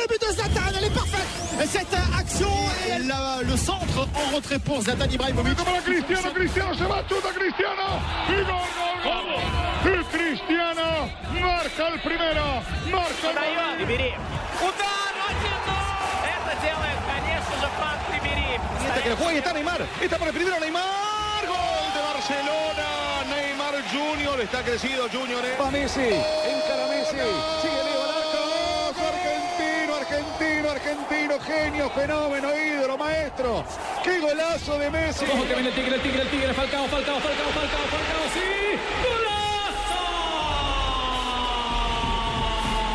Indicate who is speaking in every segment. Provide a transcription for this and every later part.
Speaker 1: le but de Zlatan, elle est parfaite Et Cette euh, action et la- le centre en retrait pour Zlatan Ibrahimovic.
Speaker 2: Para Cristiano, Cristiano se va todo Cristiano y gol, gol, gol. Y Cristiano marca el primero, marca el
Speaker 3: Район, Бери. Удар, один ноль. Это делает, конечно же, Пак Бери.
Speaker 4: Este
Speaker 2: Este
Speaker 1: Hasta que lo juegue está Neymar. Está para el primero Neymar.
Speaker 2: gol de Barcelona. Neymar Junior está crecido Junior. eh.
Speaker 4: Va Messi, encara Messi, sigue Leo al arco. Argentino, argentino, argentino, genio, fenómeno, ídolo, maestro. ¡Qué golazo de Messi!
Speaker 5: Ojo que viene el tigre, el tigre, el tigre, Falcao, Falcao, Falcao, Falcao, Falcao, sí, golazo.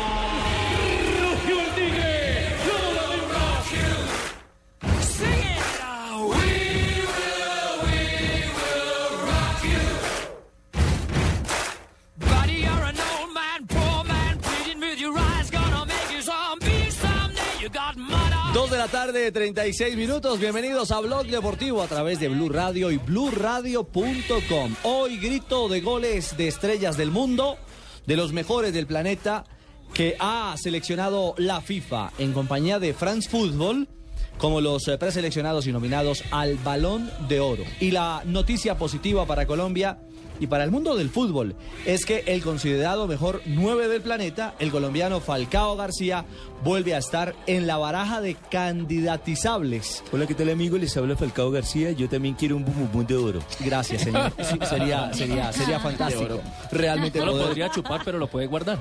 Speaker 5: Rugió el tigre, lo logró Brasil.
Speaker 6: Buddy, you're an old man, poor man, pleading with your eyes, gonna make you zombie someday. You got mud on
Speaker 7: Dos de la tarde, 36 minutos. Bienvenidos a Blog Deportivo a través de Blue Radio y BlueRadio.com. Hoy grito de goles de estrellas del mundo, de los mejores del planeta que ha seleccionado la FIFA en compañía de France Football como los eh, preseleccionados y nominados al Balón de Oro. Y la noticia positiva para Colombia y para el mundo del fútbol es que el considerado mejor 9 del planeta, el colombiano Falcao García, vuelve a estar en la baraja de candidatizables.
Speaker 8: Hola, ¿qué tal amigo? Les habla Falcao García. Yo también quiero un bumubum de oro.
Speaker 7: Gracias, señor. Sí, sería, sería, sería fantástico. Realmente
Speaker 5: No lo
Speaker 7: poder-
Speaker 5: podría chupar, pero lo puede guardar,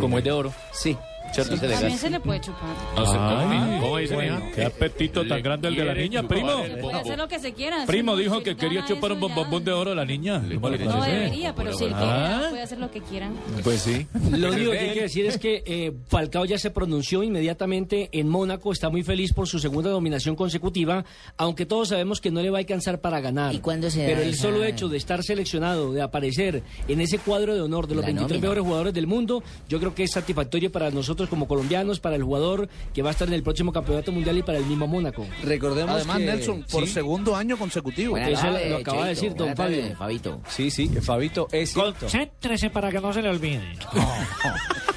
Speaker 5: como es de oro.
Speaker 7: Sí.
Speaker 5: ¿Cierto?
Speaker 9: También se le Ah, puede chupar.
Speaker 10: Ah,
Speaker 5: ¿Cómo dice,
Speaker 10: Qué apetito tan grande el de la niña, primo.
Speaker 9: Puede hacer lo que se quiera.
Speaker 10: Primo
Speaker 9: si no
Speaker 10: dijo
Speaker 9: se
Speaker 10: que quería
Speaker 9: gana
Speaker 10: chupar un
Speaker 9: eso, ya.
Speaker 10: bombón de oro a la niña. ¿Cómo le
Speaker 9: No
Speaker 10: parece?
Speaker 9: debería, pero si él quiere, puede hacer lo que quiera.
Speaker 8: Pues sí.
Speaker 3: Lo único que hay que decir es que eh, Falcao ya se pronunció inmediatamente en Mónaco, está muy feliz por su segunda dominación consecutiva, aunque todos sabemos que no le va a alcanzar para ganar.
Speaker 6: ¿Y cuándo se
Speaker 3: Pero
Speaker 6: da
Speaker 3: el
Speaker 6: esa-
Speaker 3: solo hecho de estar seleccionado, de aparecer en ese cuadro de honor de los
Speaker 6: La
Speaker 3: 23
Speaker 6: nómina.
Speaker 3: mejores jugadores del mundo, yo creo que es satisfactorio para nosotros como colombianos, para el jugador que va a estar en el próximo campeonato mundial y para el mismo Mónaco.
Speaker 7: Recordemos
Speaker 4: Además,
Speaker 7: que-
Speaker 4: Nelson, por
Speaker 7: sí.
Speaker 4: segundo año consecutivo.
Speaker 3: Eso lo acaba de decir don Fabio.
Speaker 6: Fabito.
Speaker 7: Sí, sí, Fabito, es cierto.
Speaker 3: Concéntrese para que no se le olvide.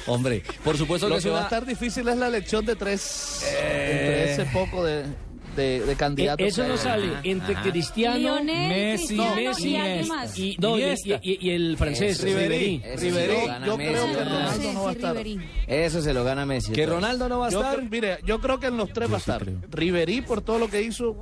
Speaker 7: Hombre, por supuesto
Speaker 4: Pues Lo
Speaker 7: que es
Speaker 4: que va Eh. a
Speaker 7: una...
Speaker 4: estar difícil es la elección de tres, entre ese poco de, de, de candidatos.
Speaker 3: eso
Speaker 4: que
Speaker 3: no
Speaker 4: hay.
Speaker 3: sale entre Cristiano,
Speaker 9: Lionel,
Speaker 3: Messi,
Speaker 9: Cristiano
Speaker 3: Messi
Speaker 9: y alguien más.
Speaker 3: y, no, y- y- y- y el francés Ribery.
Speaker 4: Pero
Speaker 6: Ribery.
Speaker 4: yo creo que Ronaldo no va a estar.
Speaker 6: Eso se lo gana Messi.
Speaker 7: Que Ronaldo no va a
Speaker 4: Yo
Speaker 7: estar.
Speaker 4: cre- mire, yo creo que en los tres va a estar. Riverí por todo lo que hizo,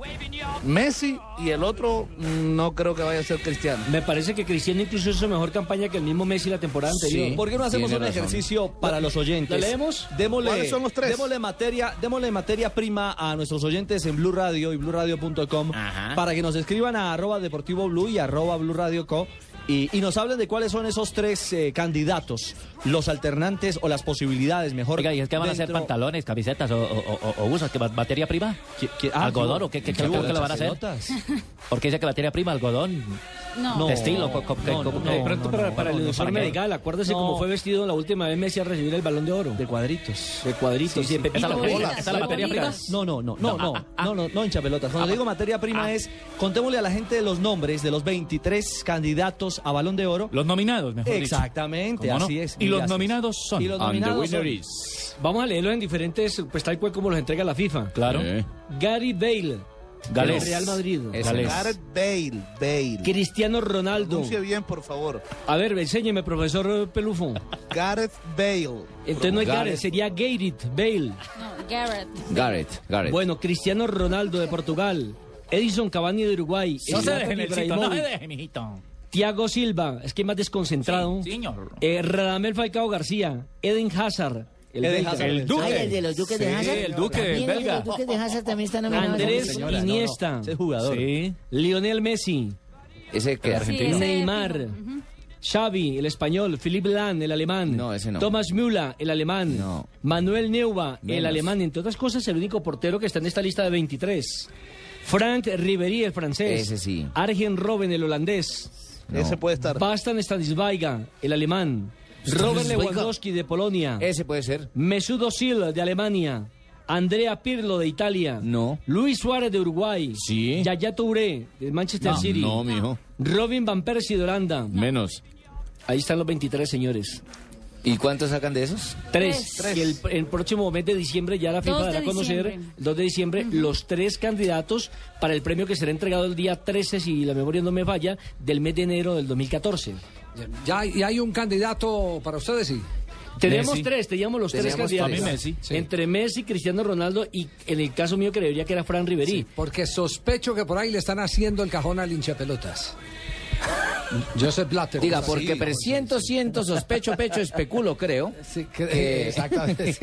Speaker 4: Messi y el otro mm, no creo que vaya a ser Cristiano.
Speaker 3: Me parece que Cristiano incluso hizo mejor campaña que el mismo Messi la temporada anterior.
Speaker 7: ¿Por qué no hacemos un
Speaker 6: tiene razón.
Speaker 7: ejercicio para los oyentes?
Speaker 3: ¿La leemos?
Speaker 7: Démosle,
Speaker 4: ¿Cuáles son los tres?
Speaker 7: démosle materia, démosle materia prima a nuestros oyentes en Blue Radio y BluRadio.com
Speaker 6: Ajá.
Speaker 7: para que nos escriban a arroba deportivo blue y arroba Blue Radio Co. Y, y nos hablen de cuáles son esos tres eh, candidatos, los alternantes o las posibilidades, mejor.
Speaker 5: Oiga, ¿y es que van a hacer
Speaker 7: dentro-
Speaker 5: pantalones, camisetas o, o- o- o buzos? ¿Qué, ma- ¿Materia prima?
Speaker 7: ¿Qué- qué- ah,
Speaker 5: ¿Algodón
Speaker 7: no.
Speaker 5: o qué, qué,
Speaker 7: ¿Qué
Speaker 5: qué-
Speaker 7: hubo,
Speaker 5: qué lo van a hacer?
Speaker 7: chacelotas?
Speaker 5: Porque dice que materia prima, algodón,
Speaker 9: No.
Speaker 7: No.
Speaker 5: textil. o co- co-
Speaker 7: No,
Speaker 5: co-
Speaker 7: no,
Speaker 5: co-
Speaker 3: de pronto
Speaker 7: no,
Speaker 3: para,
Speaker 7: no,
Speaker 3: para el
Speaker 7: no,
Speaker 3: uniforme
Speaker 7: para
Speaker 3: de
Speaker 7: nada.
Speaker 3: gala, acuérdese
Speaker 7: No.
Speaker 3: cómo fue vestido la última vez Messi a recibir el Balón de Oro.
Speaker 7: De cuadritos.
Speaker 3: De cuadritos.
Speaker 7: Sí, sí.
Speaker 3: de
Speaker 5: Esa es la-
Speaker 3: pepitas.
Speaker 5: esa es la
Speaker 9: Hola.
Speaker 5: materia prima.
Speaker 9: Bolitas.
Speaker 7: No, no, no, no, no, no, no, no hincha pelotas. Cuando digo materia prima es, contémosle a la gente los nombres de los 23 candidatos a Balón de Oro.
Speaker 10: Los nominados, mejor dicho.
Speaker 7: Exactamente,
Speaker 10: ¿Cómo no?
Speaker 7: así es.
Speaker 10: Y los
Speaker 7: Gracias.
Speaker 10: nominados son.
Speaker 7: Y los nominados son-
Speaker 3: Vamos a leerlos en diferentes, pues tal cual como los entrega la FIFA.
Speaker 10: Claro.
Speaker 3: Gary Bale,
Speaker 5: Gales.
Speaker 3: del Real Madrid.
Speaker 5: Gales.
Speaker 4: Gareth Bale, Bale.
Speaker 3: Cristiano Ronaldo.
Speaker 4: Pronuncie bien, por favor.
Speaker 3: A ver, enséñeme, profesor Pelufo.
Speaker 4: Gareth Bale.
Speaker 3: Entonces no es Gareth, sería Gareth Bale.
Speaker 9: No, Garrett.
Speaker 6: Garrett, Garrett.
Speaker 3: Bueno, Cristiano Ronaldo de Portugal. Edison Cavani de Uruguay.
Speaker 10: No se
Speaker 3: Zlatan
Speaker 10: dejen, mijito, no
Speaker 3: Ibrahimovic,
Speaker 10: se dejen, mijito.
Speaker 3: Thiago Silva, es que más desconcentrado.
Speaker 10: Sí, señor.
Speaker 3: Eh, Radamel Falcao García. Eden Hazard. El
Speaker 7: Eden
Speaker 3: belga.
Speaker 7: Hazard.
Speaker 10: El duque.
Speaker 6: Ay, el de los Duques de Hazard.
Speaker 10: el duque,
Speaker 6: También
Speaker 10: el
Speaker 6: de
Speaker 10: belga.
Speaker 6: los Duques de Hazard también está nominado.
Speaker 3: Andrés
Speaker 7: Señora, no, no,
Speaker 3: Iniesta.
Speaker 7: ese es jugador.
Speaker 10: Sí.
Speaker 3: Lionel Messi.
Speaker 6: Ese que
Speaker 9: Sí, ese
Speaker 3: Neymar.
Speaker 9: fijo. Ujú.
Speaker 3: Xavi, el español, Philipp Lahm, el alemán,
Speaker 6: No, ese no.
Speaker 3: Thomas Müller, el alemán,
Speaker 6: No.
Speaker 3: Manuel Neuba, el
Speaker 6: Menos.
Speaker 3: alemán, entre otras cosas, el único portero que está en esta lista de 23. Frank Ribery, el francés.
Speaker 6: Ese sí.
Speaker 3: Arjen Robben, el holandés.
Speaker 4: Ese puede estar.
Speaker 3: Bastan Stanisvaiga, el alemán. Robert Lewandowski de Polonia. Ese puede ser. Mesut Özil de Alemania. Andrea Pirlo de Italia. No. Luis Suárez de Uruguay. Sí. Yaya Touré de Manchester
Speaker 11: No,
Speaker 3: City.
Speaker 11: no, mijo.
Speaker 3: Robin Van Persie de Holanda. Menos. Ahí están los 23 señores.
Speaker 11: ¿Y cuántos sacan de esos?
Speaker 3: Tres. Y el, el próximo mes de diciembre ya la
Speaker 11: Dos
Speaker 3: FIFA
Speaker 11: de
Speaker 3: dará a conocer,
Speaker 11: diciembre.
Speaker 3: el 2 de diciembre, los tres candidatos para el premio que será entregado el día 13, si la memoria no me falla, del mes de enero del 2014.
Speaker 12: Ya, hay- ya hay un candidato para ustedes, sí.
Speaker 3: Tenemos tres, teníamos los tres
Speaker 12: Teníamos
Speaker 3: candidatos.
Speaker 12: tres. Messi. Sí.
Speaker 3: Entre Messi, Cristiano Ronaldo y en el caso mío creería que era Fran Ribery.
Speaker 12: Sí, porque sospecho que por ahí le están haciendo el cajón al hincha pelotas. Joseph Blatter.
Speaker 11: Diga,
Speaker 12: Sí,
Speaker 11: porque
Speaker 12: sí,
Speaker 11: presiento, siento, sospecho, pecho, especulo, creo.
Speaker 12: Sí, eh, exactamente.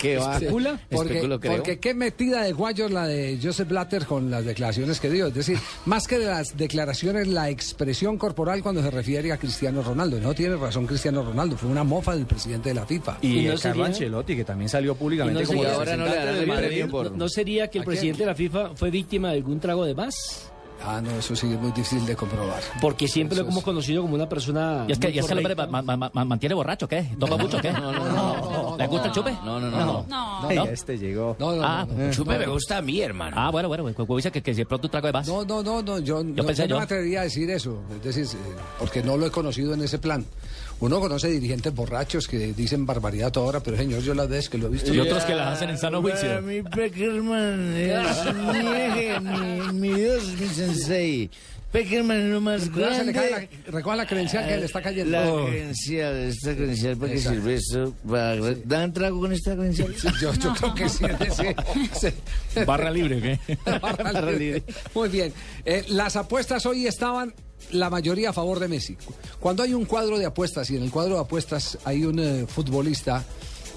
Speaker 11: ¿Qué va?
Speaker 12: ¿Especula? Porque,
Speaker 11: Especulo, creo.
Speaker 12: porque qué metida de guayos la de Joseph Blatter con las declaraciones que dio. Es decir, más que de las declaraciones, la expresión corporal cuando se refiere a Cristiano Ronaldo. No tiene razón Cristiano Ronaldo, fue una mofa del presidente de la FIFA.
Speaker 7: Y, eh, Carlo Ancelotti, que también salió públicamente
Speaker 3: Y no
Speaker 7: como
Speaker 3: sería-
Speaker 7: representante del
Speaker 3: ¿No-
Speaker 7: Madrid.
Speaker 3: ¿No, no sería que el presidente de la FIFA fue víctima de algún trago de más?
Speaker 12: Ah, no, eso sí es muy difícil de comprobar.
Speaker 3: Porque siempre lo hemos conocido como una persona.
Speaker 13: ¿Y es que,
Speaker 3: muy
Speaker 13: y es que el hombre
Speaker 3: correcta.
Speaker 13: ma- ma- ma- ma- mantiene borracho qué? ¿Toma mucho qué? ¿Le gusta el chupe? No, no, no.
Speaker 7: Ay, Este llegó.
Speaker 13: Ah,
Speaker 12: chupe me
Speaker 13: gusta a mí, hermano. Ah, bueno, bueno, bueno. Como dice que, que si de pronto un trago de más.
Speaker 12: No, no, no, no, yo, no,
Speaker 13: pensé
Speaker 12: yo no
Speaker 13: yo.
Speaker 12: me atrevería a decir eso, es decir, eh, porque no lo he conocido en ese plan. Uno conoce dirigentes borrachos que dicen barbaridad a toda hora, pero señor, yo las veces que lo he visto.
Speaker 5: Y otros que las hacen en sano
Speaker 14: Para
Speaker 5: juicio.
Speaker 14: mí, Peckerman es mi eje, mi, mi dios, mi sensei. Peckerman es lo más
Speaker 12: Recuerda, se le cae
Speaker 14: grande.
Speaker 12: la- recuerda la credencial que le está cayendo.
Speaker 14: La
Speaker 12: Oh.
Speaker 14: credencial, esta credencial, ¿para qué
Speaker 12: Exacto.
Speaker 14: sirve eso? ¿Para ¿Dan trago con esta credencial?
Speaker 12: yo, yo creo que sí.
Speaker 5: Barra libre, ¿qué?
Speaker 12: Barra libre. Muy bien. Eh, las apuestas hoy estaban la mayoría a favor de Messi. Cuando hay un cuadro de apuestas y en el cuadro de apuestas hay un eh, futbolista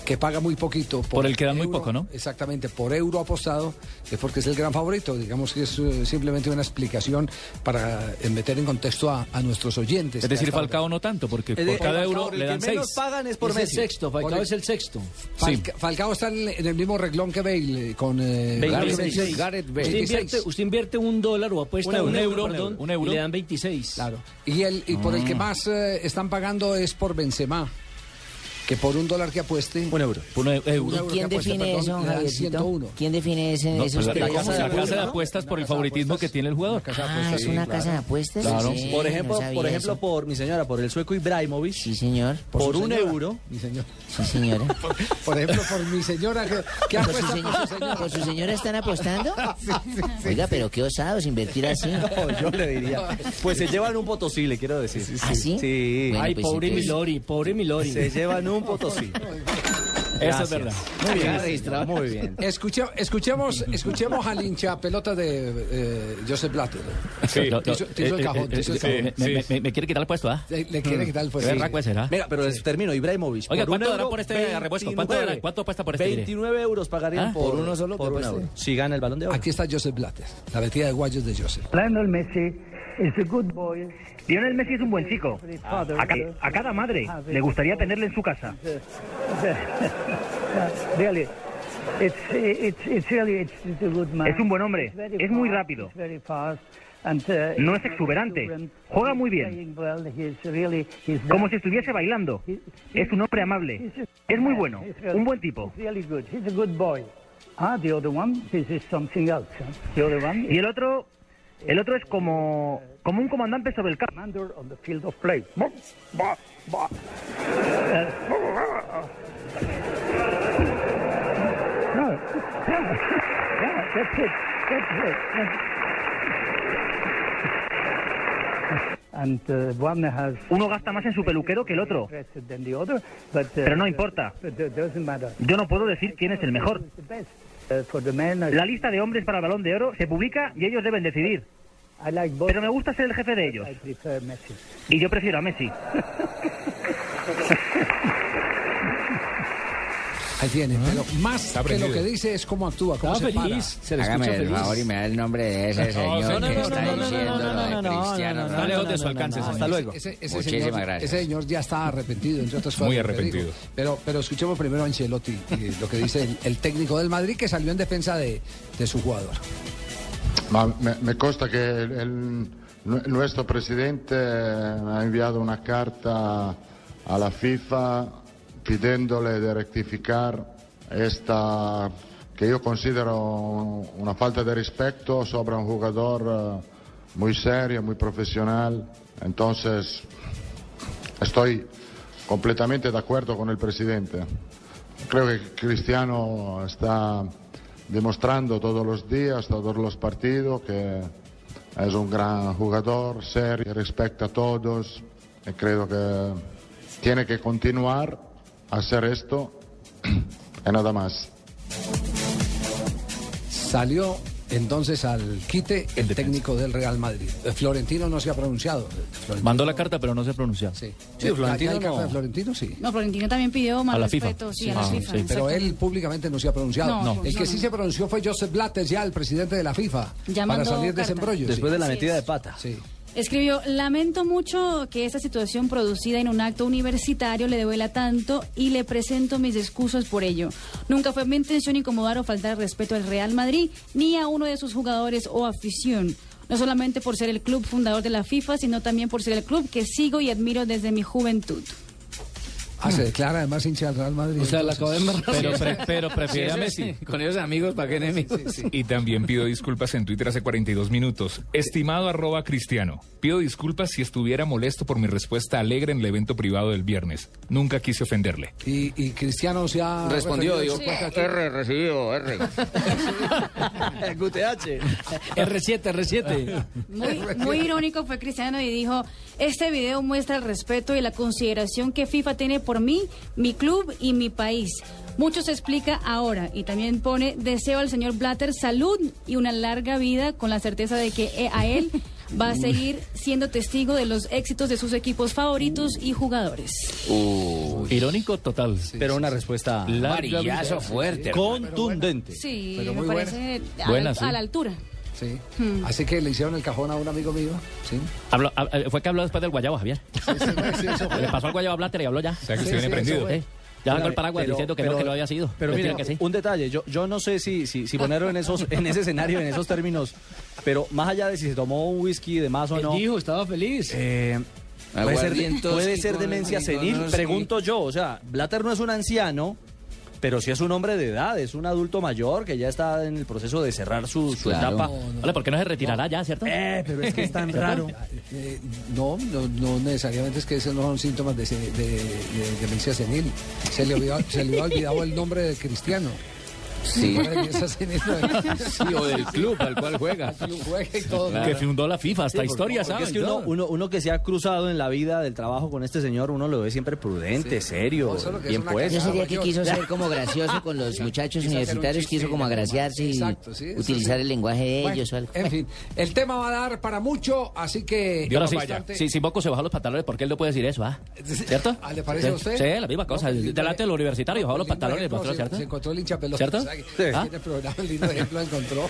Speaker 12: que paga muy poquito. Por,
Speaker 5: el que dan muy poco, ¿no?
Speaker 12: Exactamente, por euro apostado, es porque es el gran favorito. Digamos que es eh, simplemente una explicación para eh, meter en contexto a, a nuestros oyentes.
Speaker 5: Es decir,
Speaker 12: Hasta ahora.
Speaker 5: Falcao no tanto, porque
Speaker 12: Es
Speaker 5: por
Speaker 12: de-
Speaker 5: cada
Speaker 12: Falcao,
Speaker 5: euro
Speaker 12: el
Speaker 5: le
Speaker 12: que
Speaker 5: dan
Speaker 12: menos
Speaker 5: seis.
Speaker 12: pagan es por
Speaker 3: Es el
Speaker 12: Messi.
Speaker 3: sexto, Falcao
Speaker 12: Por el-
Speaker 3: es el sexto.
Speaker 12: Falca- Falcao está en, en el mismo renglón que Bale, eh, con eh, Gareth Bale.
Speaker 3: 26. Usted invierte, usted invierte un dólar o apuesta
Speaker 12: Un
Speaker 3: un,
Speaker 12: euro,
Speaker 3: euro,
Speaker 12: un euro,
Speaker 3: perdón,
Speaker 12: un euro.
Speaker 3: y le dan 26. Claro.
Speaker 12: Y, el, y por el que
Speaker 3: Mm.
Speaker 12: más eh, están pagando es por Benzema. Que por un dólar que apueste. Un euro.
Speaker 5: Un euro.
Speaker 12: que
Speaker 15: ¿Quién
Speaker 12: apueste,
Speaker 15: define
Speaker 12: perdón,
Speaker 15: eso,
Speaker 12: le dan
Speaker 15: Javiercito?
Speaker 12: 101.
Speaker 15: ¿Quién define ese,
Speaker 5: No,
Speaker 15: esos
Speaker 5: pues la,
Speaker 15: criterios?
Speaker 5: la- la casa de apuestas por el favoritismo que tiene el jugador.
Speaker 15: Ah, es una casa de apuestas.
Speaker 5: Claro.
Speaker 15: Sí,
Speaker 7: por
Speaker 15: no
Speaker 7: ejemplo,
Speaker 15: sabía
Speaker 7: por ejemplo,
Speaker 15: eso.
Speaker 7: por mi señora, por el sueco Ibrahimovic. Sí,
Speaker 15: señor.
Speaker 7: Por,
Speaker 15: Por su
Speaker 7: un
Speaker 15: señora.
Speaker 7: euro.
Speaker 12: Mi señora.
Speaker 15: Sí, señora.
Speaker 12: Por ejemplo, por mi señora que, que
Speaker 15: ¿Por su,
Speaker 12: apuesta por su
Speaker 15: señora,
Speaker 12: señora.
Speaker 15: ¿Por su señora están apostando? Oiga, pero qué osados invertir así.
Speaker 7: No, yo le diría. Pues se llevan un potosí, le quiero decir. Sí,
Speaker 15: ¿Ah, sí? Bueno,
Speaker 3: Ay,
Speaker 15: pues,
Speaker 3: pobre
Speaker 15: entonces-
Speaker 3: Milori, pobre Milori.
Speaker 7: Se llevan un potosí.
Speaker 3: Eso es
Speaker 7: Gracias.
Speaker 3: verdad.
Speaker 7: Muy bien.
Speaker 3: Ya
Speaker 7: registrado. Muy bien.
Speaker 12: Escuche- escuchemos, escuchemos al hincha pelota de eh, Joseph Blatter.
Speaker 13: Yo-
Speaker 12: Te
Speaker 13: yo-
Speaker 12: hizo- te hizo el
Speaker 13: eh,
Speaker 12: cajón,
Speaker 13: eh,
Speaker 12: te hizo el
Speaker 13: eh,
Speaker 12: cajón. pues
Speaker 13: me- me- me- Me quiere quitar el puesto, ¿ah?
Speaker 12: Le- le quiere quitar el puesto.
Speaker 13: Qué berraco será.
Speaker 7: Mira, pero les termino, Ibrahimovic.
Speaker 13: Oiga,
Speaker 7: por
Speaker 13: ¿cuánto
Speaker 7: un
Speaker 13: dará
Speaker 7: euro,
Speaker 13: por este arrebozco? ¿Cuánto
Speaker 7: 29.
Speaker 13: dará? ¿Cuánto apuesta por este? mire?
Speaker 7: 29 euros pagarían
Speaker 13: ¿Ah?
Speaker 7: por,
Speaker 13: ¿Por uno solo?
Speaker 7: Por
Speaker 13: ¿Qué
Speaker 7: un
Speaker 13: puede
Speaker 7: euro. Si gana el balón de oro.
Speaker 12: Aquí está Joseph Blatter, la metida de guayos de Joseph.
Speaker 16: Lionel Messi es un good boy.
Speaker 2: Lionel Messi es un buen chico. A, ca- a cada madre le gustaría tenerle en su casa.
Speaker 16: Really, it's, it's, it's really it's, it's a good man.
Speaker 2: Es un buen hombre,
Speaker 16: It's very
Speaker 2: es muy
Speaker 16: fast,
Speaker 2: rápido.
Speaker 16: it's very fast, and, uh,
Speaker 2: No
Speaker 16: he's
Speaker 2: es exuberante,
Speaker 16: exuberant,
Speaker 2: juega muy
Speaker 16: he's
Speaker 2: bien.
Speaker 16: playing well, he's really- he's
Speaker 2: Como si
Speaker 16: very-
Speaker 2: estuviese bailando. Es un hombre amable.
Speaker 16: he's a-
Speaker 2: Es muy bueno.
Speaker 16: he's really-
Speaker 2: Un buen tipo.
Speaker 16: he's really good. He's a good boy. Ah, the other one, this is something else. huh? The other one
Speaker 2: Y el otro, el otro es como, como un comandante sobre el campo.
Speaker 16: commander on the field of play. Bah, bah, bah.
Speaker 2: Eh,
Speaker 16: Uh, no. yeah, that's it. That's it. And uh, one has
Speaker 2: Uno gasta más en su peluquero que el otro.
Speaker 16: interested than the other, but, uh,
Speaker 2: Pero no importa.
Speaker 16: but it doesn't matter.
Speaker 2: Yo no puedo decir quién es el mejor.
Speaker 16: Uh, for the men, I-
Speaker 2: La lista de hombres para el balón de oro se publica y ellos deben decidir.
Speaker 16: I like both.
Speaker 2: Pero me gusta ser el jefe de ellos.
Speaker 16: I prefer Messi.
Speaker 2: Y yo prefiero a Messi.
Speaker 12: Ahí tiene, pero más que
Speaker 2: aprendido.
Speaker 12: lo que dice es cómo actúa, cómo se para. Se le escucha
Speaker 15: Hágame el
Speaker 12: feliz.
Speaker 15: favor y me da el nombre de ese
Speaker 12: No,
Speaker 15: señor
Speaker 12: no, no,
Speaker 15: que está
Speaker 12: no, no, no, no,
Speaker 15: diciendo
Speaker 12: no,
Speaker 15: lo de
Speaker 12: no, no,
Speaker 15: Cristiano Ronaldo. No, no,
Speaker 12: no, no, no, no, no, no,
Speaker 15: no,
Speaker 12: no,
Speaker 15: no.
Speaker 12: no, Ese, ese
Speaker 15: Muchísimas
Speaker 12: señor,
Speaker 15: gracias.
Speaker 12: Ese señor ya está arrepentido, entre otras cosas.
Speaker 15: Muy
Speaker 12: lo que
Speaker 15: arrepentido.
Speaker 12: dijo. Pero, pero escuchemos primero a Ancelotti, eh, lo que dice el, el técnico del Madrid que salió en defensa de, de su jugador.
Speaker 17: Ma me, me consta che il, eh, il nu- nuestro presidente ha inviato una carta a la FIFA pidiéndole de rectificar esta que yo considero una falta de respeto sobre un jugador eh, muy serio, muy profesional. Entonces, estoy completamente de acuerdo con el presidente. Creo que Cristiano está demostrando todos los días, todos los partidos, que es un gran jugador, serio, respecta a todos. Y creo que tiene que continuar a hacer esto y nada más.
Speaker 12: Salió entonces al quite el técnico del Real Madrid. Eh, Florentino no se ha pronunciado. Florentino-
Speaker 2: Mandó la carta, pero no se pronunció.
Speaker 12: Sí, Florentino no. Florentino sí.
Speaker 9: No, Florentino también pidió más
Speaker 2: A la FIFA.
Speaker 9: respeto. Sí, a la
Speaker 2: Ah,
Speaker 9: FIFA.
Speaker 2: sí.
Speaker 12: Pero
Speaker 9: exactamente.
Speaker 12: él públicamente no se ha pronunciado.
Speaker 9: No, No.
Speaker 12: El que
Speaker 9: no,
Speaker 12: sí
Speaker 9: no.
Speaker 12: se pronunció fue Joseph Blatter, ya el presidente de la FIFA,
Speaker 9: Ya
Speaker 12: para
Speaker 9: mandó
Speaker 12: salir de ese
Speaker 9: carta.
Speaker 12: embrollo.
Speaker 9: Después de la Así metida es. de
Speaker 12: pata. Sí.
Speaker 9: Escribió, lamento mucho que esta situación producida en un acto universitario le duela tanto y le presento mis excusas por ello. Nunca fue mi intención incomodar o faltar al respeto al Real Madrid ni a uno de sus jugadores o afición. No solamente por ser el club fundador de la FIFA, sino también por ser el club que sigo y admiro desde mi juventud.
Speaker 12: Ah, se declara además hincha del Real Madrid.
Speaker 5: O sea, la
Speaker 12: entonces.
Speaker 5: acabó de embarrar.
Speaker 2: Pero pre- pero prefiere a
Speaker 5: Sí, eso sí.
Speaker 2: Messi.
Speaker 5: Con esos amigos, ¿para qué enemigos?
Speaker 18: Y también pido disculpas en Twitter hace 42 minutos. Estimado arroba cristiano, pido disculpas si estuviera molesto por mi respuesta alegre en el evento privado del viernes. Nunca quise ofenderle.
Speaker 12: Y, y Cristiano se ha
Speaker 5: Respondió, dijo,
Speaker 12: referido a su cuenta aquí.
Speaker 5: R, recibido, R.
Speaker 7: QTH.
Speaker 19: R7, R7.
Speaker 9: Muy, muy irónico fue Cristiano y dijo, este video muestra el respeto y la consideración que FIFA tiene por mí, mi club y mi país. Mucho se explica ahora y también pone, deseo al señor Blatter salud y una larga vida con la certeza de que eh, a él va a seguir siendo testigo de los éxitos de sus equipos favoritos y jugadores.
Speaker 2: Irónico total.
Speaker 7: Pero una respuesta
Speaker 2: Larga
Speaker 5: Varillazo
Speaker 2: vida.
Speaker 5: fuerte,
Speaker 7: Contundente.
Speaker 9: Sí,
Speaker 12: Pero
Speaker 9: me
Speaker 12: muy
Speaker 9: parece a,
Speaker 2: Buena,
Speaker 9: la,
Speaker 2: sí.
Speaker 9: a
Speaker 12: ¿eh?
Speaker 9: la altura.
Speaker 12: Sí.
Speaker 9: Hmm.
Speaker 12: Así que le hicieron el cajón a un amigo mío. Sí.
Speaker 2: Habló- hab- eh, fue que habló después del Guayabo, Javier. Le pasó al Guayabo a Blatter y habló ya. O
Speaker 18: sea, que Sí, se viene sí, prendido. eso fue.
Speaker 2: Eh, Ya sacó
Speaker 7: Pero-
Speaker 2: el paraguas
Speaker 7: pero-
Speaker 2: diciendo que no,
Speaker 7: pero-
Speaker 2: que lo había sido.
Speaker 7: Pero
Speaker 2: Que
Speaker 7: mira,
Speaker 2: tiene que sí.
Speaker 7: un detalle, yo, yo no sé si, si, si ponerlo en, esos, en ese escenario, en esos términos, pero más allá de si se tomó un whisky de más o no...
Speaker 19: Dijo, estaba feliz.
Speaker 7: eh, puede ser, de-
Speaker 5: Aguardientos
Speaker 7: puede
Speaker 5: y
Speaker 7: ser
Speaker 5: con-
Speaker 7: demencia
Speaker 5: y con
Speaker 7: senil,
Speaker 5: unos-
Speaker 7: pregunto yo. O sea, Blatter no es un anciano, pero sí es un hombre de edad, es un adulto mayor que ya está en el proceso de cerrar su, su
Speaker 5: Claro.
Speaker 7: etapa.
Speaker 5: No,
Speaker 2: Vale, ¿por qué no se retirará ya, cierto?
Speaker 7: Eh, pero es que es tan raro.
Speaker 12: Eh, no, no, no necesariamente es que esos no son síntomas de, se- de- de demencia senil. Se le, olvidó- se le había olvidado el nombre de Cristiano.
Speaker 5: Sí.
Speaker 12: Ahora empieza a ser eso.
Speaker 5: Sí, o del club al cual juega.
Speaker 12: Juega y todo.
Speaker 2: Que fundó la FIFA,
Speaker 7: Sí,
Speaker 2: hasta
Speaker 7: porque-
Speaker 2: historia,
Speaker 7: porque
Speaker 2: ¿sabes?
Speaker 7: Es que uno, uno, uno que se ha cruzado en la vida del trabajo con este señor, uno lo ve siempre prudente, serio,
Speaker 12: No, solo que es
Speaker 7: bien
Speaker 12: una
Speaker 7: puesto.
Speaker 15: Yo
Speaker 12: cagada.
Speaker 15: sería que quiso ser como gracioso con los muchachos
Speaker 12: Quiso hacer un
Speaker 15: universitarios,
Speaker 12: chiste
Speaker 15: quiso como
Speaker 12: y la
Speaker 15: agraciarse y
Speaker 12: Exacto, sí, eso
Speaker 15: utilizar
Speaker 12: sí.
Speaker 15: el lenguaje de
Speaker 12: Bueno,
Speaker 15: ellos o algo.
Speaker 12: En fin, el tema va a dar para mucho, así que.
Speaker 2: Y ahora sí,
Speaker 12: bastante-
Speaker 2: si, si Boco se baja los pantalones, ¿por qué él no puede decir eso? ah? ¿Cierto?
Speaker 12: Ah, ¿Le parece
Speaker 2: sí.
Speaker 12: a usted?
Speaker 2: Sí, la misma cosa.
Speaker 12: No, pues, lindo
Speaker 2: Delante de los universitarios, bajó los
Speaker 12: lindo
Speaker 2: pantalones,
Speaker 12: ejemplo,
Speaker 2: mostró,
Speaker 12: se-
Speaker 2: ¿cierto?
Speaker 12: Se encontró el hincha pelota.
Speaker 2: ¿Cierto?
Speaker 12: o sea que
Speaker 2: Sí.
Speaker 12: tiene
Speaker 2: Ah.
Speaker 12: programa, el lindo ejemplo encontró.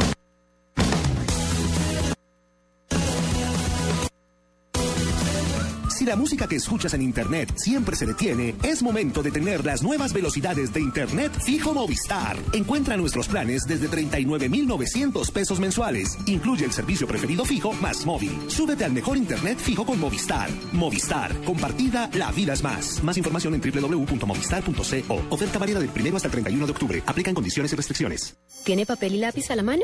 Speaker 20: Si la música que escuchas en Internet siempre se detiene, es momento de tener las nuevas velocidades de Internet fijo Movistar. Encuentra nuestros planes desde 39.900 pesos mensuales. Incluye el servicio preferido fijo más móvil. Súbete al mejor Internet fijo con Movistar. Movistar, compartida, la vida es más. Más información en www.movistar.co. Oferta válida del primero hasta el 31 de octubre. Aplican condiciones y restricciones.
Speaker 21: ¿Tiene papel y lápiz a la mano?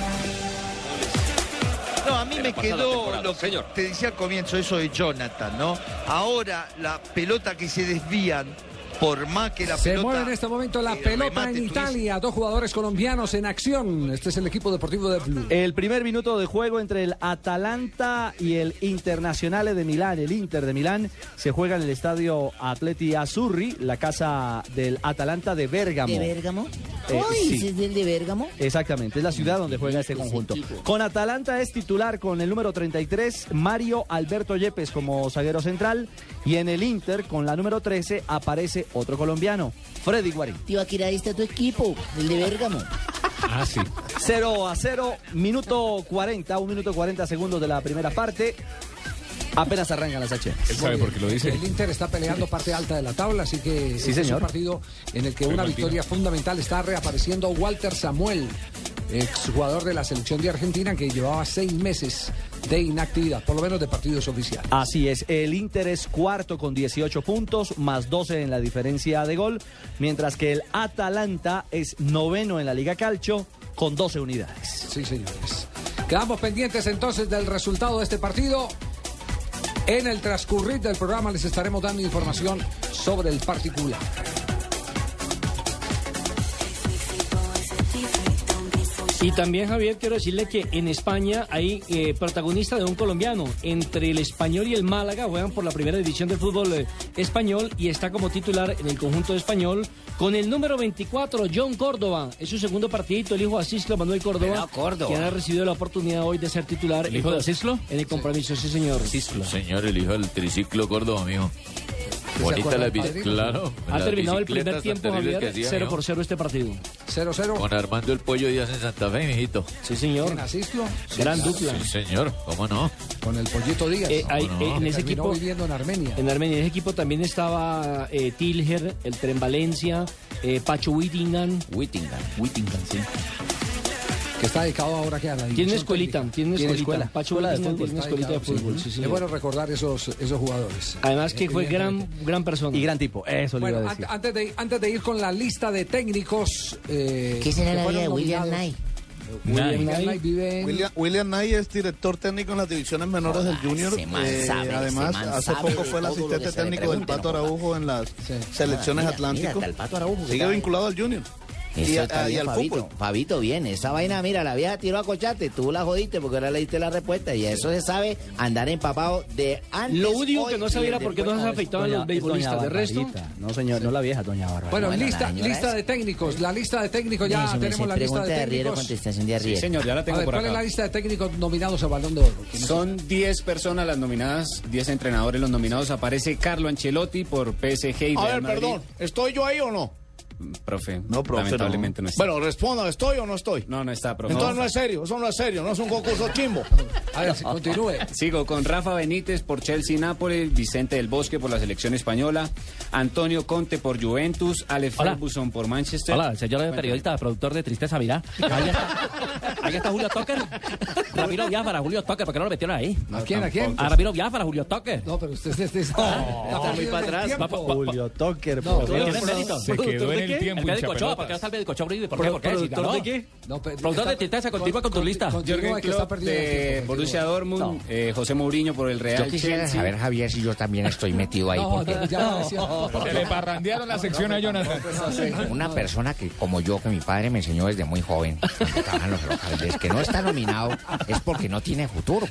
Speaker 3: No, a mí
Speaker 22: mí me quedó lo que te decía al comienzo, eso de Jonathan, ¿no? Ahora la pelota que se desvían, por más que la
Speaker 12: Se
Speaker 22: pelota...
Speaker 12: mueve en este momento la
Speaker 22: el
Speaker 12: pelota
Speaker 22: remate,
Speaker 12: en
Speaker 22: tú dices,
Speaker 12: Italia. Dos jugadores colombianos en acción. Este es el equipo deportivo de Blue.
Speaker 7: El primer minuto de juego entre el Atalanta y el Internacional de Milán, el Inter de Milán, se juega en el estadio Atleti Azzurri, la casa del Atalanta de Bérgamo.
Speaker 2: ¿De Bérgamo?
Speaker 7: Eh,
Speaker 2: Uy,
Speaker 7: sí.
Speaker 2: ese es del de Bérgamo.
Speaker 7: Exactamente, es la ciudad donde juega este conjunto. Con Atalanta es titular con el número 33, Mario Alberto Yepes como zaguero central. Y en el Inter, con la número 13, aparece otro colombiano, Freddy Guarín.
Speaker 2: Tío, aquí ahí está tu equipo, el de Bérgamo.
Speaker 18: Ah, sí.
Speaker 7: 0 a 0, minuto 40, 1 minuto 40 segundos de la primera parte. Apenas arrancan las H.
Speaker 18: Él sabe por qué lo dice.
Speaker 12: El Inter está peleando parte alta de la tabla, así que
Speaker 7: Sí,
Speaker 12: este es un
Speaker 7: señor.
Speaker 12: partido en el que una
Speaker 7: Florentino.
Speaker 12: victoria fundamental está reapareciendo Walter Samuel, exjugador de la selección de Argentina que llevaba seis meses de inactividad, por lo menos de partidos oficiales.
Speaker 7: Así es, el Inter es cuarto con 18 puntos, más 12 en la diferencia de gol, mientras que el Atalanta es noveno en la Liga Calcio con 12 unidades.
Speaker 12: Sí, señores. Quedamos pendientes entonces del resultado de este partido. En el transcurrir del programa les estaremos dando información sobre el particular.
Speaker 3: Y también, Javier, quiero decirle que en España hay eh, protagonista de un colombiano. Entre el español y el Málaga juegan por la primera división del fútbol eh, español y está como titular en el conjunto español con el número 24, John Córdoba. Es su segundo partidito, el hijo de Asislo Manuel Córdoba,
Speaker 23: Pelao Córdoba.
Speaker 3: quien ha recibido la oportunidad hoy de ser titular.
Speaker 23: ¿El hijo de Asislo?
Speaker 3: En el compromiso, sí, señor.
Speaker 14: Señor, el hijo del triciclo Córdoba, mijo.
Speaker 3: ¿Se
Speaker 14: Bonita
Speaker 3: acuerda
Speaker 14: la
Speaker 3: del
Speaker 14: bici,
Speaker 3: padrino?
Speaker 14: claro.
Speaker 3: Ha
Speaker 14: las
Speaker 3: terminado el
Speaker 14: bicicletas
Speaker 3: primer
Speaker 14: tan
Speaker 3: tiempo,
Speaker 14: terribles que
Speaker 3: Javier,
Speaker 14: hacía,
Speaker 3: 0
Speaker 14: mijo.
Speaker 3: por 0 este partido.
Speaker 12: 0-0.
Speaker 14: Con Armando el Pollo Díaz en Santa Fe, mijito.
Speaker 3: Sí, señor.
Speaker 12: Asislo?
Speaker 3: Gran
Speaker 14: claro,
Speaker 3: dupla.
Speaker 14: Sí, señor, cómo no.
Speaker 12: Con el Pollito Díaz.
Speaker 3: Eh, hay-
Speaker 14: no?
Speaker 3: eh, en ese
Speaker 12: Terminó
Speaker 3: equipo
Speaker 12: viviendo en Armenia.
Speaker 3: En Armenia, en ese equipo también estaba eh, Tilger, el Tren Valencia, eh, Pacho Whittingham.
Speaker 14: Whittingham, Whittingham, sí.
Speaker 12: que está dedicado ahora que a la
Speaker 3: Tiene
Speaker 12: división
Speaker 3: escuelita,
Speaker 12: técnica.
Speaker 3: tiene escuelita. Pacho
Speaker 12: Escuela de
Speaker 3: Beltrán
Speaker 12: fútbol,
Speaker 3: tiene
Speaker 12: está
Speaker 3: escuelita de
Speaker 12: dedicado,
Speaker 3: fútbol, sí,
Speaker 12: Es
Speaker 3: señor.
Speaker 12: bueno recordar esos, esos jugadores.
Speaker 3: Además que fue gran,
Speaker 12: Evidentemente.
Speaker 3: gran persona.
Speaker 7: Y gran tipo, eso le
Speaker 12: Bueno,
Speaker 7: iba a
Speaker 12: an-
Speaker 7: decir.
Speaker 12: antes, de, antes de ir con la lista de técnicos... eh,
Speaker 2: ¿Qué será
Speaker 12: que
Speaker 2: la vida de
Speaker 12: fueron
Speaker 2: William
Speaker 12: nominados-
Speaker 2: Knight?
Speaker 12: William Knight vive en-
Speaker 4: William, William Nay es director técnico en las divisiones menores del Junior. ese man Eh, sabe, ese además, man hace sabe poco de fue el todo lo asistente que se le técnico del pregunte, Pato Araujo en las selecciones
Speaker 2: Ah, Mira, mira,
Speaker 4: Atlántico.
Speaker 2: hasta el Pato Araujo que
Speaker 4: Sigue
Speaker 2: está
Speaker 4: vinculado al Junior.
Speaker 2: Eso
Speaker 4: y a- ah,
Speaker 2: está
Speaker 4: y
Speaker 2: bien,
Speaker 4: al
Speaker 2: Fabito.
Speaker 4: fútbol.
Speaker 2: Fabito, bien, esa vaina, mira, la vieja tiró a cochate, tú la jodiste porque ahora le diste la respuesta y eso se sabe andar empapado de antes.
Speaker 3: Lo único
Speaker 2: hoy
Speaker 3: que no
Speaker 2: y
Speaker 3: sabía
Speaker 2: el
Speaker 3: por qué no
Speaker 2: después.
Speaker 3: se afectaban
Speaker 7: Doña-
Speaker 3: los beisbolistas.
Speaker 7: doña
Speaker 3: De resto,
Speaker 7: Barbarita. No, señor, no la vieja, doña Bárbara.
Speaker 12: Bueno,
Speaker 2: Bueno,
Speaker 12: lista,
Speaker 2: la señora
Speaker 12: lista de técnicos. La lista de técnicos, ya
Speaker 2: Eso me
Speaker 12: tenemos
Speaker 2: dice,
Speaker 12: la lista
Speaker 2: pregunta
Speaker 12: de
Speaker 2: de Arriero,
Speaker 12: técnicos.
Speaker 2: contestación de Arriero.
Speaker 12: Sí,
Speaker 24: señor, ya la tengo
Speaker 12: A ver,
Speaker 24: por
Speaker 12: ¿Cuál es
Speaker 24: acá.
Speaker 12: la lista de técnicos nominados a Balón de Oro? ¿Quiénes
Speaker 24: Son 10 personas las nominadas, 10 entrenadores los nominados. Aparece Carlo Ancelotti por PSG y
Speaker 25: A ver,
Speaker 24: Real Madrid.
Speaker 25: perdón, ¿estoy yo ahí o no?
Speaker 24: Profe,
Speaker 25: No, profe,
Speaker 24: lamentablemente no, está.
Speaker 25: Bueno, responda, ¿estoy o no estoy?
Speaker 24: No, no está, profe.
Speaker 25: Entonces no es serio, eso no es serio, no es un concurso chimbo.
Speaker 12: A ver, si continúe.
Speaker 24: Sigo con Rafa Benítez por Chelsea y Nápoles, Vicente del Bosque por la selección española, Antonio Conte por Juventus, Alex
Speaker 5: Hola.
Speaker 24: Ferguson por Manchester.
Speaker 5: Hola, señor
Speaker 24: Cuéntame.
Speaker 5: periodista, productor de Tristeza Virá. Ahí está, ahí está Julio Tocker. Ramiro Biafara, Julio Tocker, ¿por qué no lo metieron ahí?
Speaker 12: ¿A quién, a quién?
Speaker 5: A Ramiro Biafara, Julio Tocker.
Speaker 12: No, pero usted, usted está,
Speaker 5: está muy para atrás. Va- va- va-
Speaker 7: Julio Tocker,
Speaker 5: No,
Speaker 7: por
Speaker 5: ¿quién
Speaker 7: Dios.
Speaker 5: es Benito?
Speaker 7: Se
Speaker 5: ¿Productor
Speaker 7: quedó en
Speaker 5: de
Speaker 7: el
Speaker 5: qué?
Speaker 7: tiempo,
Speaker 5: El Benito Ochoa,
Speaker 7: hinchapelotas.
Speaker 5: ¿por qué está el Benito Ochoa horrible? ¿Por qué?
Speaker 7: ¿Pro-
Speaker 5: ¿Por qué? Si
Speaker 7: productor
Speaker 5: ganó.
Speaker 7: de qué?
Speaker 12: No, pero-
Speaker 5: Productor de
Speaker 12: está-
Speaker 5: Tristeza, continúa con tu lista.
Speaker 12: Continúa,
Speaker 24: Jürgen
Speaker 12: que está
Speaker 24: Klopp
Speaker 12: perdido el
Speaker 24: de
Speaker 12: tiempo,
Speaker 24: Borussia
Speaker 12: continúa.
Speaker 24: Dortmund, eh, José Mourinho por el Real
Speaker 2: Yo quisiera
Speaker 24: Chelsea.
Speaker 2: saber, Javier, si yo también estoy metido ahí.
Speaker 12: No,
Speaker 2: porque
Speaker 12: no, ya lo decía.
Speaker 18: Se le parrandearon la sección a Jonathan.
Speaker 2: Una persona que, como yo, que mi padre me enseñó desde muy joven, cuando estaba en los locales, que no está nominado es porque no tiene futuro.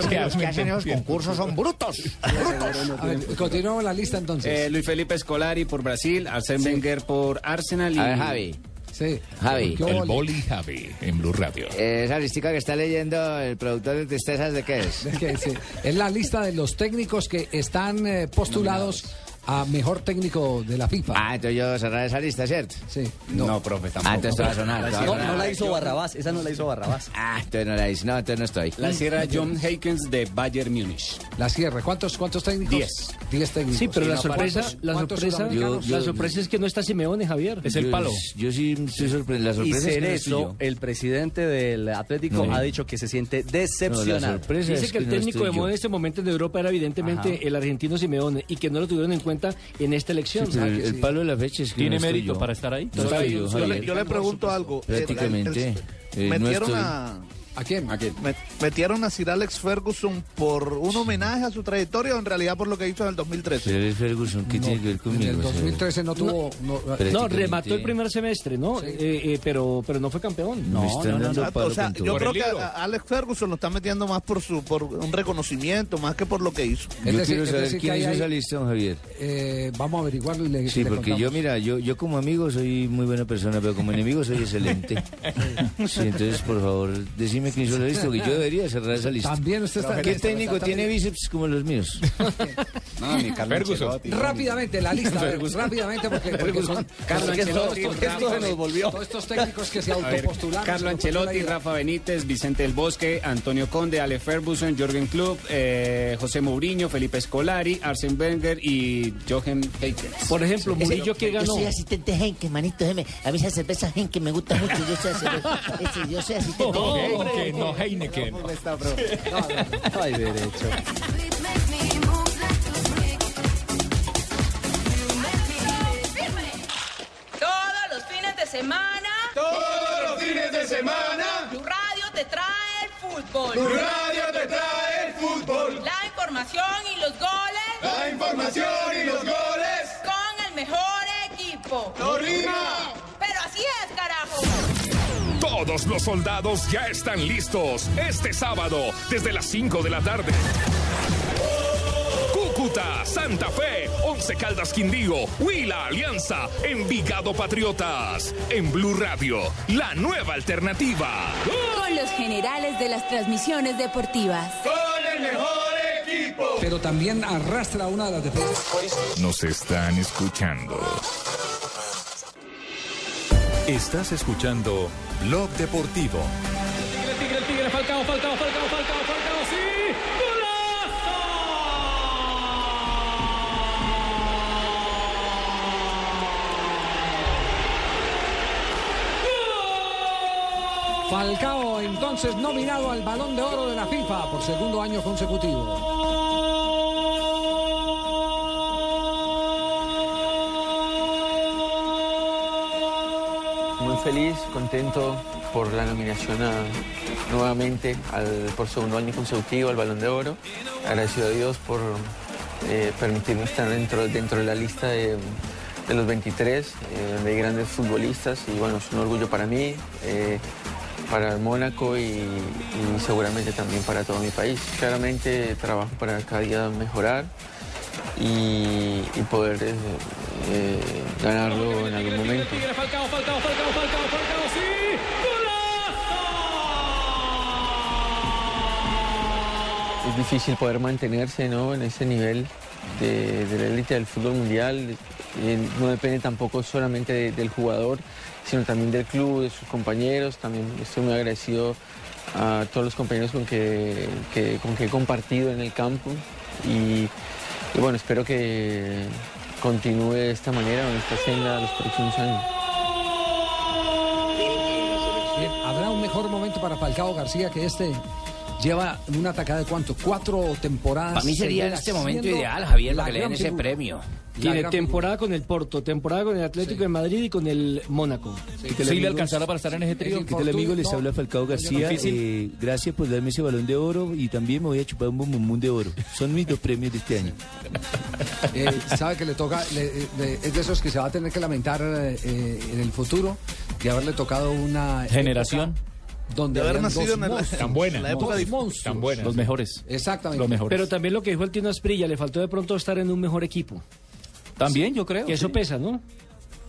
Speaker 2: Porque los que hacen esos concursos son brutos.
Speaker 12: A ver, continuamos la lista entonces.
Speaker 24: Eh, Luis Felipe Scolari por Brasil, Arsène Wenger por Arsenal y...
Speaker 14: A ver, Javi.
Speaker 12: Sí.
Speaker 14: Javi.
Speaker 12: ¿Qué
Speaker 14: El
Speaker 12: ole?
Speaker 14: boli Javi en Blue Radio. Eh, esa listica que está leyendo el productor de Tristezas, ¿de qué es?
Speaker 12: Es que, sí, es la lista de los técnicos que están eh, postulados a mejor técnico de la FIFA.
Speaker 14: Ah, entonces yo cerrar esa lista, ¿cierto?
Speaker 12: Sí.
Speaker 24: No, profe, tampoco.
Speaker 14: Ah, entonces te va a sonar. te va a
Speaker 7: No,
Speaker 14: sonar.
Speaker 7: no la hizo Barrabás, esa no la hizo Barrabás.
Speaker 14: Ah, entonces no la hice. No, entonces no estoy.
Speaker 24: La cierra John Haykins de Bayern Múnich.
Speaker 12: La cierre. ¿Cuántos, cuántos técnicos?
Speaker 24: Diez.
Speaker 12: Diez técnicos.
Speaker 3: sí, pero
Speaker 12: ¿Y
Speaker 3: la
Speaker 12: no,
Speaker 3: sorpresa,
Speaker 12: cuántos-
Speaker 3: la
Speaker 12: cuántos
Speaker 3: sorpresa,
Speaker 12: sudamericanos?
Speaker 3: la sorpresa es que no está Simeone, Javier.
Speaker 14: Yo- Yo sí estoy sorprendido.
Speaker 7: Y
Speaker 14: La sorpresa es que no estoy
Speaker 7: Cerezo,
Speaker 14: yo.
Speaker 7: el presidente del Atlético,
Speaker 14: No.
Speaker 7: ha dicho que se siente
Speaker 14: No, la
Speaker 7: decepcionado.
Speaker 14: sorpresa
Speaker 3: Dice que el técnico de moda en este momento de Europa era evidentemente
Speaker 7: Ajá.
Speaker 3: el argentino Simeone y que no lo tuvieron en cuenta en esta elección.
Speaker 14: Pero
Speaker 3: Ah,
Speaker 14: el,
Speaker 3: que
Speaker 14: el
Speaker 3: sí.
Speaker 14: palo de la fecha es que
Speaker 5: ¿Tiene
Speaker 14: no estoy
Speaker 5: mérito
Speaker 14: yo.
Speaker 5: para estar ahí?
Speaker 14: No estoy
Speaker 4: Yo le- yo le pregunto algo. El- el-
Speaker 14: Prácticamente. eh, no
Speaker 4: Metieron
Speaker 14: estoy.
Speaker 4: a. ¿A quién? metieron a Sir Alex Ferguson por un homenaje a su trayectoria o en realidad por lo que hizo en el 2013.
Speaker 2: Sir Alex Ferguson, ¿qué tiene que ver conmigo?
Speaker 12: En el
Speaker 2: señor?
Speaker 12: 2013 no tuvo... No,
Speaker 3: No, remató el primer semestre, ¿no? Eh, eh, pero, pero no fue campeón.
Speaker 2: Me están dando palo
Speaker 4: o sea,
Speaker 2: con todo.
Speaker 4: yo
Speaker 2: Por
Speaker 4: creo
Speaker 2: el
Speaker 4: que
Speaker 2: libro.
Speaker 4: a- a Alex Ferguson lo está metiendo más por su por un reconocimiento, más que por lo que hizo.
Speaker 3: Este
Speaker 2: Yo quiero saber quién hizo esa lista, don Javier.
Speaker 12: Eh, vamos a averiguarlo y le
Speaker 2: Sí,
Speaker 12: le
Speaker 2: porque yo,
Speaker 12: contamos.
Speaker 2: mira, yo, yo como amigo soy muy buena persona, pero como enemigo soy excelente. Sí, entonces, por favor, decime quién hizo la lista, porque yo debería cerrar esa lista.
Speaker 12: También usted está-
Speaker 2: ¿Qué
Speaker 12: está-
Speaker 2: técnico
Speaker 12: está-
Speaker 2: tiene bíceps como los míos?
Speaker 12: No, ni Carlo Ferguson. Ancelotti. Rápidamente, la lista, a ver, rápidamente, porque- porque
Speaker 2: Ferguson.
Speaker 12: son-
Speaker 2: Carlo
Speaker 12: porque son-
Speaker 2: Ancelotti,
Speaker 12: porque
Speaker 2: Rafa
Speaker 12: estos-
Speaker 2: Benítez.
Speaker 12: Todos estos técnicos que se
Speaker 2: A ver,
Speaker 12: autopostularon.
Speaker 24: Carlo
Speaker 12: se lo
Speaker 24: Ancelotti,
Speaker 12: postulan
Speaker 24: Rafa Benítez, Vicente del Bosque, Antonio Conde, Ale Ferguson, Jorgen Klopp, eh, José Mourinho, Felipe Scolari, Arsen Wenger y Jochen Heikens.
Speaker 3: Por ejemplo,
Speaker 24: Sí,
Speaker 3: Murillo
Speaker 24: pero-
Speaker 3: que ganó.
Speaker 15: Yo soy asistente Henke, manito. déjeme. A mí esa cerveza Henke me gusta mucho. Yo soy asistente, Oh, ese- yo soy asistente Henke.
Speaker 6: no Heineken.
Speaker 26: Ay, derecho.
Speaker 21: Todos los fines de semana.
Speaker 27: Todos los fines de semana.
Speaker 21: Tu radio te trae el fútbol.
Speaker 27: Tu radio te trae el fútbol.
Speaker 21: La información y los goles.
Speaker 27: La información y los goles.
Speaker 21: Con el mejor equipo.
Speaker 27: ¡No rima!
Speaker 21: Pero así es, carajo.
Speaker 28: Todos los soldados ya están listos este sábado desde las 5 de la tarde. Cúcuta, Santa Fe, Once Caldas Quindío, Huila Alianza, Envigado Patriotas. En Blue Radio, la nueva alternativa.
Speaker 29: Con los generales de las transmisiones deportivas.
Speaker 27: Con el mejor equipo.
Speaker 12: Pero también arrastra una de las defensas.
Speaker 28: Nos están escuchando. Estás escuchando Blog Deportivo.
Speaker 6: Tigre, tigre, tigre, Falcao, Falcao, Falcao, Falcao, Falcao, sí.
Speaker 12: Falcao, entonces nominado al Balón de Oro de la FIFA por segundo año consecutivo.
Speaker 30: Muy feliz, contento por la nominación a- nuevamente al, por segundo año consecutivo al Balón de Oro. Agradecido a Dios por eh, permitirme estar dentro, dentro de la lista de, de los 23, eh, donde hay grandes futbolistas y bueno, es un orgullo para mí, eh, para el Mónaco y, y seguramente también para todo mi país. Claramente trabajo para cada día mejorar y, y poder eh, eh, ganarlo en algún momento.
Speaker 6: Tigre, Falcao, Falcao, Falcao, Falcao, Falcao, sí.
Speaker 30: Es difícil poder mantenerse ¿no? en ese nivel de, de la élite del fútbol mundial. Eh, no depende tampoco solamente de- del jugador, sino también del club, de sus compañeros. También estoy muy agradecido a todos los compañeros con que, que- con que he compartido en el campo. Y, y bueno, espero que continúe de esta manera, en esta senda, los próximos años.
Speaker 12: Bien, ¿Habrá un mejor momento para Falcao García que este? Lleva una atacada de cuánto? Cuatro temporadas.
Speaker 14: Para mí sería en
Speaker 12: seguidas
Speaker 14: este momento
Speaker 12: siendo
Speaker 14: ideal, Javier, lo
Speaker 12: la
Speaker 14: que le
Speaker 12: gran
Speaker 14: den ese
Speaker 12: figura.
Speaker 14: premio.
Speaker 3: Tiene
Speaker 14: gran
Speaker 3: temporada con el Porto, temporada con el Atlético de Madrid y con el Mónaco.
Speaker 2: Sí, le alcanzará para estar en ese trío. ¿Qué tal, amigo? Les habla Falcao García.
Speaker 3: Difícil.
Speaker 2: Eh, gracias por darme ese balón de oro y también me voy a chupar un bombón de oro. Son mis dos premios de este año.
Speaker 12: Eh, sabe que le toca, le- eh, le- es de esos que se va a tener que lamentar eh, eh, en el futuro de haberle tocado una época
Speaker 2: Generación.
Speaker 12: donde
Speaker 2: De haber
Speaker 12: habían dos
Speaker 2: nacido en el-
Speaker 12: monstruos.
Speaker 2: tan buena,
Speaker 12: Dos
Speaker 2: la época de-
Speaker 12: monstruos.
Speaker 2: tan buena. Los mejores.
Speaker 12: Exactamente.
Speaker 3: Pero también lo que dijo el Tino Asprilla, le faltó de pronto estar en un mejor equipo.
Speaker 2: También, yo creo.
Speaker 3: Que eso pesa, ¿no?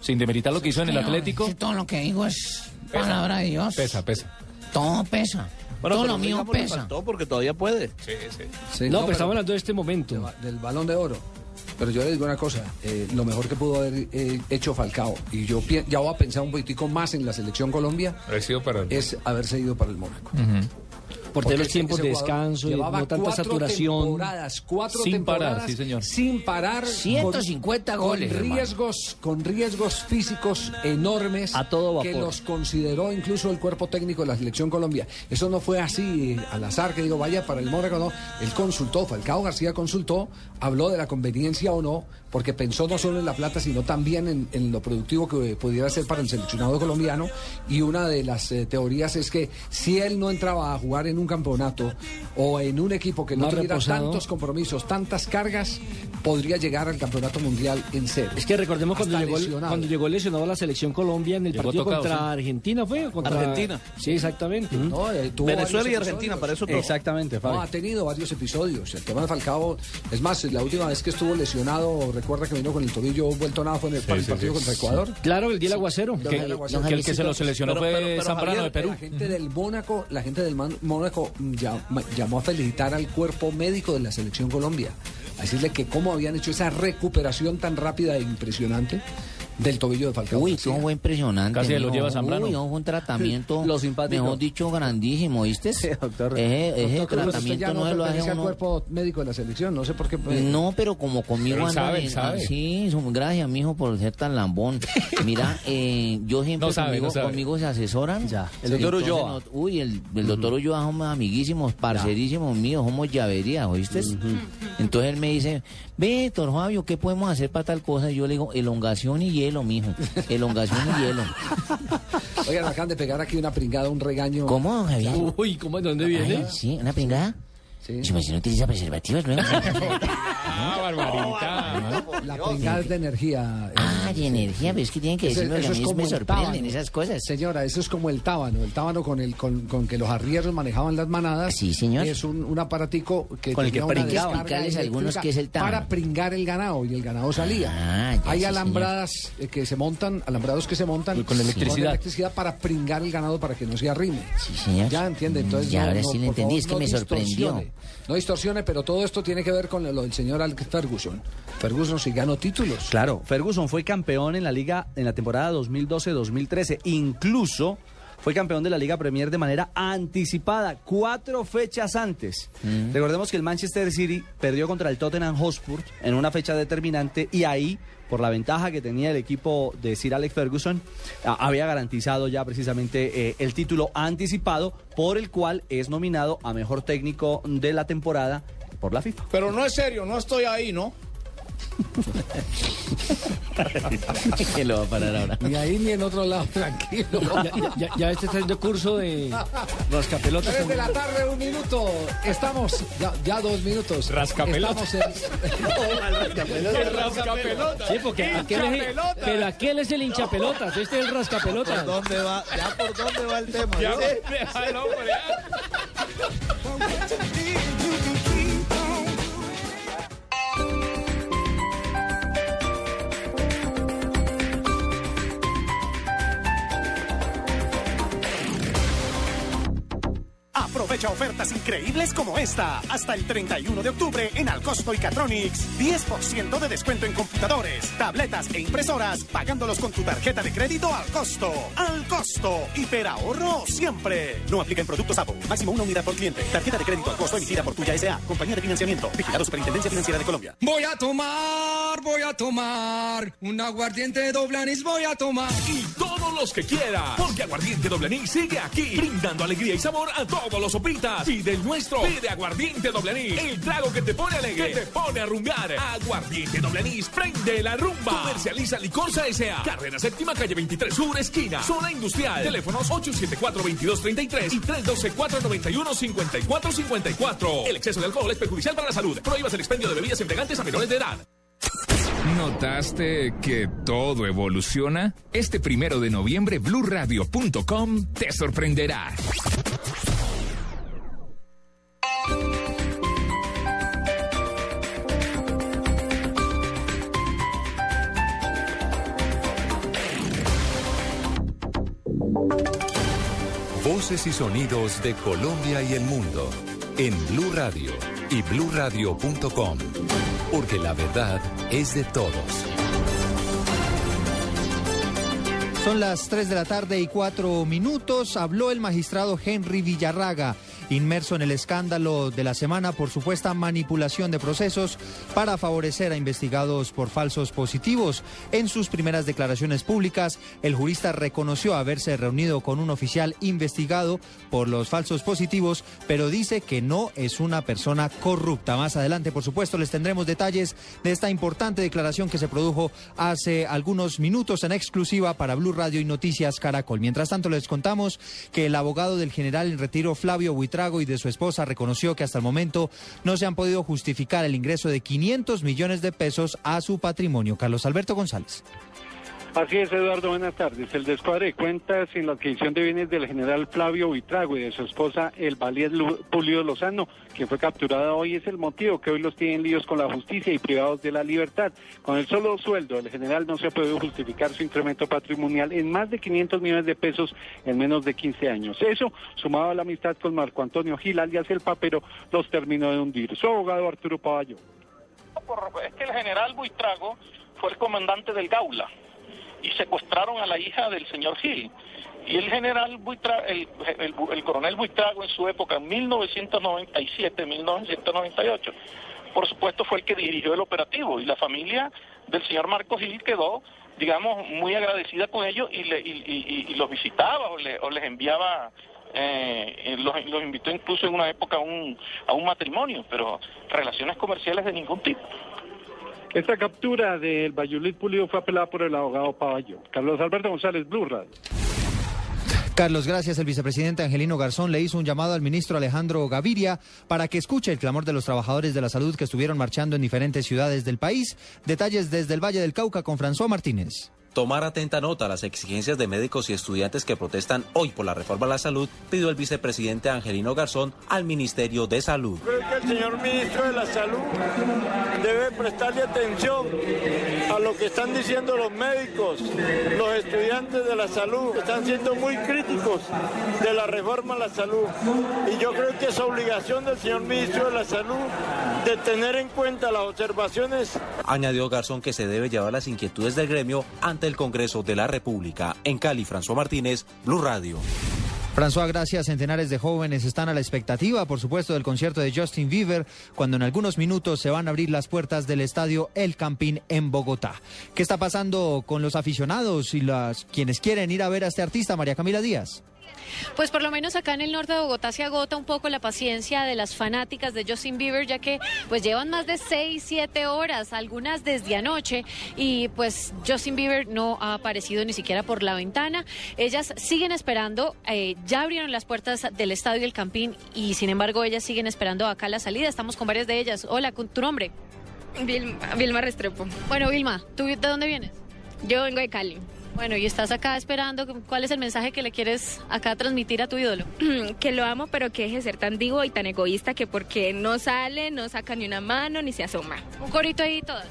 Speaker 2: Sin demeritar
Speaker 3: lo que hizo en el Atlético.
Speaker 15: Todo lo que digo es palabra de Dios.
Speaker 6: Pesa, pesa.
Speaker 15: Todo pesa. todo lo mío pesa.
Speaker 4: porque todavía puede.
Speaker 6: Sí, sí.
Speaker 12: Sí,
Speaker 3: no, pero estamos hablando de este momento.
Speaker 12: Del balón de oro. Pero yo le digo una cosa, eh, lo mejor que pudo haber eh, hecho Falcao, y yo pien- ya voy a pensar un poquitico más en la selección Colombia,
Speaker 6: Haber sido para el-
Speaker 12: es haberse ido para el Mónaco.
Speaker 3: Porque los tiempos de descanso, y
Speaker 12: llevaba
Speaker 3: no tanta
Speaker 12: cuatro
Speaker 3: saturación.
Speaker 12: temporadas, cuatro
Speaker 3: Sin parar,
Speaker 12: temporadas
Speaker 3: sí, señor.
Speaker 12: Sin parar. con-
Speaker 3: 150 goles,
Speaker 12: Con
Speaker 3: hermano.
Speaker 12: riesgos, con riesgos físicos enormes. A todo
Speaker 3: vapor.
Speaker 12: Que los consideró incluso el cuerpo técnico de la Selección Colombia. Eso no fue así eh, al azar, que digo, vaya para el Mónaco, no. Él consultó, Falcao García consultó, habló de la conveniencia o no, porque pensó no solo en la plata, sino también en, en lo productivo que eh, pudiera ser para el seleccionado colombiano. Y una de las eh, teorías es que si él no entraba a jugar en un campeonato o en un equipo que no
Speaker 3: Más
Speaker 12: tuviera
Speaker 3: reposado.
Speaker 12: tantos compromisos, tantas cargas, podría llegar al campeonato mundial en cero.
Speaker 3: Es que recordemos cuando
Speaker 12: Hasta
Speaker 3: llegó,
Speaker 12: lesionado.
Speaker 3: cuando llegó lesionado a la selección Colombia en el
Speaker 12: Llegó
Speaker 3: partido
Speaker 12: tocado,
Speaker 3: contra
Speaker 12: sí.
Speaker 3: Argentina, ¿fue? Contra-
Speaker 12: Argentina.
Speaker 3: Sí, exactamente.
Speaker 12: No, eh, tuvo varios episodios.
Speaker 3: Exactamente,
Speaker 12: No, ha tenido varios episodios. El tema de Falcao, es más, la última vez que estuvo lesionado, recuerda que vino con el tobillo vuelto nada, fue en el, para el
Speaker 3: sí,
Speaker 12: partido
Speaker 3: sí.
Speaker 12: contra Ecuador.
Speaker 3: Claro, el día del aguacero.
Speaker 12: Don
Speaker 3: Que-
Speaker 12: Javier Aguacero.
Speaker 3: que el que se lo seleccionó
Speaker 12: Pero-
Speaker 3: fue
Speaker 12: pero- pero,
Speaker 3: Zambrano de Perú.
Speaker 12: La gente del Mónaco, la gente del Man- Mónaco mm, llam- ma- llamó a felicitar al cuerpo médico de la selección Colombia, a decirle que cómo habían hecho esa recuperación tan rápida e impresionante del tobillo de Falcao.
Speaker 2: Uy, cómo fue impresionante. mijo. Uy, ojo, un tratamiento,
Speaker 12: Lo simpático.
Speaker 2: mejor dicho, grandísimo, ¿viste? Ese, ese
Speaker 12: Doctor Cruz, usted ya
Speaker 2: tratamiento
Speaker 12: no
Speaker 2: no se lo hace
Speaker 12: pertenece al
Speaker 2: uno...
Speaker 12: cuerpo médico de la selección, no sé por qué. pues,
Speaker 2: No, pero como conmigo
Speaker 12: Pero él
Speaker 2: anda
Speaker 12: sabe,
Speaker 2: de-
Speaker 12: él sabe.
Speaker 2: Sí, son- gracias, mijo, por ser tan lambón. Mira, eh, yo siempre
Speaker 7: No sabe,
Speaker 2: conmigo,
Speaker 7: no sabe.
Speaker 2: conmigo se asesoran.
Speaker 7: El doctor
Speaker 2: Entonces,
Speaker 7: Ulloa.
Speaker 2: no- uy, el, el doctor Ulloa somos amiguísimos, parcerísimos míos, somos llavería, ¿oíste? Entonces él me dice, ve, doctor Fabio, ¿qué podemos hacer para tal cosa? Y yo le digo, elongación y hielo, mijo. Elongación y hielo.
Speaker 12: Oigan, me acaban de pegar aquí una pringada, un regaño.
Speaker 2: ¿Cómo, don Javier?
Speaker 3: Uy, ¿cómo? ¿Dónde
Speaker 2: Ah, Ay, sí, una pringada. Sí. Si no utiliza preservativos, luego.
Speaker 12: Ah, barbaridad. La pringada es de energía. Ah,
Speaker 2: de energía, pero es que tienen que decirlo, a mí me sorprenden esas cosas.
Speaker 12: Señora, eso es como el tábano, el tábano con el con, con que los arrieros manejaban las manadas. Sí,
Speaker 2: señor.
Speaker 12: Es un, un aparatico que
Speaker 2: Con el que
Speaker 12: tenía una
Speaker 2: pringaban.
Speaker 12: descarga
Speaker 2: Explicarles a algunos
Speaker 12: eléctrica
Speaker 2: qué es el tábano.
Speaker 12: Para pringar el ganado y el ganado salía.
Speaker 2: Ah, ya,
Speaker 12: Hay
Speaker 2: sí,
Speaker 12: alambradas eh, que se montan, alambrados que se montan
Speaker 2: Con electricidad.
Speaker 12: electricidad para pringar el ganado para que no se arrime.
Speaker 2: Sí, señor. Mm,
Speaker 12: Ya entiende, entonces.
Speaker 2: Ya,
Speaker 12: no,
Speaker 2: ahora
Speaker 12: no,
Speaker 2: sí lo
Speaker 12: por
Speaker 2: entendí,
Speaker 12: favor,
Speaker 2: es que
Speaker 12: no
Speaker 2: me sorprendió.
Speaker 12: distorsione. No distorsione, pero todo esto tiene que ver con lo del señor Alex Ferguson. Ferguson sí ganó títulos.
Speaker 7: Claro, Ferguson fue campeón en la liga en la temporada 2012-2013. Incluso fue campeón de la Liga Premier de manera anticipada, cuatro fechas antes. Recordemos que el Manchester City perdió contra el Tottenham Hotspur en una fecha determinante y ahí, por la ventaja que tenía el equipo de Sir Alex Ferguson, a- había garantizado ya precisamente eh, el título anticipado, por el cual es nominado a mejor técnico de la temporada por la FIFA.
Speaker 9: Pero no es serio, no estoy ahí, ¿no?
Speaker 2: que lo va a parar ahora.
Speaker 12: Ni ahí ni en otro lado, tranquilo.
Speaker 3: Ya, ya- ya- ya este está haciendo curso de rascapelotas.
Speaker 12: Tres de la tarde, un minuto. Estamos, ya, ya dos minutos.
Speaker 3: Rascapelota.
Speaker 12: Estamos
Speaker 3: El rascapelota. Sí, porque aquel es el,
Speaker 31: Hinchapelota.
Speaker 3: pero aquel es el hinchapelotas, este es el rascapelotas.
Speaker 31: ¿Por dónde va? ¿Ya por dónde va el tema?
Speaker 3: Ya,
Speaker 31: ¿sí?
Speaker 18: Aprovecha ofertas increíbles como esta. Hasta el 31 de octubre en Alcosto y Catronics. 10% de descuento en computadores, tabletas e impresoras, pagándolos con tu tarjeta de crédito al costo. Al costo. Hiperahorro siempre. No aplica en productos Apple. Máximo una unidad por cliente. Tarjeta de crédito al costo emitida por tuya SA. Compañía de financiamiento. Vigilado Superintendencia Financiera de Colombia.
Speaker 4: Voy a tomar, voy a tomar. Un aguardiente de doblanis voy a tomar.
Speaker 28: Y todos los que quieras. Porque Aguardiente Doble Anís sigue aquí, brindando alegría y sabor a todos los sopitas. Pide el nuestro. Pide Aguardiente Doble Anís, el trago que te pone alegre, que te pone a rumbear. Aguardiente Doble Anís, prende la rumba. Comercializa Licorsa S.A. Carrera Séptima, calle 23 Sur, esquina, zona industrial. Teléfonos 874-2233 y 312-491-5454. El exceso de alcohol es perjudicial para la salud. Prohíbas el expendio de bebidas embriagantes a menores de edad. ¿Notaste que todo evoluciona? Este primero de noviembre, blurradio.com te sorprenderá.
Speaker 26: Voces y sonidos de Colombia y el mundo en Blue Radio y bluradio.com. Porque la verdad es de todos.
Speaker 32: Son las 3 de la tarde y 4 minutos. Habló el magistrado Henry Villarraga
Speaker 33: inmerso en el escándalo de la semana por supuesta manipulación de procesos para favorecer a investigados por falsos positivos. En sus primeras declaraciones públicas, el jurista reconoció haberse reunido con un oficial investigado por los falsos positivos, pero dice que no es una persona corrupta. Más adelante, por supuesto, les tendremos detalles de esta importante declaración que se produjo hace algunos minutos en exclusiva para Blue Radio y Noticias Caracol. Mientras tanto, les contamos que el abogado del general en retiro Flavio Buitrago y de su esposa reconoció que hasta el momento no se han podido justificar el ingreso de 500 millones de pesos a su patrimonio. Carlos Alberto González.
Speaker 34: Así es, Eduardo, buenas tardes. El descuadre de cuentas en la adquisición de bienes del general Flavio Buitrago y de su esposa, el Valíez Pulido Lozano, que fue capturada hoy, es el motivo que hoy los tienen líos con la justicia y privados de la libertad. Con el solo sueldo, el general no se ha podido justificar su incremento patrimonial en más de 500 millones de pesos en menos de 15 años. Eso, sumado a la amistad con Marco Antonio Gil, alias El Papero, los terminó de hundir. Su abogado, Arturo Paballo.
Speaker 35: Es que el general Buitrago fue el comandante del Gaula y secuestraron a la hija del señor Gil. Y el general Buitra, el, el, el, coronel Buitrago en su época, en 1997-1998, por supuesto fue el que dirigió el operativo y la familia del señor Marco Gil quedó, digamos, muy agradecida con ellos y, le, y, y, y los visitaba o, le, o les enviaba eh, los, los, invitó incluso en una época a un, a un matrimonio, pero relaciones comerciales de ningún tipo.
Speaker 34: Esta captura del Bayulit Pulido fue apelada por el abogado Paballo. Carlos Alberto González, Blue Radio.
Speaker 33: Carlos, gracias. El vicepresidente Angelino Garzón le hizo un llamado al ministro Alejandro Gaviria para que escuche el clamor de los trabajadores de la salud que estuvieron marchando en diferentes ciudades del país. Detalles desde el Valle del Cauca con François Martínez
Speaker 7: tomar atenta nota a las exigencias de médicos y estudiantes que protestan hoy por la reforma a la salud, pidió el vicepresidente Angelino Garzón al Ministerio de Salud.
Speaker 36: Creo que el señor ministro de la Salud debe prestarle atención a lo que están diciendo los médicos, los estudiantes de la salud, que están siendo muy críticos de la reforma a la salud. Y yo creo que es obligación del señor ministro de la Salud de tener en cuenta las observaciones.
Speaker 7: Añadió Garzón que se debe llevar las inquietudes del gremio ante el Congreso de la República. En Cali, François Martínez, Blue Radio.
Speaker 33: François, gracias. Centenares de jóvenes están a la expectativa, por supuesto, del concierto de Justin Bieber, cuando en algunos minutos se van a abrir las puertas del estadio El Campín en Bogotá. ¿Qué está pasando con los aficionados y las quienes quieren ir a ver a este artista, María Camila Díaz?
Speaker 37: Pues por lo menos acá en el norte de Bogotá se agota un poco la paciencia de las fanáticas de Justin Bieber, ya que pues llevan más de 6, 7 horas, algunas desde anoche, y pues Justin Bieber no ha aparecido ni siquiera por la ventana. Ellas siguen esperando, eh, ya abrieron las puertas del estadio El Campín y sin embargo ellas siguen esperando acá la salida. Estamos con varias de ellas. Hola, ¿tu nombre?
Speaker 21: Vilma, Vilma Restrepo.
Speaker 37: Bueno, Vilma, ¿tú de dónde vienes?
Speaker 21: Yo vengo de Cali.
Speaker 37: Bueno, y estás acá esperando. ¿Cuál es el mensaje que le quieres acá transmitir a tu ídolo?
Speaker 21: Que lo amo, pero que deje de ser tan divo y tan egoísta que porque no sale, no saca ni una mano, ni se asoma.
Speaker 37: Un corito ahí todas.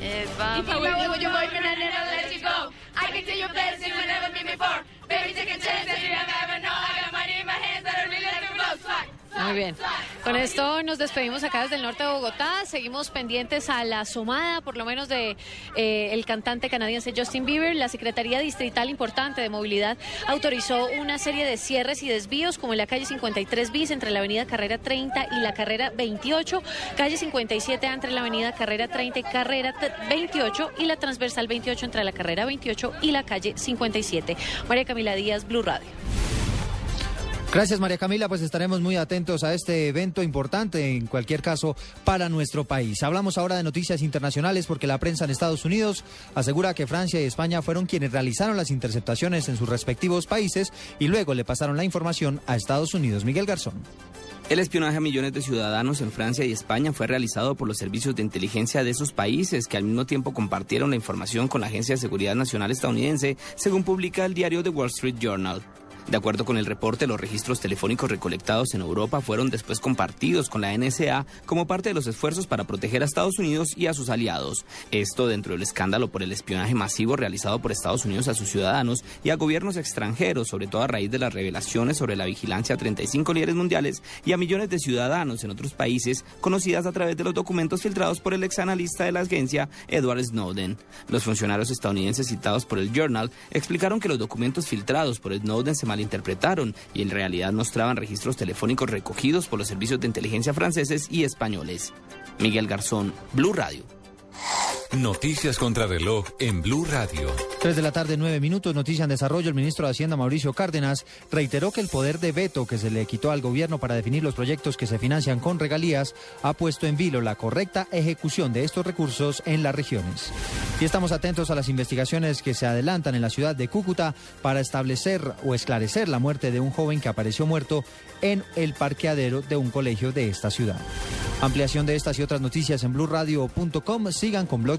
Speaker 21: Yes, vamos. If I were you, you boy, can I never let you go. I can tell you best you never been before. Baby, take a chance that you never know. I got money in my hands that I really let it blow. Swag.
Speaker 37: Muy bien. Con esto nos despedimos acá desde el norte de Bogotá. Seguimos pendientes a la asomada, por lo menos, de eh, el cantante canadiense Justin Bieber. La Secretaría Distrital Importante de Movilidad autorizó una serie de cierres y desvíos, como en la calle 53 bis entre la avenida Carrera 30 y la Carrera 28, calle 57 entre la avenida Carrera 30 y Carrera 28 y la transversal 28 entre la Carrera 28 y la calle 57. María Camila Díaz, Blue Radio.
Speaker 33: Gracias María Camila, pues estaremos muy atentos a este evento importante en cualquier caso para nuestro país. Hablamos ahora de noticias internacionales porque la prensa en Estados Unidos asegura que Francia y España fueron quienes realizaron las interceptaciones en sus respectivos países y luego le pasaron la información a Estados Unidos. Miguel Garzón.
Speaker 38: El espionaje a millones de ciudadanos en Francia y España fue realizado por los servicios de inteligencia de esos países que al mismo tiempo compartieron la información con la Agencia de Seguridad Nacional estadounidense, según publica el diario The Wall Street Journal. De acuerdo con el reporte, los registros telefónicos recolectados en Europa fueron después compartidos con la NSA como parte de los esfuerzos para proteger a Estados Unidos y a sus aliados. Esto dentro del escándalo por el espionaje masivo realizado por Estados Unidos a sus ciudadanos y a gobiernos extranjeros, sobre todo a raíz de las revelaciones sobre la vigilancia a 35 líderes mundiales y a millones de ciudadanos en otros países, conocidas a través de los documentos filtrados por el exanalista de la agencia Edward Snowden. Los funcionarios estadounidenses citados por el Journal explicaron que los documentos filtrados por Snowden se malinterpretaron y en realidad mostraban registros telefónicos recogidos por los servicios de inteligencia franceses y españoles. Miguel Garzón, Blue Radio.
Speaker 26: Noticias contra reloj en Blue Radio.
Speaker 33: 3 de la tarde, 9 minutos, noticia en desarrollo. El ministro de Hacienda, Mauricio Cárdenas, reiteró que el poder de veto que se le quitó al gobierno para definir los proyectos que se financian con regalías ha puesto en vilo la correcta ejecución de estos recursos en las regiones. Y estamos atentos a las investigaciones que se adelantan en la ciudad de Cúcuta para establecer o esclarecer la muerte de un joven que apareció muerto en el parqueadero de un colegio de esta ciudad. Ampliación de estas y otras noticias en blurradio.com. Sigan con Blog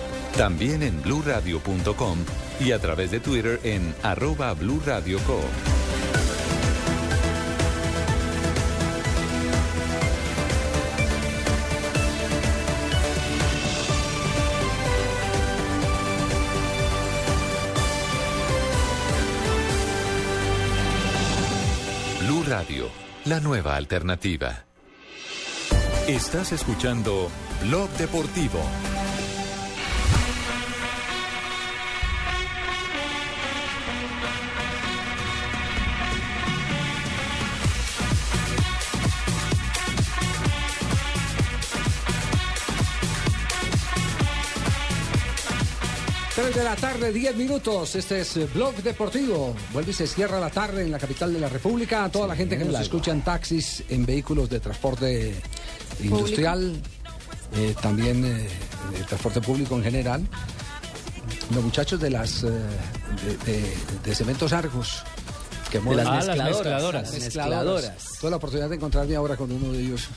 Speaker 26: También en bluradio.com y a través de Twitter en arroba bluradioco. Blue Radio, la nueva alternativa. Estás escuchando Blog Deportivo.
Speaker 12: de la tarde, 10 minutos. Este es eh, Blog Deportivo. Vuelve y se cierra la tarde en la capital de la República. A toda la gente que nos escucha en taxis, en vehículos de transporte industrial, eh, también eh, de transporte público en general. Los muchachos de las de, de- de cementos argos. Que
Speaker 7: De
Speaker 12: mueven-
Speaker 7: las Ah, las mezcladoras.
Speaker 12: Las
Speaker 7: mezcladoras.
Speaker 12: mezcladoras. Tuve la oportunidad de encontrarme ahora con uno de ellos.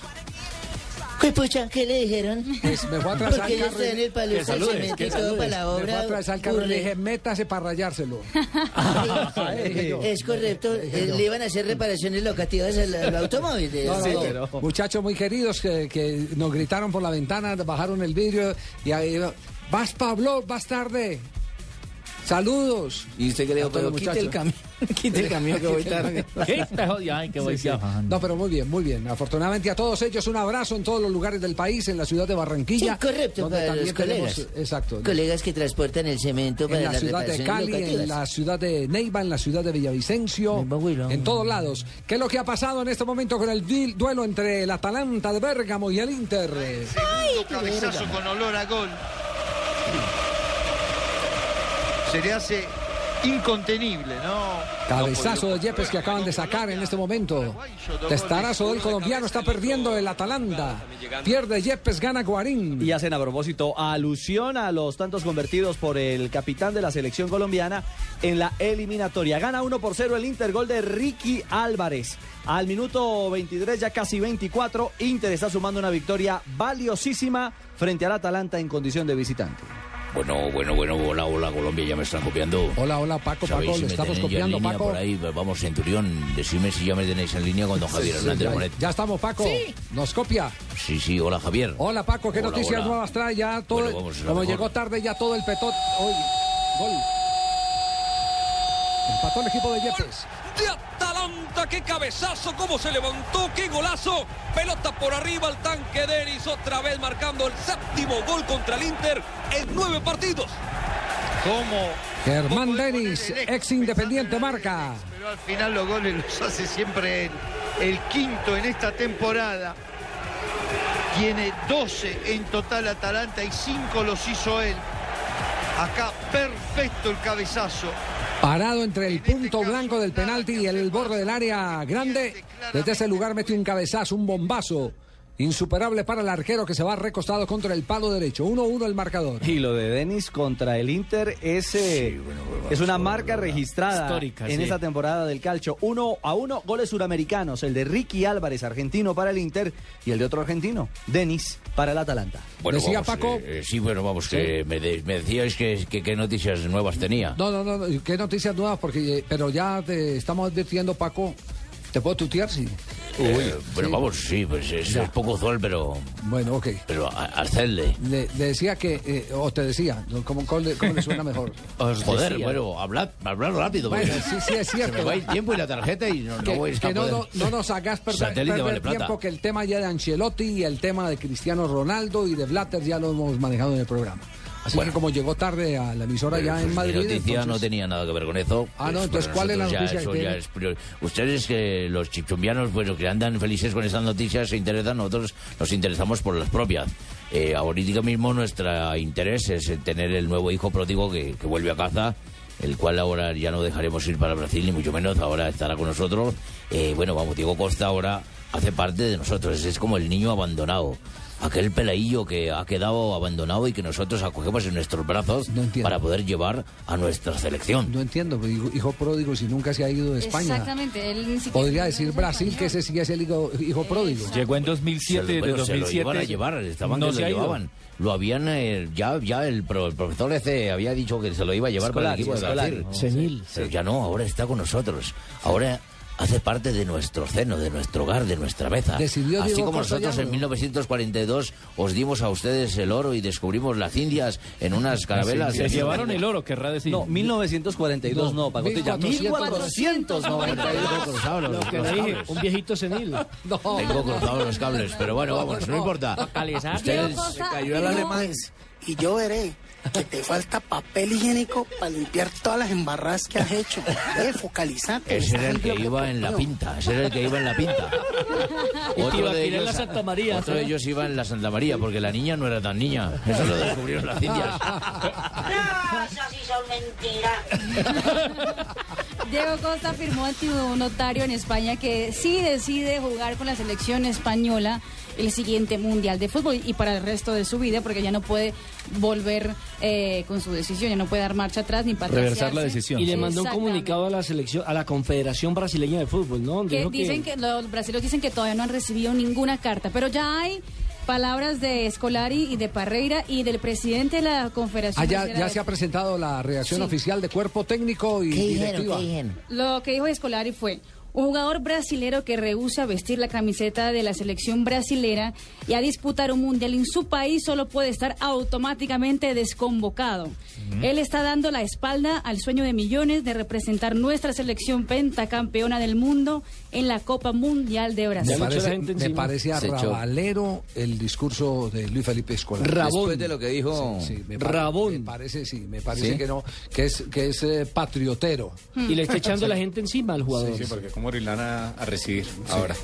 Speaker 15: ¿Qué pucha? ¿Qué le dijeron?
Speaker 12: Pues me fue a atrasar
Speaker 15: Porque
Speaker 12: el
Speaker 15: ellos
Speaker 12: carro. y-
Speaker 15: traen el palo
Speaker 12: Que
Speaker 15: de
Speaker 12: saludes,
Speaker 15: cemento
Speaker 12: que
Speaker 15: y todo
Speaker 12: saludes.
Speaker 15: para la
Speaker 12: Me fue
Speaker 15: obra.
Speaker 12: a atrasar el carro y le
Speaker 15: Burle.
Speaker 12: dije, Ah, métase para rayárselo.
Speaker 15: Es correcto, eh,
Speaker 12: yo.
Speaker 15: le iban a hacer reparaciones locativas al, al automóvil. eh,
Speaker 12: No, no,
Speaker 15: sí.
Speaker 12: no. Muchachos muy queridos que, que nos gritaron por la ventana, bajaron el vidrio y ahí vas Pablo, vas tarde. Saludos.
Speaker 38: Y usted que le
Speaker 12: A
Speaker 38: dijo,
Speaker 12: todos
Speaker 38: pero
Speaker 12: los
Speaker 38: quite el
Speaker 12: muchachos.
Speaker 38: camión, quite el camión que voy tarde.
Speaker 12: Sí, sí. No, pero muy bien, muy bien. Afortunadamente a todos ellos un abrazo en todos los lugares del país, en la ciudad de Barranquilla.
Speaker 15: Sí, correcto,
Speaker 12: donde
Speaker 15: para
Speaker 12: también
Speaker 15: los colegas.
Speaker 12: tenemos- exacto.
Speaker 15: Colegas que transportan el cemento para
Speaker 12: en la
Speaker 15: las
Speaker 12: ciudad de
Speaker 15: reparaciones
Speaker 12: Cali, en
Speaker 15: locativas.
Speaker 12: la ciudad de Neiva, en la ciudad de Villavicencio, en todos lados. ¿Qué es lo que ha pasado en este momento con el di- duelo entre el Atalanta de Bérgamo y el Inter?
Speaker 27: cabezazo con olor a gol. Se le hace incontenible, ¿no?
Speaker 12: Cabezazo de Yepes que acaban de sacar en este momento. Testarazo del colombiano, está perdiendo el Atalanta. Pierde Yepes, gana Guarín.
Speaker 7: Y hacen a propósito alusión a los tantos convertidos por el capitán de la selección colombiana en la eliminatoria. Gana 1 por 0 el Inter, gol de Ricky Álvarez. Al minuto 23, ya casi 24, Inter está sumando una victoria valiosísima frente al Atalanta en condición de visitante.
Speaker 14: Bueno, bueno, bueno, hola, hola, Colombia, ya me están copiando.
Speaker 12: Hola, hola, Paco,
Speaker 14: ¿Sabéis
Speaker 12: Paco,
Speaker 14: si
Speaker 12: le
Speaker 14: me
Speaker 12: estamos
Speaker 14: tenéis ya en
Speaker 12: copiando,
Speaker 14: línea
Speaker 12: Paco.
Speaker 14: por ahí? Vamos, Centurión, decime si ya me tenéis en línea con don Javier
Speaker 12: Sí, sí,
Speaker 14: Hernández
Speaker 12: ya-
Speaker 14: Bonet.
Speaker 12: ya estamos, Paco. Nos copia.
Speaker 14: Sí, sí, hola, Javier.
Speaker 12: Hola Paco, ¿qué
Speaker 14: Hola,
Speaker 12: noticias
Speaker 14: hola.
Speaker 12: nuevas trae ya todo?
Speaker 14: Bueno, vamos a lo
Speaker 12: como
Speaker 14: mejor.
Speaker 12: llegó tarde ya todo el petot. Hoy, gol. Empató el equipo de Yepes.
Speaker 4: de Atalanta. ¡Qué cabezazo! ¡Cómo se levantó! ¡Qué golazo! Pelota por arriba al tanque Denis. Otra vez marcando el séptimo gol contra el Inter en nueve partidos.
Speaker 27: ¿Cómo?
Speaker 12: Germán Denis, ex independiente, marca.
Speaker 27: Pero al final los goles los hace siempre él. El quinto en esta temporada. Tiene 12 en total Atalanta y 5 los hizo él. Acá perfecto el cabezazo.
Speaker 12: Parado entre el punto blanco del penalti y el borde del área grande. Desde ese lugar metió un cabezazo, un bombazo. Insuperable para el arquero que se va recostado contra el palo derecho. 1-1 el marcador.
Speaker 7: Y lo de Denis contra el Inter es, eh, es una marca registrada
Speaker 12: Histórica,
Speaker 7: en
Speaker 12: sí.
Speaker 7: esta temporada del calcio. Uno a uno, goles suramericanos. El de Ricky Álvarez, argentino para el Inter, y el de otro argentino, Denis, para el Atalanta.
Speaker 14: Bueno, vamos, eh, eh, sí, bueno, vamos, que me, de- me decíais que, que qué noticias nuevas tenía.
Speaker 12: No, no, no, no, qué noticias nuevas, porque, eh, pero ya te estamos advirtiendo, Paco, ¿Te puedo tutear? Sí.
Speaker 14: Uy, Eh, bueno, vamos, sí, pues es, es poco usual, pero.
Speaker 12: Bueno, ok.
Speaker 14: Pero a- hacedle.
Speaker 12: Le, le decía que, eh, o te decía, ¿no? ¿cómo, cómo le, cómo le suena mejor?
Speaker 14: Joder,
Speaker 12: decía.
Speaker 14: bueno, hablad, hablad rápido.
Speaker 12: Bueno,
Speaker 14: porque
Speaker 12: sí, sí, es cierto.
Speaker 14: Se me va el tiempo y la tarjeta y no, no
Speaker 12: que
Speaker 14: voy a
Speaker 12: que no,
Speaker 14: poder-
Speaker 12: no- no nos hagas perder,
Speaker 14: Satélite
Speaker 12: perder
Speaker 14: vale plata.
Speaker 12: tiempo, que el tema ya de Ancelotti y el tema de Cristiano Ronaldo y de Blatter ya lo hemos manejado en el programa. Así
Speaker 14: Bueno.
Speaker 12: que como llegó tarde a la emisora ya
Speaker 14: Pues,
Speaker 12: en Madrid...
Speaker 14: Mi noticia
Speaker 12: entonces-
Speaker 14: no tenía nada que ver con eso.
Speaker 12: Ah, no,
Speaker 14: Pues,
Speaker 12: entonces,
Speaker 14: para
Speaker 12: ¿cuál es la
Speaker 14: nosotros ya
Speaker 12: noticia que
Speaker 14: eso ya
Speaker 12: tiene?
Speaker 14: es prior- Ustedes, que los chichumbianos, bueno, que andan felices con esas noticias, se interesan, nosotros nos interesamos por las propias. Eh, ahorita mismo nuestro interés es eh, tener el nuevo hijo pródigo que, que vuelve a casa, el cual ahora ya no dejaremos ir para Brasil, ni mucho menos, ahora estará con nosotros. Eh, bueno, vamos, Diego Costa ahora hace parte de nosotros, es como el niño abandonado. Aquel peladillo que ha quedado abandonado y que nosotros acogemos en nuestros brazos para poder llevar a nuestra selección.
Speaker 12: No entiendo, pues, hijo, hijo pródigo, si nunca se ha ido de España.
Speaker 9: Exactamente, él ni siquiera.
Speaker 12: Podría decir Brasil que ese sí es el hijo, hijo pródigo.
Speaker 5: Llegó en
Speaker 14: Se
Speaker 5: 2007,
Speaker 14: lo-
Speaker 5: de
Speaker 14: bueno, se
Speaker 5: 2007.
Speaker 14: lo iban a llevar, estaban
Speaker 5: no
Speaker 14: que
Speaker 5: se
Speaker 14: lo
Speaker 5: ha ido.
Speaker 14: llevaban. Lo habían, eh, ya, ya el, pro- el profesor ese había dicho que se lo iba a llevar para el equipo
Speaker 5: Escolar,
Speaker 14: de Brasil.
Speaker 5: escolar, senil.
Speaker 14: Pero ya no, ahora está con nosotros. Ahora hace parte de nuestro seno, de nuestro hogar, de nuestra mesa.
Speaker 12: Decidió
Speaker 14: Así
Speaker 12: Diego
Speaker 14: como
Speaker 12: Costa
Speaker 14: nosotros en
Speaker 12: Llano.
Speaker 14: 1942 os dimos a ustedes el oro y descubrimos las Indias en unas carabelas.
Speaker 5: Se llevaron el oro, querrá decir.
Speaker 7: No, 1942 no, Pacotilla.
Speaker 5: 1492.
Speaker 14: Lo que le dije,
Speaker 5: un viejito senil.
Speaker 12: No.
Speaker 14: Tengo cruzados los cables, pero bueno, vamos, no importa.
Speaker 5: Localizar.
Speaker 14: Ustedes...
Speaker 35: Se cayó el alemanes y yo veré que te falta papel higiénico para limpiar todas las embarradas que has hecho. Eh, focalizate.
Speaker 14: Ese era el que iba en la pinta, ese era el que iba en la pinta.
Speaker 5: Otro de ellos, la Santa María.
Speaker 14: Otro de ellos iba en la Santa María, porque la niña no era tan niña. Eso lo descubrieron las indias.
Speaker 9: Esas sí son mentiras. Diego Costa afirmó ante un notario en España que sí decide jugar con la selección española el siguiente mundial de fútbol y para el resto de su vida, porque ya no puede volver eh, con su decisión, ya no puede dar marcha atrás ni para
Speaker 3: Y le mandó un comunicado a la selección, a la Confederación Brasileña de Fútbol, ¿no? Donde
Speaker 9: que
Speaker 3: dijo que-
Speaker 9: dicen que los brasileños dicen que todavía no han recibido ninguna carta, pero ya hay palabras de Escolari y de Parreira y del presidente de la Confederación.
Speaker 12: Allá
Speaker 9: Brasileña
Speaker 12: Ah, ya
Speaker 9: de
Speaker 12: se ha presentado la reacción oficial de cuerpo técnico y
Speaker 9: ¿Qué dijeron?
Speaker 12: directiva.
Speaker 9: ¿Qué Lo que dijo Escolari fue un jugador brasilero que rehúsa vestir la camiseta de la selección brasilera y a disputar un mundial en su país solo puede estar automáticamente desconvocado. Él está dando la espalda al sueño de millones de representar nuestra selección pentacampeona del mundo en la Copa Mundial de Brasil.
Speaker 12: Me parece, me parece
Speaker 38: Se echó.
Speaker 12: arrabalero el discurso de Luis Felipe Escolar.
Speaker 38: Después de lo que dijo
Speaker 12: Sí, sí, me pare- Me parece, sí, me parece
Speaker 38: ¿Sí?
Speaker 12: que no, que es, que es eh, patriotero.
Speaker 3: Hmm. Y le está echando la gente encima al jugador.
Speaker 24: Sí, sí, porque como Rilana a recibir ahora.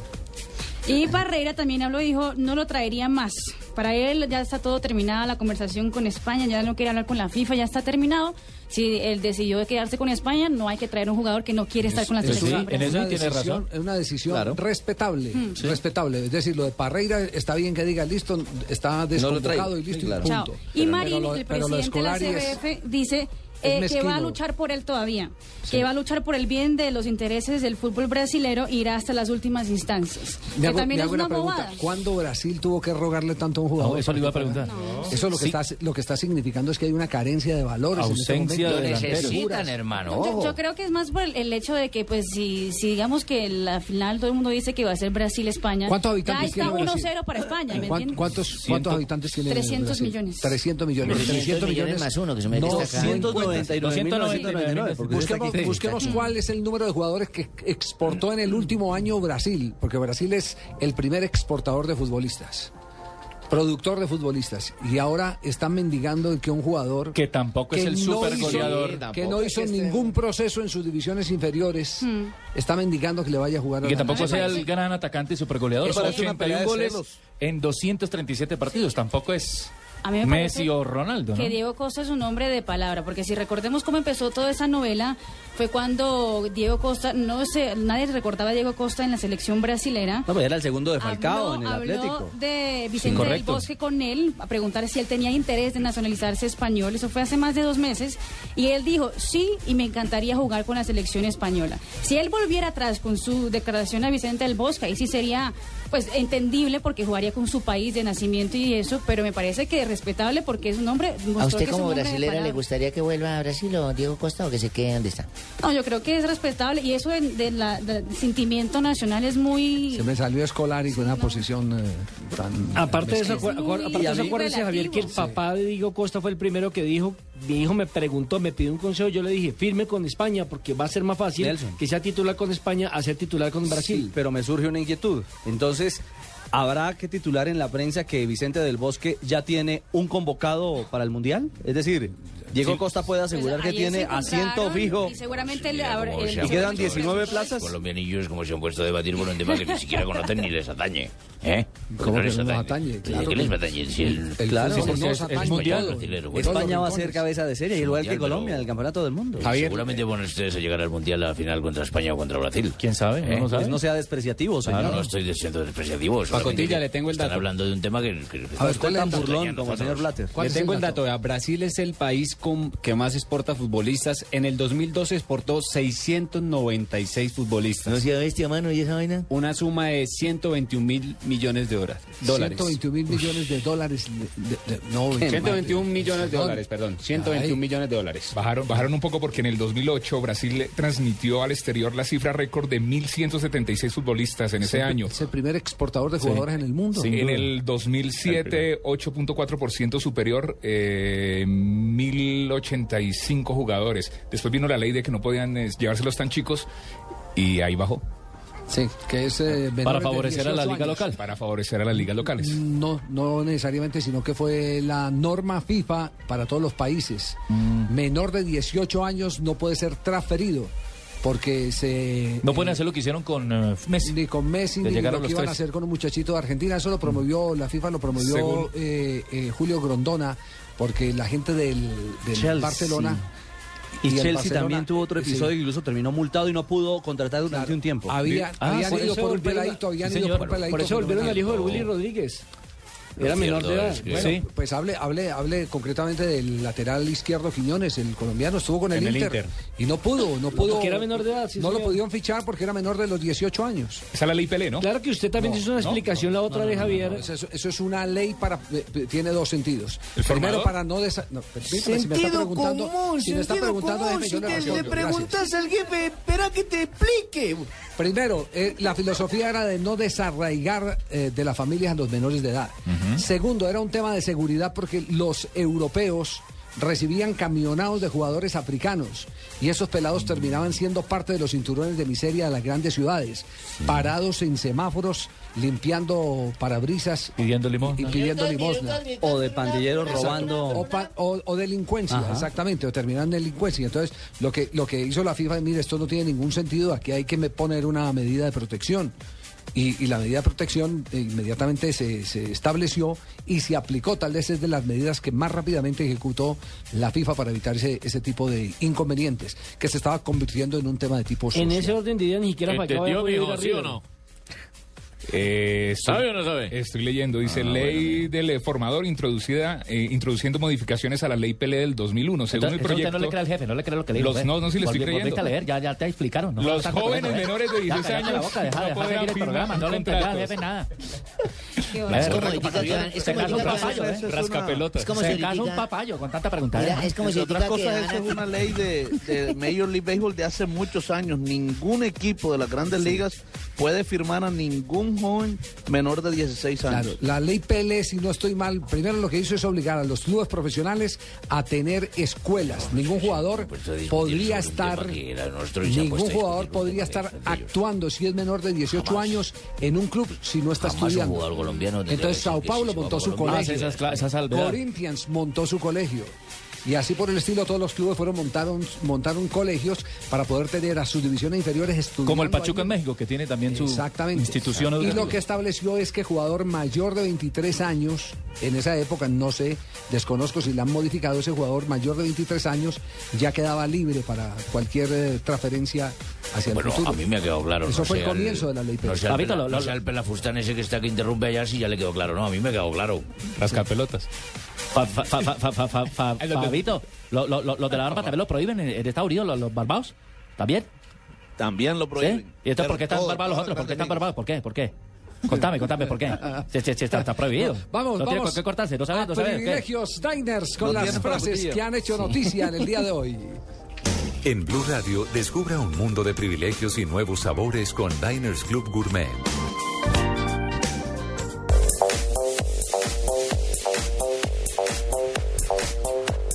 Speaker 9: Y Barrera también habló y dijo, no lo traería más. Para él ya está todo terminada la conversación con España, ya no quiere hablar con la FIFA, ya está terminado. Si él decidió de quedarse con España, no hay que traer un jugador que no quiere estar con la
Speaker 12: Pues
Speaker 9: selección. Hmm.
Speaker 12: Es una
Speaker 9: brasileña.
Speaker 12: decisión- Es una decisión
Speaker 9: Claro.
Speaker 12: respetable, respetable. Es decir, lo de Parreira está bien que diga listo, está desconvocado y listo y
Speaker 9: Chao.
Speaker 12: punto.
Speaker 9: Y Marini,
Speaker 12: Pero lo-
Speaker 9: el
Speaker 12: pero lo
Speaker 9: presidente de la
Speaker 12: Scolari es-
Speaker 9: CBF, dice
Speaker 12: es
Speaker 9: eh, que
Speaker 12: mezquino.
Speaker 9: va a luchar por él todavía,
Speaker 12: Sí.
Speaker 9: que va a luchar por el bien de los intereses del fútbol brasilero e irá hasta las últimas instancias.
Speaker 12: Me
Speaker 9: que
Speaker 12: hago,
Speaker 9: también
Speaker 12: me
Speaker 9: es
Speaker 12: hago
Speaker 9: una
Speaker 12: una pregunta.
Speaker 9: bobada.
Speaker 12: ¿Cuándo Brasil tuvo que rogarle tanto a un jugador?
Speaker 5: No, eso le iba a preguntar.
Speaker 12: Eso lo que,
Speaker 5: Sí.
Speaker 12: está, lo que está significando es que hay una carencia de valores. en este
Speaker 5: Ausencia
Speaker 12: momento.
Speaker 5: de
Speaker 12: Lo
Speaker 5: delanteros.
Speaker 14: Necesitan, hermano.
Speaker 9: Yo,
Speaker 14: ojo.
Speaker 9: yo creo que es más por el, el hecho de que, pues, si, si digamos que la final todo el mundo dice que va a ser Brasil-España.
Speaker 12: ¿Cuántos habitantes
Speaker 9: Ya
Speaker 12: tiene
Speaker 9: está
Speaker 12: Brasil?
Speaker 9: 1-0 para España, ¿me
Speaker 12: ¿Cuán-
Speaker 9: entiendes?
Speaker 12: ¿Cuántos, cuántos habitantes tiene
Speaker 9: 300
Speaker 12: Brasil?
Speaker 9: millones.
Speaker 12: 300 millones.
Speaker 2: 300 millones más uno, que se me
Speaker 12: no,
Speaker 2: destaca.
Speaker 12: 199.999, porque Busquemos,
Speaker 2: Sí.
Speaker 12: busquemos cuál es el número de jugadores que exportó en el último año Brasil, porque Brasil es el primer exportador de futbolistas. Productor de futbolistas y ahora están mendigando de que un jugador
Speaker 5: Que tampoco es el super goleador.
Speaker 12: que no hizo
Speaker 2: este-
Speaker 12: ningún proceso en sus divisiones inferiores
Speaker 9: Mm.
Speaker 12: está mendigando que le vaya a jugar
Speaker 5: Y
Speaker 12: a
Speaker 5: que
Speaker 12: la
Speaker 5: tampoco
Speaker 12: Nacional.
Speaker 5: sea el gran atacante y supergoleador.
Speaker 12: Eso
Speaker 5: Son
Speaker 12: parece una pelea
Speaker 5: 81
Speaker 12: de
Speaker 5: goles
Speaker 12: celos.
Speaker 5: en 237 partidos. Tampoco es
Speaker 9: A mí me
Speaker 5: Messi
Speaker 9: parece
Speaker 5: o Ronaldo, ¿no?
Speaker 9: Que Diego Costa es un hombre de palabra, porque si recordemos cómo empezó toda esa novela, fue cuando Diego Costa, no sé, nadie recordaba a Diego Costa en la selección brasilera.
Speaker 38: No, pues era el segundo de Falcao en el
Speaker 9: habló
Speaker 38: Atlético.
Speaker 9: de Vicente del
Speaker 38: correcto.
Speaker 9: Bosque con él a preguntar si él tenía interés de nacionalizarse español. Eso fue hace más de dos meses. Y él dijo, sí, y me encantaría jugar con la selección española. Si él volviera atrás con su declaración a Vicente del Bosque, ahí sí sería pues entendible porque jugaría con su país de nacimiento y eso, pero me parece que respetable porque es un hombre...
Speaker 15: ¿A
Speaker 9: mostró que
Speaker 15: usted
Speaker 9: es un
Speaker 15: como
Speaker 9: hombre de
Speaker 15: brasilera le
Speaker 9: palabra.
Speaker 15: gustaría que vuelva a Brasil o Diego Costa o que se quede donde está?
Speaker 9: No, yo creo que es respetable y eso del de la- del sentimiento nacional es muy...
Speaker 12: Se me salió escolar y con una posición eh, tan...
Speaker 3: Aparte de eso,
Speaker 12: mezquina.
Speaker 3: acuer- acuer- aparte de eso, acuérdense, Javier, que el papá de Diego Costa fue el primero que dijo, mi hijo me preguntó, me pidió un consejo, yo le dije, firme con España, porque va a ser más fácil
Speaker 7: Nelson.
Speaker 3: que sea titular con España a ser titular con Brasil.
Speaker 7: Sí, pero me surge una inquietud. Entonces, ¿habrá que titular en la prensa que Vicente del Bosque ya tiene un convocado para el Mundial? Es decir, Diego
Speaker 14: Sí.
Speaker 7: Costa puede asegurar que
Speaker 9: Pues Ayer se
Speaker 7: tiene asiento
Speaker 9: encontraron
Speaker 7: fijo.
Speaker 9: Y seguramente le
Speaker 14: Mira
Speaker 9: habrá-
Speaker 14: cómo
Speaker 9: el-
Speaker 14: se han
Speaker 7: Y quedan
Speaker 14: puesto
Speaker 7: 19
Speaker 14: estos
Speaker 7: plazas.
Speaker 14: pues, Colombianillos como se han puesto a debatir por un tema que ni siquiera conocen ni les atañe. ¿Eh?
Speaker 12: ¿Cómo que
Speaker 14: les
Speaker 12: no nos atañe? Claro
Speaker 14: ¿Qué
Speaker 12: que-
Speaker 14: les atañe? Si el, pues
Speaker 12: el
Speaker 7: Claro,
Speaker 12: fútbol
Speaker 7: sí,
Speaker 12: nos
Speaker 7: es- es
Speaker 12: atañe.
Speaker 14: mundial. Brasileño, bueno.
Speaker 7: España va a
Speaker 12: Todos
Speaker 7: ser
Speaker 12: los rincones.
Speaker 7: cabeza de serie,
Speaker 14: Sí,
Speaker 7: igual que
Speaker 14: mundial,
Speaker 7: Colombia,
Speaker 14: pero-
Speaker 7: en el campeonato del mundo.
Speaker 14: Pues Seguramente van ustedes a llegar al mundial a la final contra España o contra Brasil.
Speaker 5: ¿Quién sabe?
Speaker 14: ¿Eh?
Speaker 5: No
Speaker 7: Pues no sea despreciativo, señor.
Speaker 14: Claro, no estoy diciendo despreciativo. solamente
Speaker 24: Pacotilla,
Speaker 14: que
Speaker 24: le tengo el
Speaker 14: están
Speaker 24: dato.
Speaker 14: hablando de un tema que... que-
Speaker 12: A ver, ¿cuál es el
Speaker 14: que-
Speaker 12: dato?
Speaker 14: que-
Speaker 12: ¿Cuál
Speaker 24: Le
Speaker 12: es
Speaker 24: tengo el dato.
Speaker 12: dato?
Speaker 24: vea, Brasil es el país con- que más exporta futbolistas. En el 2012 exportó 696
Speaker 15: No
Speaker 24: futbolistas.
Speaker 15: sea bestia, mano, y esa vaina.
Speaker 24: Una suma de 121 mil millones de horas, dólares.
Speaker 12: 121 mil millones de dólares. de- de- de- no,
Speaker 24: 121
Speaker 12: madre.
Speaker 24: millones de dólares, perdón. 121
Speaker 12: Ay.
Speaker 24: millones de dólares.
Speaker 18: Bajaron, bajaron un poco porque en el 2008 Brasil le transmitió al exterior la cifra récord de 1.176 futbolistas en
Speaker 12: Es
Speaker 18: ese
Speaker 12: el-
Speaker 18: año.
Speaker 12: Es el primer exportador de jugadores en el mundo.
Speaker 18: en el 2007, 8.4% superior, eh, 1.085 jugadores. Después vino la ley de que no podían eh, llevárselos tan chicos y ahí bajó.
Speaker 12: Sí, que es... eh,
Speaker 5: Para
Speaker 12: menores de
Speaker 5: favorecer a la
Speaker 12: 18
Speaker 5: liga
Speaker 12: años.
Speaker 5: local. Mm.
Speaker 18: Para favorecer a las ligas locales.
Speaker 12: No, no necesariamente, sino que fue la norma FIFA para todos los países.
Speaker 5: Mm.
Speaker 12: Menor de 18 años no puede ser transferido porque se...
Speaker 5: No pueden hacer lo que hicieron con eh, Messi.
Speaker 12: Ni con Messi,
Speaker 5: Que
Speaker 12: ni
Speaker 5: llegaron
Speaker 12: lo que
Speaker 5: los
Speaker 12: iban a
Speaker 5: tres.
Speaker 12: hacer con un muchachito de Argentina. Eso lo promovió, la FIFA lo promovió
Speaker 18: Según-
Speaker 12: eh, eh, Julio Grondona, porque la gente del, del
Speaker 7: Chelsea.
Speaker 12: Barcelona...
Speaker 7: Y,
Speaker 12: el
Speaker 7: Chelsea
Speaker 12: Barcelona-
Speaker 7: también tuvo otro
Speaker 12: sí,
Speaker 7: episodio, incluso terminó multado y no pudo contratar durante un tiempo.
Speaker 12: Había,
Speaker 5: Ah,
Speaker 12: habían
Speaker 5: por
Speaker 12: ido
Speaker 5: eso
Speaker 12: por un
Speaker 5: volvieron a-
Speaker 12: peladito, habían
Speaker 5: sí,
Speaker 12: ido
Speaker 5: señor.
Speaker 12: por un peladito.
Speaker 3: Por eso volvieron al hijo
Speaker 12: fenomenal.
Speaker 3: de Willy Rodríguez.
Speaker 14: Lo
Speaker 3: Era menor
Speaker 14: cierto
Speaker 3: de edad.
Speaker 14: es que-
Speaker 3: Bueno,
Speaker 5: Sí.
Speaker 12: Pues hable, hable, hable concretamente del lateral izquierdo Quiñones, el colombiano estuvo con el,
Speaker 24: En el
Speaker 12: Inter,
Speaker 24: Inter.
Speaker 12: y no pudo, no pudo.
Speaker 3: Porque era menor de edad, sí,
Speaker 12: no lo
Speaker 3: señor.
Speaker 12: pudieron fichar porque era menor de los 18 años.
Speaker 18: Esa es la ley Pelé, ¿no?
Speaker 3: Claro que usted también hizo una explicación la otra vez, Javier.
Speaker 12: Eso, eso- eso es una ley para eh, eh, tiene dos sentidos.
Speaker 18: ¿El formador?
Speaker 12: Primero para no desa- no, permítame, si me está
Speaker 15: Sentido
Speaker 12: preguntando,
Speaker 15: común,
Speaker 12: si me está
Speaker 15: sentido
Speaker 12: preguntando,
Speaker 15: común.
Speaker 12: déjeme,
Speaker 15: Si
Speaker 12: yo
Speaker 15: te le
Speaker 12: respondo. Gracias.
Speaker 15: preguntas al jefe, espera que te explique.
Speaker 12: Primero, eh, la filosofía era de no desarraigar eh, de las familias a los menores de edad. Segundo, era un tema de seguridad porque los europeos recibían camionados de jugadores africanos y esos pelados terminaban siendo parte de los cinturones de miseria de las grandes ciudades, parados en semáforos, limpiando parabrisas
Speaker 5: Pidiendo limón.
Speaker 12: y pidiendo limosna.
Speaker 7: O de pandilleros robando.
Speaker 12: O, pa- o- o delincuencia,
Speaker 7: Ajá.
Speaker 12: exactamente, o terminar en delincuencia. Entonces, lo que, lo que hizo la FIFA es, mire, esto no tiene ningún sentido, aquí hay que me poner una medida de protección. Y, y la medida de protección eh, inmediatamente se, se estableció y se aplicó, tal vez es de las medidas que más rápidamente ejecutó la FIFA para evitar ese, ese tipo de inconvenientes, que se estaba convirtiendo en un tema de tipo social.
Speaker 3: En ese orden de ideas ni siquiera Falcao había
Speaker 18: ¿Entendió,
Speaker 3: podido ir
Speaker 18: mijo? ¿Sí
Speaker 3: arriba.
Speaker 18: o no? Eh, estoy-
Speaker 5: ¿Sabe o no sabe?
Speaker 18: Estoy leyendo, dice
Speaker 14: Ah,
Speaker 18: ley del formador introducida, eh, introduciendo modificaciones a la ley PL del 2001. Según
Speaker 5: Entonces,
Speaker 18: el
Speaker 5: entonces
Speaker 18: proyecto,
Speaker 5: usted no le crea al jefe, no le crea lo que le digo.
Speaker 18: Los-
Speaker 5: pues.
Speaker 18: no, no, sí le estoy
Speaker 5: Volvi-
Speaker 18: creyendo.
Speaker 5: volviste a leer, ya, ya te explicaron. no,
Speaker 18: Los
Speaker 5: está correcto,
Speaker 18: jóvenes
Speaker 5: ¿eh?
Speaker 18: menores de
Speaker 5: Ya,
Speaker 18: 16
Speaker 5: cállate la
Speaker 18: años
Speaker 5: boca, deja,
Speaker 18: no
Speaker 5: deja
Speaker 18: podrán
Speaker 5: seguir el
Speaker 18: firmar
Speaker 5: programa, no le entendés
Speaker 18: contratos.
Speaker 5: al jefe nada.
Speaker 9: Qué
Speaker 5: Claro,
Speaker 15: como
Speaker 5: para
Speaker 15: indica
Speaker 5: que
Speaker 15: que-
Speaker 5: vean,
Speaker 15: es
Speaker 5: se
Speaker 15: como
Speaker 5: casa un
Speaker 15: indica que-
Speaker 5: papayo,
Speaker 15: eso
Speaker 5: ¿eh?
Speaker 15: es una-
Speaker 18: Rascapelotas.
Speaker 15: es como
Speaker 5: Se
Speaker 15: se
Speaker 5: casa un
Speaker 15: indica-
Speaker 5: papayo con tanta pregunta.
Speaker 15: Mira, es como
Speaker 31: Entre
Speaker 15: se
Speaker 31: otras
Speaker 15: indica que
Speaker 31: cosas,
Speaker 15: van
Speaker 31: esa
Speaker 15: a-
Speaker 31: es una ley de, de Major League Baseball de hace muchos años. Ningún equipo de las grandes ligas puede firmar a ningún joven menor de 16 años.
Speaker 12: Claro, la ley PL, si no estoy mal, primero lo que hizo es obligar a los clubes profesionales a tener escuelas. Ningún jugador
Speaker 14: puesto a discutir
Speaker 12: podría
Speaker 14: sobre un tema
Speaker 12: estar,
Speaker 14: que era nuestro y se ha puesto a
Speaker 12: ningún
Speaker 14: discutir
Speaker 12: jugador
Speaker 14: un tema que
Speaker 12: podría estar
Speaker 14: este es de ellos.
Speaker 12: actuando si es menor de 18
Speaker 14: Jamás.
Speaker 12: años en un club si no está
Speaker 14: Jamás un jugador
Speaker 12: estudiando.
Speaker 14: colombiano tendría
Speaker 12: Entonces
Speaker 14: que decir
Speaker 12: Sao
Speaker 14: que
Speaker 12: Paulo
Speaker 14: sí,
Speaker 12: montó su
Speaker 14: Sao Paulo. Ah,
Speaker 12: colegio.
Speaker 14: esa es
Speaker 5: cla- esa es salvedad.
Speaker 12: Corinthians montó su colegio. Y así por el estilo, todos los clubes fueron montaron, montaron colegios para poder tener a sus divisiones inferiores estudiando.
Speaker 5: Como el Pachuca
Speaker 12: ahí.
Speaker 5: en México, que tiene también su
Speaker 12: Exactamente.
Speaker 5: institución
Speaker 12: Y lo que
Speaker 5: educativa.
Speaker 12: estableció es que jugador mayor de 23 años, en esa época, no sé, desconozco si la han modificado, ese jugador mayor de 23 años ya quedaba libre para cualquier eh, transferencia hacia
Speaker 14: Bueno,
Speaker 12: el
Speaker 14: a
Speaker 12: futuro.
Speaker 14: mí me ha quedado claro.
Speaker 12: Eso
Speaker 14: no
Speaker 12: fue el
Speaker 14: sea
Speaker 12: comienzo de la ley Pérez.
Speaker 14: No sea el,
Speaker 5: Papito,
Speaker 14: pela-
Speaker 5: lo- lo-
Speaker 14: no sea el pelafustán ese que está que interrumpe allá, si ya le quedó claro. No, a mí me quedó claro.
Speaker 18: Rascapelotas.
Speaker 5: Fa- fa- fa- fa- fa- fa- fa- fa-
Speaker 18: Ay, lo que-
Speaker 5: Fabito, lo- lo- lo- los de la barba también lo prohíben en, en Estados Unidos, los, los barbados. ¿También?
Speaker 31: También lo prohíben.
Speaker 5: ¿Sí? ¿Y entonces por qué están
Speaker 31: Todo,
Speaker 5: barbados los
Speaker 31: todo
Speaker 5: otros? ¿Por qué
Speaker 31: el
Speaker 5: están barbados? ¿Por qué? ¿Por qué? Contame, contame, ¿por qué? Sí, sí, sí, está, está prohibido.
Speaker 12: Vamos,
Speaker 5: no tiene
Speaker 12: vamos.
Speaker 5: por qué cortarse, no
Speaker 12: a
Speaker 5: sabes, no sabes. ¿qué?
Speaker 12: privilegios Diners con
Speaker 31: No
Speaker 12: las
Speaker 31: tiene
Speaker 12: frases
Speaker 31: frappuccino.
Speaker 12: que han hecho noticia en el día de hoy.
Speaker 26: En Blue Radio, descubra un mundo de privilegios y nuevos sabores con Diners Club Gourmet.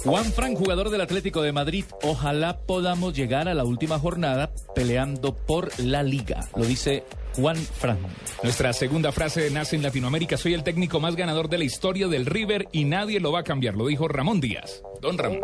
Speaker 5: Juan Frank, jugador del Atlético de Madrid, ojalá podamos llegar a la última jornada peleando por la liga. Lo dice Juan Frank.
Speaker 18: Nuestra segunda frase nace en Latinoamérica. Soy el técnico más ganador de la historia del River y nadie lo va a cambiar. Lo dijo Ramón Díaz. Don Ramón.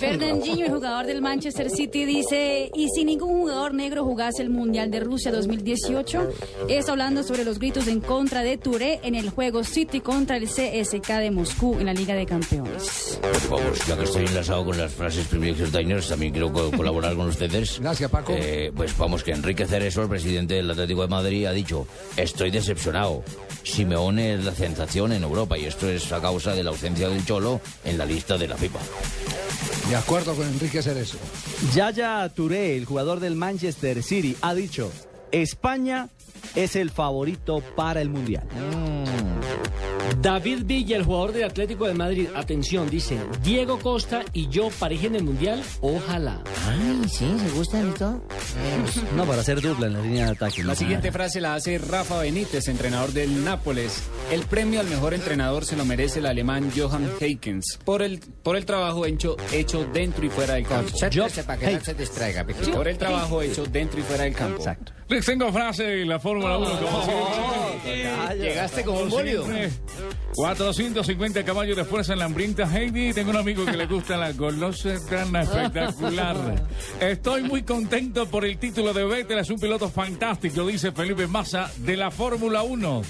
Speaker 9: Fernandinho, el jugador del Manchester City, dice, y si ningún jugador negro jugase el Mundial de Rusia 2018, es hablando sobre los gritos en contra de Touré en el juego City contra el CSK de Moscú en la Liga de Campeones.
Speaker 14: Por favor, ya que estoy enlazado con las frases privilegios diners, también quiero co- colaborar con ustedes.
Speaker 12: Gracias, Paco.
Speaker 14: Eh, pues vamos, que Enrique Cerezo, el presidente del Atlético de Madrid, ha dicho, estoy decepcionado. Simeone es la sensación en Europa y esto es a causa de la ausencia del Cholo en la lista de la FIFA.
Speaker 12: De acuerdo con Enrique Cerezo.
Speaker 7: Yaya Touré, el jugador del Manchester City, ha dicho, España es el favorito para el Mundial.
Speaker 39: Mm.
Speaker 3: David Villa, el jugador del Atlético de Madrid, atención, dice, Diego Costa y yo pareja en el Mundial, ojalá.
Speaker 39: Ay, sí, se gustan y todo.
Speaker 7: Pues, No, para hacer dupla en la línea de ataque.
Speaker 24: La siguiente frase la hace Rafa Benítez, entrenador del Nápoles. El premio al mejor entrenador se lo merece el alemán Johan Heikens por el, por el trabajo hecho, hecho dentro y fuera del campo.
Speaker 2: Concéntrese para que no se distraiga, mijito.
Speaker 24: Por el trabajo hecho dentro y fuera del campo. Exacto.
Speaker 10: Les tengo frase de la Fórmula 1. como siempre.
Speaker 24: llegaste
Speaker 10: Como
Speaker 24: como un bólido.
Speaker 10: siempre, 450 caballos de fuerza en la hambrienta Heidi. Tengo un amigo que le gusta la golosa tan espectacular. Estoy muy contento por el título de Vettel. Es un piloto fantástico, dice Felipe Massa, de la Fórmula 1.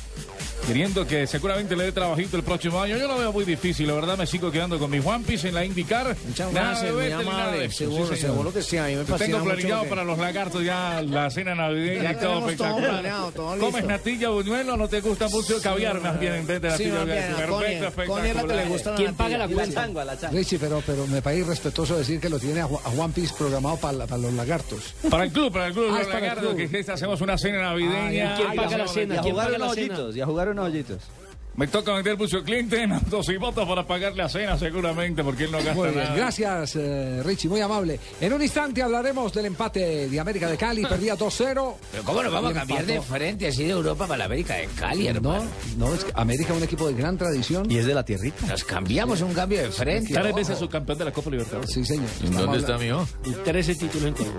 Speaker 10: Queriendo que seguramente le dé trabajito el próximo año. Yo lo veo muy difícil, la verdad me sigo quedando con mis One Piece en la IndyCar.
Speaker 2: Muchas
Speaker 10: Nada de
Speaker 2: gracias, muy
Speaker 10: Vettel, nada de
Speaker 2: amable.
Speaker 10: eso,
Speaker 2: Seguro,
Speaker 10: sí, señor.
Speaker 2: seguro que sí. A mí me
Speaker 10: Te
Speaker 2: fascina
Speaker 10: tengo
Speaker 2: mucho
Speaker 10: planeado
Speaker 2: que-
Speaker 10: para los lagartos ya la cena
Speaker 2: Ya
Speaker 10: navideña y todo
Speaker 2: tenemos todo
Speaker 10: espectacular.
Speaker 2: planeado, todo listo.
Speaker 10: Comes natilla, buñuelo, no te gusta mucho el caviar, más bien entende la
Speaker 2: Sí,
Speaker 10: tibia
Speaker 2: más bien,
Speaker 10: gallega.
Speaker 2: a Connie,
Speaker 10: Perfecto,
Speaker 2: Connie es la que le
Speaker 10: espectacular.
Speaker 2: gusta la ¿Quién paga la natilla? cuenta?
Speaker 12: Richie, pero, pero me parece irrespetuoso decir que lo tiene a Ju- a One Piece programado para, la- para los lagartos.
Speaker 10: Para el club, para el club,
Speaker 12: Ah,
Speaker 10: los
Speaker 12: es para el
Speaker 10: lagartos,
Speaker 12: club.
Speaker 10: que es- hacemos una cena navideña.
Speaker 12: Ay, ¿quién paga la
Speaker 7: Y
Speaker 10: cena?
Speaker 7: a jugar unos hoyitos, y a jugar unos hoyitos.
Speaker 10: Me toca meter mucho cliente en autos y botas para pagar la cena seguramente, porque él no gasta
Speaker 12: Muy bien,
Speaker 10: nada.
Speaker 12: gracias eh, Richie, muy amable. En un instante hablaremos del empate de América de Cali, perdía 2-0.
Speaker 2: Ah. Pero ¿cómo nos vamos a
Speaker 12: Y
Speaker 2: cambiar de
Speaker 12: empató.
Speaker 2: frente así de Europa para la América de Cali, hermano?
Speaker 12: No, no, es que América es un equipo de gran tradición.
Speaker 7: Y es de la tierrita.
Speaker 2: Nos cambiamos un cambio de frente.
Speaker 10: Tres veces subcampeón de la Copa Libertadores.
Speaker 12: Sí, señor.
Speaker 2: dónde está mi hijo?
Speaker 3: Y 13 títulos en juego.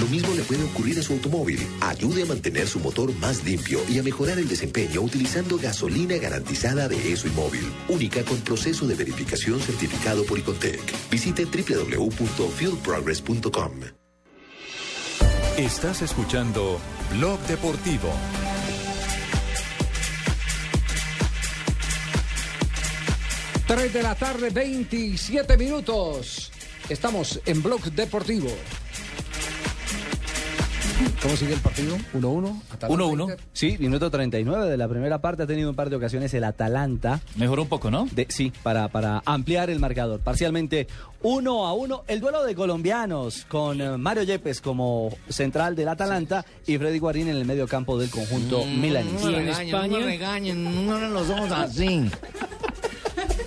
Speaker 20: Lo mismo le puede ocurrir a su automóvil. Ayude a mantener su motor más limpio y a mejorar el desempeño utilizando gasolina garantizada de ESO y móvil, única con proceso de verificación certificado por Icontec. Visite www.fuelprogress.com.
Speaker 26: Estás escuchando Blog Deportivo.
Speaker 12: Tres de la tarde, 27 minutos. Estamos en Blog Deportivo. ¿Cómo sigue el partido? 1-1. Atalanta
Speaker 7: 1-1.
Speaker 12: Inter.
Speaker 7: Sí, minuto 39 de la primera parte. Ha tenido un par de ocasiones el Atalanta.
Speaker 5: Mejoró un poco, ¿no?
Speaker 7: De- sí, para, para ampliar el marcador. Parcialmente 1 a 1. El duelo de colombianos con eh, Mario Yepes como central del Atalanta y Freddy Guarín en el medio campo del conjunto
Speaker 14: Mm,
Speaker 7: milanés.
Speaker 2: Mm, No me regañen, no me regañen, no me abran los ojos así.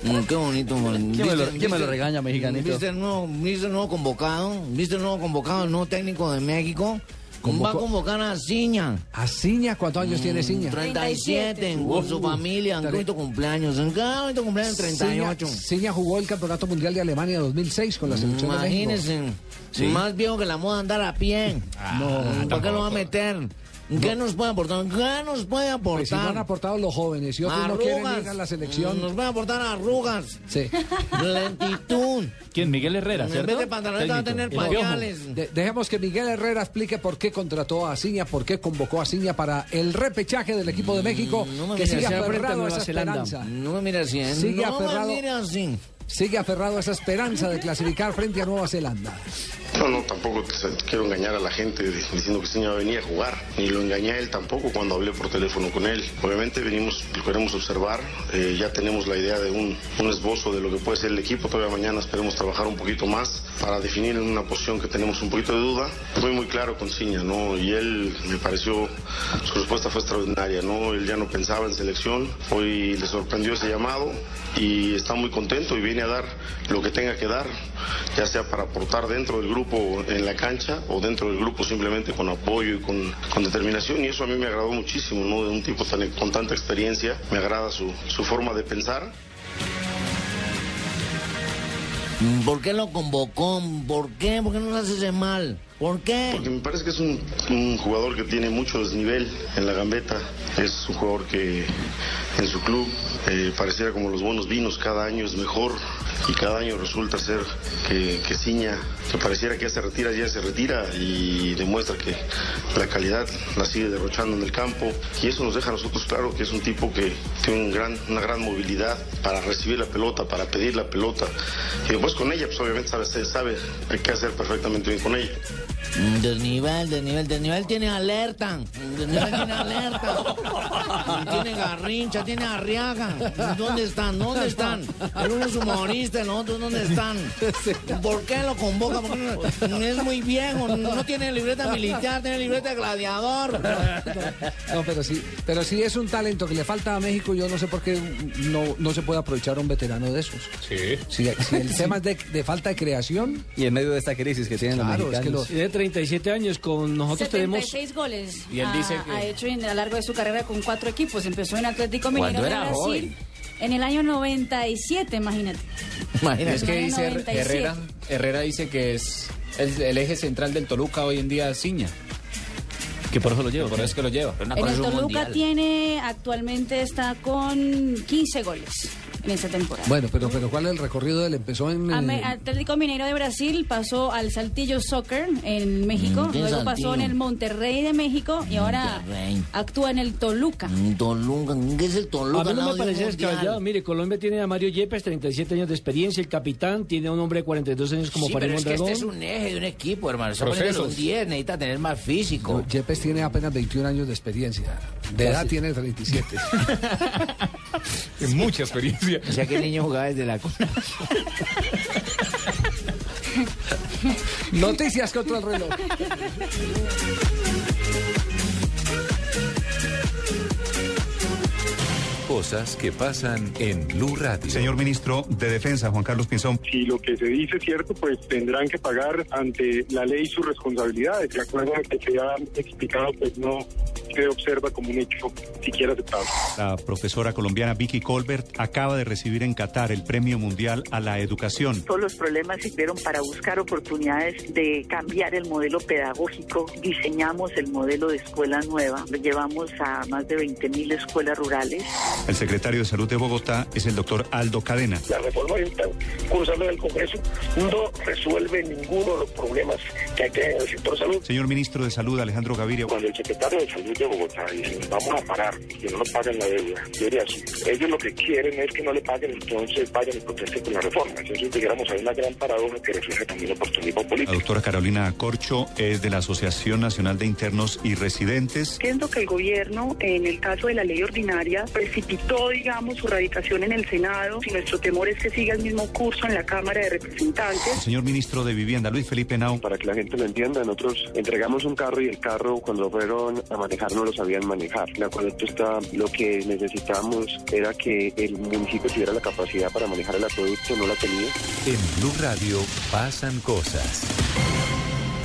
Speaker 14: Mm, qué bonito, man.
Speaker 7: ¿Quién me lo-
Speaker 14: ¿Viste-
Speaker 7: quién me lo
Speaker 14: viste-
Speaker 7: regaña, mexicanito?
Speaker 14: ¿Viste el, nuevo, ¿Viste el nuevo convocado? ¿Viste el nuevo convocado, el nuevo técnico de México?
Speaker 12: Convocó-
Speaker 14: Va a convocar a Mm, Ciña.
Speaker 12: ¿A Ciña? ¿Cuántos años tiene Uh, Ciña?
Speaker 14: 37, con su familia, en bonito cumpleaños. En cada bonito cumpleaños, 38.
Speaker 12: Ciña, Ciña jugó el Campeonato Mundial de Alemania 2006 con la selección de México.
Speaker 14: Imagínense,
Speaker 12: Sí. Ah,
Speaker 14: más viejo que la moda andar a pie.
Speaker 12: No,
Speaker 14: ¿Para qué lo va a meter?
Speaker 2: ¿Qué nos puede aportar? ¿Qué nos puede aportar?
Speaker 12: Pues si no han aportado los jóvenes y otros no quieren ir a la selección.
Speaker 2: Nos van a aportar arrugas.
Speaker 12: Sí.
Speaker 2: Lentitud.
Speaker 5: ¿Quién? Miguel Herrera,
Speaker 2: En
Speaker 5: ¿cierto?
Speaker 2: vez de pantaloneta va a tener
Speaker 5: Técnico. El piojo.
Speaker 12: De- dejemos que Miguel Herrera explique por qué contrató a Ciña, por qué convocó a Ciña para el repechaje del equipo de México,
Speaker 2: Mm,
Speaker 12: que sigue aferrado a esa esperanza.
Speaker 2: No me mira así. ¿eh?
Speaker 12: Sigue
Speaker 2: no
Speaker 12: aferrado.
Speaker 2: me mira así.
Speaker 12: Sigue aferrado a esa esperanza de clasificar frente a Nueva Zelanda.
Speaker 40: No, no, tampoco te- te quiero engañar a la gente diciendo que Seña venía a jugar. Ni lo engañé a él tampoco cuando hablé por teléfono con él. Obviamente venimos, lo queremos observar. eh, ya tenemos la idea de un, un esbozo de lo que puede ser el equipo. Todavía mañana esperemos trabajar un poquito más para definir en una posición que tenemos un poquito de duda. Fui muy claro con Ciña, ¿no? Y él me pareció, su respuesta fue extraordinaria, ¿no? Él ya no pensaba en selección. Hoy le sorprendió ese llamado y está muy contento y viene a dar lo que tenga que dar, ya sea para aportar dentro del grupo en la cancha o dentro del grupo simplemente con apoyo y con, con determinación. Y eso a mí me agradó muchísimo, ¿no? De un tipo tan, con tanta experiencia, me agrada su, su forma de pensar.
Speaker 2: ¿Por qué lo convocó? ¿Por qué? ¿Por qué nos hace ese mal? ¿Por qué?
Speaker 40: Porque me parece que es un, un jugador que tiene mucho desnivel en la gambeta. Es un jugador que en su club eh, pareciera como los buenos vinos, cada año es mejor y cada año resulta ser que, que ciña, que pareciera que ya se retira, ya se retira y demuestra que la calidad la sigue derrochando en el campo. Y eso nos deja a nosotros claro que es un tipo que tiene un gran, una gran movilidad para recibir la pelota, para pedir la pelota. Y después con ella, pues obviamente sabe, sabe qué hacer perfectamente bien con ella.
Speaker 2: Mm, Desnivel, desnivel, desnivel tiene alerta. Mm, Desnivel tiene alerta. Mm, Tiene garrincha, tiene arriaga. ¿Dónde están? ¿Dónde están? El uno es humorista, el otro ¿dónde están? ¿Por qué lo convoca? ¿Por qué no- Es muy viejo, no tiene libreta militar, tiene libreta de gladiador.
Speaker 12: No, pero sí, pero sí es un talento que le falta a México. Yo no sé por qué no, no se puede aprovechar a un veterano de esos.
Speaker 41: Sí.
Speaker 12: Si, si el tema es de, de falta de creación.
Speaker 42: Y en medio de esta crisis que tienen
Speaker 12: Claro,
Speaker 42: los
Speaker 12: es que
Speaker 42: mexicanos.
Speaker 12: lo-
Speaker 3: De 37 años, con nosotros tenemos...
Speaker 9: 76 goles
Speaker 3: Y él
Speaker 9: ha,
Speaker 3: dice que-
Speaker 9: ha hecho en- a lo largo de su carrera con cuatro equipos. Empezó en Atlético Mineiro
Speaker 43: Cuando
Speaker 9: de
Speaker 43: era
Speaker 9: Brasil
Speaker 43: joven.
Speaker 9: en el año 97, imagínate.
Speaker 43: Imagínate.
Speaker 24: Es que dice Her-
Speaker 9: 97.
Speaker 24: Herrera, Herrera dice que es el, el eje central del Toluca hoy en día Ciña.
Speaker 5: Que por eso lo lleva.
Speaker 24: Por eso es que lo lleva.
Speaker 9: En el Toluca tiene, actualmente está con 15 goles en esta temporada.
Speaker 12: Bueno, pero, pero ¿cuál es el recorrido? Él empezó en.
Speaker 9: A
Speaker 12: eh,
Speaker 9: Me- Atlético Mineiro de Brasil pasó al Saltillo Soccer en México,
Speaker 2: Mm, ¿qué es
Speaker 9: luego
Speaker 2: Saltillo? Mm,
Speaker 9: pasó en el Monterrey de México y ahora
Speaker 2: Monterrey.
Speaker 9: actúa en el Toluca.
Speaker 2: Mm, Toluca, ¿qué es el
Speaker 3: A
Speaker 2: Toluca?
Speaker 3: mí no
Speaker 2: al lado
Speaker 3: me
Speaker 2: de un
Speaker 3: parece
Speaker 2: mundial?
Speaker 3: descabellado. Mire, Colombia tiene a Mario Yepes, 37 años de experiencia, el capitán, tiene a un hombre de 42 años como
Speaker 14: Sí,
Speaker 3: Farid
Speaker 14: pero es que este
Speaker 3: Mondragón.
Speaker 14: es un eje de un equipo, hermano. Está poniendo los 10, necesita tener más físico.
Speaker 12: Yepes tiene apenas 21 años de experiencia. De edad tiene 37.
Speaker 41: Es mucha experiencia.
Speaker 14: O sea que el niño jugaba desde la cuna.
Speaker 12: Noticias contra el reloj.
Speaker 26: Cosas que pasan en Blue Radio.
Speaker 44: Señor ministro de Defensa, Juan Carlos Pinzón.
Speaker 45: Si lo que se dice es cierto, pues tendrán que pagar ante la ley sus responsabilidades. De acuerdo a lo que se ha explicado, pues no se observa como un hecho siquiera aceptable.
Speaker 44: La profesora colombiana Vicky Colbert acaba de recibir en Qatar el Premio Mundial a la Educación.
Speaker 7: Todos los problemas sirvieron para buscar oportunidades de cambiar el modelo pedagógico. Diseñamos el modelo de escuela nueva. Lo llevamos a más de 20.000 escuelas rurales.
Speaker 44: El secretario de Salud de Bogotá es el doctor Aldo Cadena.
Speaker 32: La reforma que está cursando en el Congreso no resuelve ninguno de los problemas que hay que hay en el sector salud.
Speaker 44: Señor ministro de Salud Alejandro Gaviria.
Speaker 32: Cuando el secretario de Salud de Bogotá dice, vamos a parar, que no nos paguen la deuda, yo diría así. Ellos lo que quieren es que no le paguen, entonces vayan y protesten con la reforma. Entonces, digamos, hay una gran paradoja que refleja también el oportunismo político.
Speaker 44: La doctora Carolina Corcho es de la Asociación Nacional de Internos y Residentes.
Speaker 7: Entiendo que el gobierno, en el caso de la ley ordinaria, precipitó, digamos, su radicación en el Senado y nuestro temor es que siga el mismo curso en la Cámara de Representantes.
Speaker 44: Señor ministro de Vivienda Luis Felipe Nau.
Speaker 32: Para que la gente lo entienda, nosotros entregamos un carro y el carro cuando fueron a manejar no lo sabían manejar. La acueducto está, lo que necesitamos era que el municipio tuviera la capacidad para manejar el acueducto, no la tenía.
Speaker 26: En Blue Radio pasan cosas.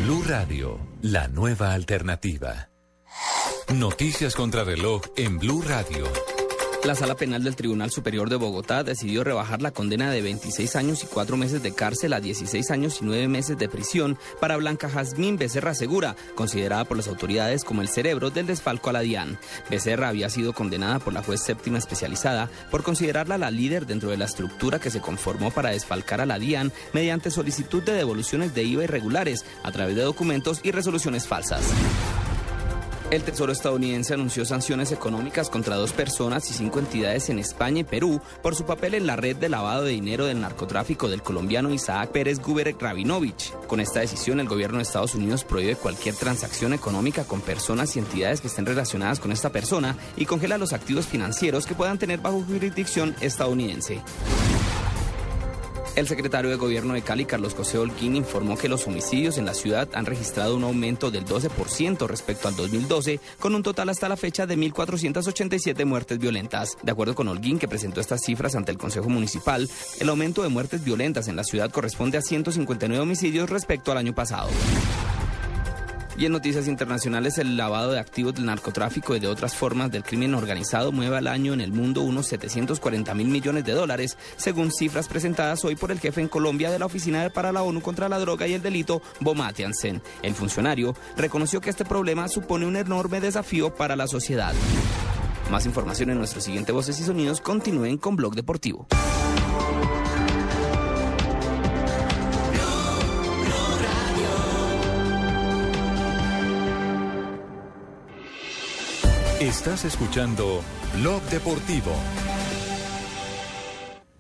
Speaker 26: Blue Radio, la nueva alternativa. Noticias contra reloj en Blue Radio.
Speaker 38: La sala penal del Tribunal Superior de Bogotá decidió rebajar la condena de 26 años y 4 meses de cárcel a 16 años y 9 meses de prisión para Blanca Jazmín Becerra Segura, considerada por las autoridades como el cerebro del desfalco a la DIAN. Becerra había sido condenada por la juez séptima especializada por considerarla la líder dentro de la estructura que se conformó para desfalcar a la DIAN mediante solicitud de devoluciones de IVA irregulares a través de documentos y resoluciones falsas. El Tesoro estadounidense anunció sanciones económicas contra dos personas y cinco entidades en España y Perú por su papel en la red de lavado de dinero del narcotráfico del colombiano Isaac Pérez Guberek Rabinovich. Con esta decisión, el gobierno de Estados Unidos prohíbe cualquier transacción económica con personas y entidades que estén relacionadas con esta persona y congela los activos financieros que puedan tener bajo jurisdicción estadounidense. El secretario de Gobierno de Cali, Carlos José Holguín, informó que los homicidios en la ciudad han registrado un aumento del 12% respecto al 2012, con un total hasta la fecha de 1.487 muertes violentas. De acuerdo con Holguín, que presentó estas cifras ante el Consejo Municipal, el aumento de muertes violentas en la ciudad corresponde a 159 homicidios respecto al año pasado. Y en noticias internacionales, el lavado de activos del narcotráfico y de otras formas del crimen organizado mueve al año en el mundo unos 740 mil millones de dólares, según cifras presentadas hoy por el jefe en Colombia de la Oficina para la ONU contra la Droga y el Delito, Bomate Ansen. El funcionario reconoció que este problema supone un enorme desafío para la sociedad. Más información en nuestro siguiente Voces y Sonidos. Continúen con Blog Deportivo.
Speaker 26: Estás escuchando Blog Deportivo.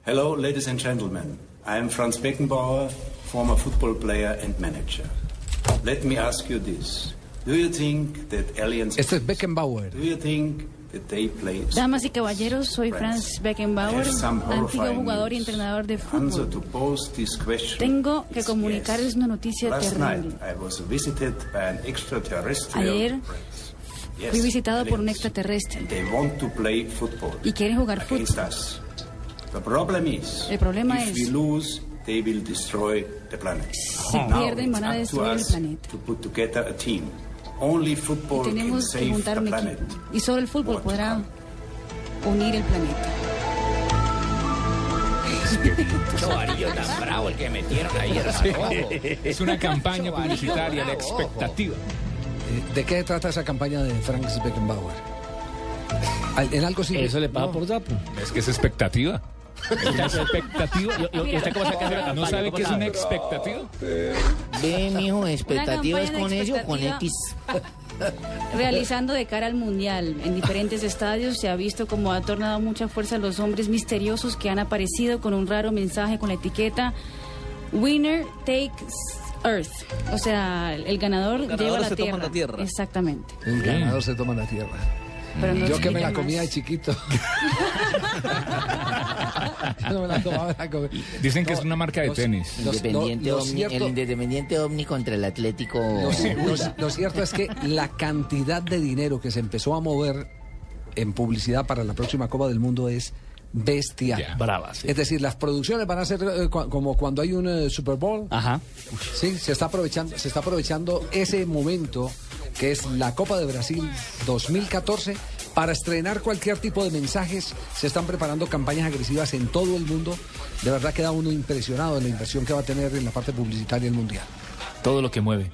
Speaker 31: Hello, ladies and gentlemen. I am Franz Beckenbauer, former football player and manager. Let me ask you this. Do you think that aliens...
Speaker 12: Este es Beckenbauer.
Speaker 31: Do you think that they play...
Speaker 9: Damas y caballeros, soy Franz Beckenbauer, antiguo jugador y entrenador de
Speaker 31: Answer
Speaker 9: fútbol.
Speaker 31: to both these questions.
Speaker 9: Tengo que comunicarles una noticia
Speaker 31: Last
Speaker 9: terrible.
Speaker 31: night I was visited by an extraterrestrial.
Speaker 9: Ayer
Speaker 31: Yes,
Speaker 9: fui visitado por un
Speaker 31: aliens.
Speaker 9: extraterrestre
Speaker 31: They want to play football
Speaker 9: y quieren jugar fútbol.
Speaker 31: against us. The problem is,
Speaker 9: El problema
Speaker 31: if
Speaker 9: es-
Speaker 31: we lose, they will destroy the planet.
Speaker 9: Si
Speaker 31: Now
Speaker 9: pierden, van a
Speaker 31: it's up to
Speaker 9: destruir el
Speaker 31: us
Speaker 9: planeta.
Speaker 31: To put together a team. Only
Speaker 9: Y
Speaker 31: football can
Speaker 9: tenemos que
Speaker 31: save
Speaker 9: juntar
Speaker 31: the
Speaker 9: un
Speaker 31: planet.
Speaker 9: equipo. Y solo el fútbol podrá unir el planeta.
Speaker 14: Yo tan bravo el que metieron ayer.
Speaker 18: Es una campaña publicitaria, la expectativa.
Speaker 12: ¿De qué trata esa campaña de Frank Beckenbauer? Al- En algo sí.
Speaker 18: Eso le paga por
Speaker 12: Dapo.
Speaker 18: Es que es expectativa. Es una expectativa.
Speaker 12: ¿y usted cómo saca esa campaña?
Speaker 18: ¿No sabe
Speaker 12: ¿Cómo
Speaker 18: qué es una
Speaker 12: sabe?
Speaker 18: expectativa?
Speaker 2: Ve, mijo,
Speaker 9: Una
Speaker 2: expectativas
Speaker 9: campaña de
Speaker 2: con eso o con X.
Speaker 9: expectativa. Realizando de cara al mundial en diferentes estadios, se ha visto como ha tornado mucha fuerza los hombres misteriosos que han aparecido con un raro mensaje con la etiqueta Winner takes Earth. O sea, el ganador,
Speaker 12: ganador
Speaker 9: lleva la
Speaker 12: se toma
Speaker 9: tierra.
Speaker 12: la tierra.
Speaker 9: Exactamente.
Speaker 12: El ganador se toma la tierra.
Speaker 9: Pero no
Speaker 12: Yo que me
Speaker 9: explica
Speaker 12: la comía
Speaker 9: más.
Speaker 12: de chiquito. Yo no me la tomaba, me la comía.
Speaker 18: Dicen que
Speaker 12: No,
Speaker 18: es una marca de
Speaker 12: los-
Speaker 18: tenis.
Speaker 12: los-
Speaker 2: Independiente
Speaker 12: lo
Speaker 2: Omni-
Speaker 12: cierto-
Speaker 2: el independiente Omni contra el Atlético.
Speaker 12: Lo, lo-
Speaker 2: Huila.
Speaker 12: lo cierto es que la cantidad de dinero que se empezó a mover en publicidad para la próxima Copa del Mundo es bestial.
Speaker 5: brava, sí.
Speaker 12: Es decir, las producciones van a ser eh, cua- como cuando hay un eh, Super Bowl.
Speaker 5: Ajá.
Speaker 12: Sí, se está aprovechando, se está aprovechando ese momento que es la Copa de Brasil 2014 para estrenar cualquier tipo de mensajes. Se están preparando campañas agresivas en todo el mundo. De verdad queda uno impresionado de la inversión que va a tener en la parte publicitaria el mundial.
Speaker 5: Todo lo que mueve.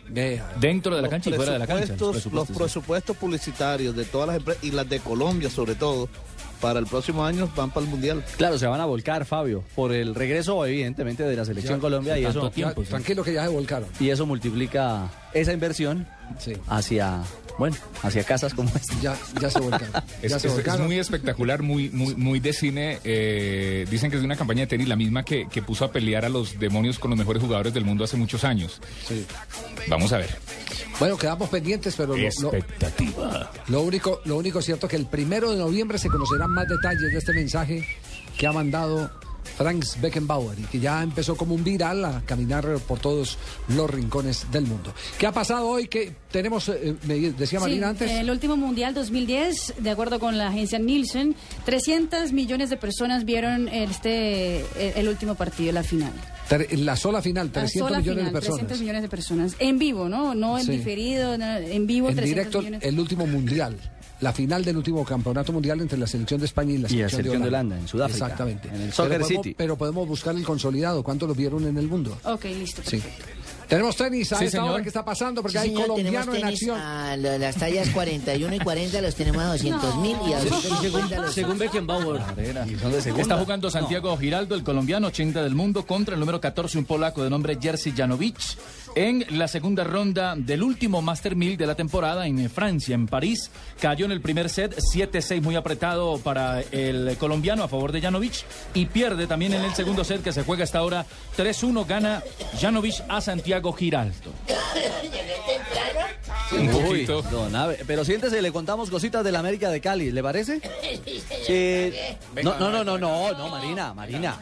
Speaker 5: Dentro de la cancha y fuera de la cancha. los
Speaker 4: Presupuestos- Los
Speaker 5: presupuestos.
Speaker 4: presupuestos publicitarios de todas las empresas y las de Colombia sobre todo para el próximo año van para el mundial.
Speaker 7: Claro, se van a volcar, Fabio, por el regreso, evidentemente, de la selección Colombia y eso.
Speaker 12: Ya, Tranquilo que ya se volcaron.
Speaker 7: Y eso multiplica esa inversión hacia, bueno, hacia casas como esta.
Speaker 12: Ya, ya se volcaron.
Speaker 18: Es, es- es muy espectacular, muy, muy, muy de cine. eh, dicen que es de una campaña de tenis, la misma que, que puso a pelear a los demonios con los mejores jugadores del mundo hace muchos años. Vamos a ver.
Speaker 12: Bueno, quedamos pendientes, pero lo, lo-
Speaker 18: Expectativa.
Speaker 12: lo único, lo único cierto es que el primero de noviembre se conocerán más detalles de este mensaje que ha mandado Franz Beckenbauer y que ya empezó como un viral a caminar por todos los rincones del mundo. ¿Qué ha pasado hoy? Que tenemos, eh, me decía
Speaker 9: Sí, eh,
Speaker 12: Marina antes.
Speaker 9: El último Mundial 2010, de acuerdo con la agencia Nielsen, 300 millones de personas vieron este, el, el último eh, partido, la final.
Speaker 12: Tre- La sola final,
Speaker 9: La
Speaker 12: 300
Speaker 9: sola
Speaker 12: millones
Speaker 9: final,
Speaker 12: de personas.
Speaker 9: 300 millones de personas. En vivo, ¿no? No en
Speaker 12: Sí.
Speaker 9: diferido, no, en vivo
Speaker 12: en
Speaker 9: 300
Speaker 12: directo,
Speaker 9: millones.
Speaker 12: el último mundial. La final del último campeonato mundial entre la selección de España y la
Speaker 35: Y la
Speaker 12: selección,
Speaker 35: selección de
Speaker 12: de, Holanda.
Speaker 35: Holanda, en Sudáfrica,
Speaker 12: Exactamente.
Speaker 35: en el Soccer
Speaker 12: pero podemos,
Speaker 35: City.
Speaker 12: Pero podemos buscar el consolidado. ¿Cuánto lo vieron en el mundo?
Speaker 9: Ok, listo.
Speaker 12: Sí. Tenemos tenis a
Speaker 9: Sí,
Speaker 12: esta
Speaker 9: señor.
Speaker 12: hora que está pasando porque
Speaker 9: Sí,
Speaker 12: hay
Speaker 9: señor,
Speaker 12: colombiano
Speaker 9: tenemos
Speaker 12: en
Speaker 9: tenis
Speaker 12: acción.
Speaker 15: A la- las tallas 41 y 40 los tenemos a 200 mil y a 250 los
Speaker 5: Según Beckenbauer.
Speaker 15: segunda.
Speaker 5: Está jugando Santiago Giraldo, el colombiano 80 del mundo, contra el número 14, un polaco de nombre Jerzy Janowicz, en la segunda ronda del último Master 1000 de la temporada en eh, Francia, en París. Cayó en el primer set, 7-6 muy apretado para el colombiano a favor de Janowicz y pierde también en el segundo set que se juega hasta ahora 3-1, gana Janowicz a Santiago Giraldo.
Speaker 7: Un poquito. pero siéntese, le contamos cositas de la América de Cali, ¿le parece? Eh, no, no, no, no, no, no, Marina, Marina.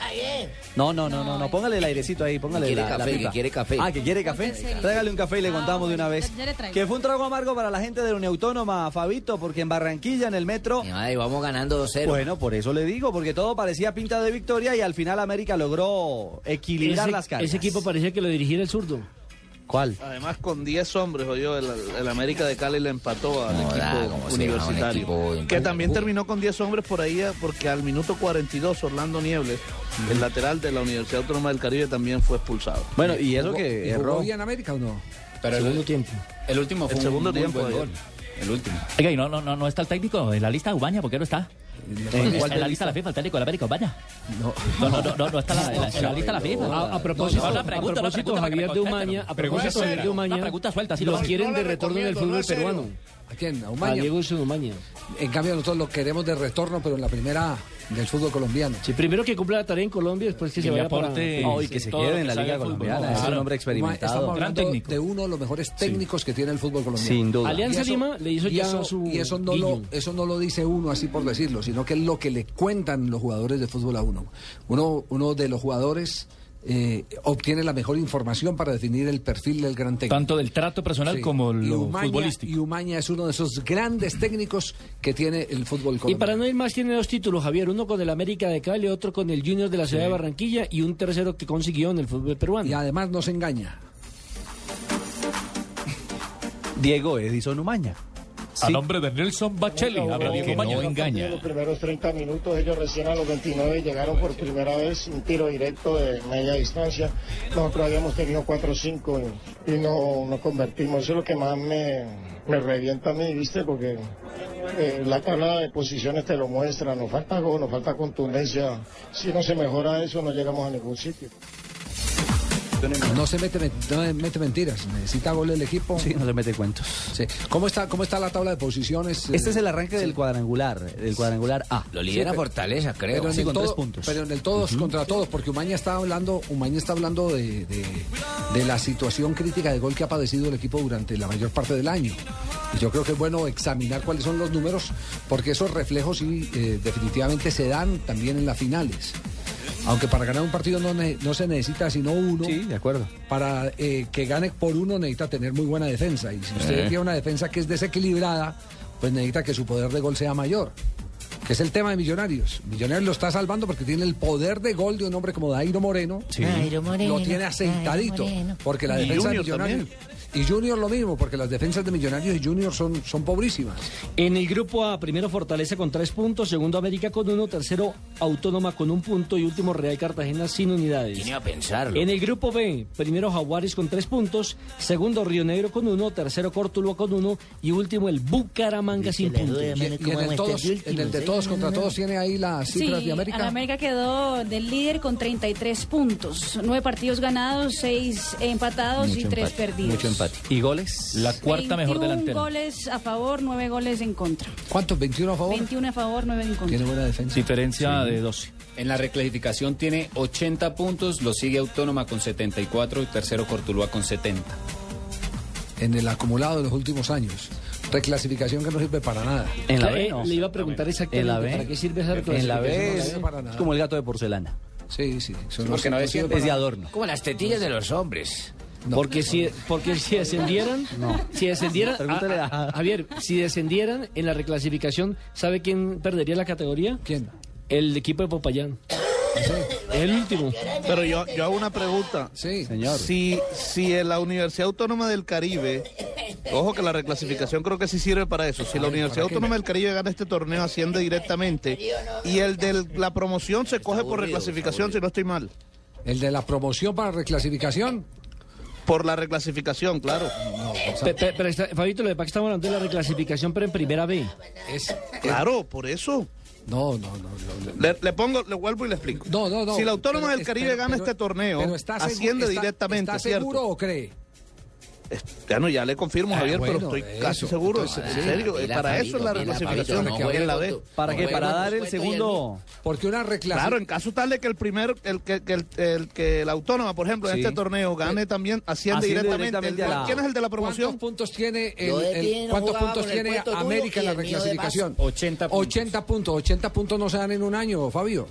Speaker 7: No, no, no, no, no, póngale el airecito ahí, póngale
Speaker 2: Quiere
Speaker 7: la, la
Speaker 2: café, que
Speaker 7: pipa.
Speaker 2: quiere café.
Speaker 7: Ah, que quiere café. Tráigale un café y le contamos de una vez.
Speaker 15: Ah, ya le traigo.
Speaker 7: Que fue un trago amargo para la gente de la Unión Autónoma, Fabito, porque en Barranquilla, en el metro...
Speaker 15: vamos ganando 2-0.
Speaker 7: Bueno, por eso le digo, porque todo parecía pinta de victoria y al final América logró equilibrar
Speaker 3: Ese,
Speaker 7: las caras.
Speaker 3: ese equipo parecía que lo dirigiera el zurdo.
Speaker 7: ¿Cuál?
Speaker 4: Además, con 10 hombres, oyó, el, el América de Cali le empató al
Speaker 15: da, ¿cómo se
Speaker 4: equipo
Speaker 15: llama un
Speaker 4: universitario.
Speaker 15: equipo en
Speaker 4: que
Speaker 15: Cuba?
Speaker 4: también terminó con 10 hombres por ahí, eh, porque al minuto 42, Orlando Niebles, el lateral de la Universidad Autónoma del Caribe, también fue expulsado.
Speaker 7: Bueno, y eso que
Speaker 12: ¿Y jugó
Speaker 7: erró.
Speaker 12: bien América o no?
Speaker 5: Pero el- Segundo tiempo. El último
Speaker 4: fue El un segundo muy tiempo, buen gol.
Speaker 5: El último. Oiga, y no, no, no, no está el técnico en la lista, Ubaña, ¿por qué no está?
Speaker 3: ¿En
Speaker 5: En,
Speaker 3: cuál
Speaker 5: la
Speaker 3: lista?
Speaker 5: lista de la FIFA, el técnico de la América, Ubaña. No, no, no, no, no está la- en la, en la lista de la FIFA.
Speaker 3: A, a propósito,
Speaker 5: No, no,
Speaker 3: a
Speaker 5: pregunta, no,
Speaker 3: propósito,
Speaker 5: pregunta,
Speaker 3: Javier
Speaker 5: me
Speaker 3: de
Speaker 5: contesta,
Speaker 3: Umaña,
Speaker 5: no.
Speaker 3: a propósito
Speaker 5: Pregunta
Speaker 3: Javier de
Speaker 5: seria,
Speaker 3: Umaña,
Speaker 5: Una pregunta suelta, sí,
Speaker 3: lo
Speaker 5: vamos.
Speaker 3: quieren de retorno en el fútbol peruano.
Speaker 12: ¿A quién? ¿A
Speaker 3: A
Speaker 12: Umaña?
Speaker 3: Diego Wilson Umaña.
Speaker 12: En cambio, nosotros lo queremos de retorno, pero en la primera A del fútbol colombiano.
Speaker 3: Sí, primero que cumpla la tarea en Colombia, después que
Speaker 12: Que
Speaker 3: se
Speaker 12: le
Speaker 3: vaya
Speaker 12: aporte,
Speaker 3: para...
Speaker 12: No, y que se
Speaker 3: todo
Speaker 12: quede
Speaker 3: lo
Speaker 12: en la
Speaker 3: sabe
Speaker 12: Liga
Speaker 3: el fútbol.
Speaker 12: colombiana,
Speaker 3: Claro.
Speaker 12: es un hombre
Speaker 7: experimentado.
Speaker 12: Estamos
Speaker 7: Gran
Speaker 12: hablando de uno de los mejores técnicos que tiene el fútbol colombiano.
Speaker 7: Sin duda.
Speaker 3: Alianza
Speaker 12: Y eso-
Speaker 3: Lima le hizo
Speaker 12: y
Speaker 3: ya
Speaker 12: eso,
Speaker 3: su
Speaker 12: y eso no
Speaker 3: guiño.
Speaker 12: lo eso no lo dice uno así por decirlo, sino que es lo que le cuentan los jugadores de fútbol a uno. Uno uno de los jugadores eh, obtiene la mejor información para definir el perfil del gran técnico.
Speaker 5: Tanto del trato personal
Speaker 12: Sí.
Speaker 5: como
Speaker 12: Y
Speaker 5: lo
Speaker 12: Umaña-
Speaker 5: futbolístico.
Speaker 12: Y Umaña es uno de esos grandes técnicos que tiene el fútbol
Speaker 3: Y
Speaker 12: colombiano.
Speaker 3: para no ir más, tiene dos títulos, Javier. Uno con el América de Cali, otro con el Junior de la ciudad de Barranquilla y un tercero que consiguió en el fútbol peruano. Y
Speaker 12: además no se engaña.
Speaker 7: Diego Edison Umaña.
Speaker 5: A nombre de Nelson Bacelli, habla Diego Umaña.
Speaker 10: Los primeros 30 minutos, ellos recién a los 29 llegaron por primera vez un tiro directo de media distancia. Nosotros habíamos tenido 4-5 y, y no, no convertimos. Eso es lo que más me, me revienta a mí, ¿viste? Porque eh, la tabla de posiciones te lo muestra. Nos falta gol, nos falta contundencia. Si no se mejora eso, no llegamos a ningún sitio.
Speaker 12: No se mete, men- no se mete mentiras, necesita goles el equipo. Sí, no
Speaker 7: se mete cuentos.
Speaker 12: ¿Cómo, está, ¿Cómo está la tabla de posiciones? eh?
Speaker 7: Este es el arranque del cuadrangular, del cuadrangular A.
Speaker 12: Lo lidera
Speaker 7: Fortaleza,
Speaker 12: Pero en,
Speaker 7: Sí,
Speaker 12: el
Speaker 7: con
Speaker 12: todo-
Speaker 7: tres puntos.
Speaker 12: pero en el todos contra todos, porque Umaña está hablando, Umaña está hablando de, de- de la situación crítica de gol que ha padecido el equipo durante la mayor parte del año. Y yo creo que es bueno examinar cuáles son los números, porque esos reflejos sí, eh, definitivamente se dan también en las finales. Aunque para ganar un partido no, ne- no se necesita sino uno. Sí,
Speaker 7: de acuerdo.
Speaker 12: Para eh, que gane por uno necesita tener muy buena defensa. Y si usted
Speaker 7: Eh.
Speaker 12: tiene una defensa que es desequilibrada, pues necesita que su poder de gol sea mayor que es el tema de Millonarios. Millonarios lo está salvando porque tiene el poder de gol de un hombre como Dairo Moreno.
Speaker 7: Sí. Dairo Moreno,
Speaker 12: Lo tiene aceitadito.
Speaker 7: Dairo Moreno.
Speaker 12: Porque la
Speaker 7: Y
Speaker 12: defensa de
Speaker 7: Junior
Speaker 12: Millonarios. Y Junior lo mismo, porque las defensas de Millonarios y Junior son, son pobrísimas.
Speaker 3: En el grupo A, primero Fortaleza con tres puntos, segundo América con uno, tercero Autónoma con un punto y último Real Cartagena sin unidades.
Speaker 14: Tiene a pensarlo.
Speaker 3: En el grupo B, primero Jaguares con tres puntos, segundo Río Negro con uno, tercero Córtulo con uno y último el Bucaramanga sin puntos.
Speaker 12: Y, y en, este el todos, en el de todos contra todos tiene ahí las
Speaker 9: Sí,
Speaker 12: cifras de América.
Speaker 9: al América quedó del líder con 33 puntos, 9 partidos ganados, 6 empatados y 3 perdidos.
Speaker 7: ¿Y goles?
Speaker 5: La cuarta mejor
Speaker 9: 21
Speaker 5: delantera.
Speaker 9: goles a favor, 9 goles en contra.
Speaker 12: ¿Cuántos? ¿21 a favor?
Speaker 9: 21 a favor, 9 en contra.
Speaker 12: Tiene buena defensa.
Speaker 5: Diferencia de 12.
Speaker 24: En la reclasificación tiene 80 puntos, lo sigue Autónoma con 74 y tercero Cortuluá con 70.
Speaker 12: En el acumulado de los últimos años. Reclasificación que no sirve para nada.
Speaker 7: En la
Speaker 3: Eh,
Speaker 7: B, no.
Speaker 3: Le iba a preguntar
Speaker 7: En
Speaker 3: exactamente
Speaker 7: la B.
Speaker 3: para qué sirve esa
Speaker 7: En la B
Speaker 3: clasificación?
Speaker 7: es, es como el gato de porcelana.
Speaker 12: Sí, sí.
Speaker 7: porque no es cierto. Es de adorno.
Speaker 14: Como las tetillas de los hombres.
Speaker 3: Porque si porque si descendieran, si descendieran,
Speaker 14: Pregúntale
Speaker 3: a- a- Javier, si descendieran en la reclasificación, ¿sabe quién perdería la categoría?
Speaker 12: ¿Quién?
Speaker 3: El equipo de Popayán.
Speaker 4: El último. Pero yo, yo hago una pregunta.
Speaker 12: Sí,
Speaker 4: señor. Si, si en la Universidad Autónoma del Caribe, ojo que la reclasificación creo que sí sirve para eso. Si la Universidad Autónoma del Caribe gana este torneo, asciende directamente. Y el de la promoción se coge por reclasificación, si no estoy mal.
Speaker 12: ¿El de la promoción para reclasificación?
Speaker 4: Por la reclasificación, claro.
Speaker 3: Pe- pe- pero está- Fabito, lo de Pac estamos hablando de la reclasificación, pero en primera B.
Speaker 4: Claro, por eso.
Speaker 12: No, no, no.
Speaker 4: Le, le pongo, le vuelvo y le explico.
Speaker 12: No, no, no.
Speaker 4: Si la Autónoma
Speaker 12: Pero
Speaker 4: del
Speaker 12: es-
Speaker 4: Caribe
Speaker 12: pero-
Speaker 4: gana
Speaker 12: pero-
Speaker 4: este torneo,
Speaker 12: pero está segu-
Speaker 4: asciende
Speaker 12: está-
Speaker 4: directamente,
Speaker 12: ¿Está
Speaker 4: ¿cierto?
Speaker 12: seguro o cree?
Speaker 4: Ya no, ya le confirmo,
Speaker 12: Ah,
Speaker 4: Javier,
Speaker 12: bueno,
Speaker 4: pero estoy casi
Speaker 12: eso.
Speaker 4: seguro.
Speaker 12: Entonces,
Speaker 4: en
Speaker 12: sí,
Speaker 4: serio,
Speaker 12: mira,
Speaker 4: para
Speaker 12: Fabito,
Speaker 4: eso es la
Speaker 12: mira,
Speaker 4: reclasificación
Speaker 12: Fabito,
Speaker 4: que
Speaker 12: no
Speaker 4: hay en la
Speaker 12: juegue
Speaker 4: B.
Speaker 12: con tu- ¿Para no qué? juegue Para con tu dar el cuento y el segundo- mío. Porque una reclasificación.
Speaker 4: Claro, en caso tal de que el primero, el que, que el, el que la Autónoma, por ejemplo, en
Speaker 12: Sí. Eh,
Speaker 4: este torneo gane también, asciende,
Speaker 12: Asciende
Speaker 4: directamente.
Speaker 12: directamente
Speaker 4: El-
Speaker 12: a la-
Speaker 4: ¿Quién es el de la promoción?
Speaker 12: ¿Cuántos puntos tiene, el-
Speaker 4: Yo de
Speaker 12: el-
Speaker 4: ti no
Speaker 12: ¿cuántos
Speaker 4: jugaba
Speaker 12: puntos
Speaker 4: con el
Speaker 12: tiene
Speaker 4: cuento tuyo
Speaker 12: América en
Speaker 4: y
Speaker 12: la
Speaker 4: el mío de
Speaker 12: reclasificación?
Speaker 4: base. 80 puntos.
Speaker 12: 80 puntos. 80 puntos no se dan en un año, Fabio.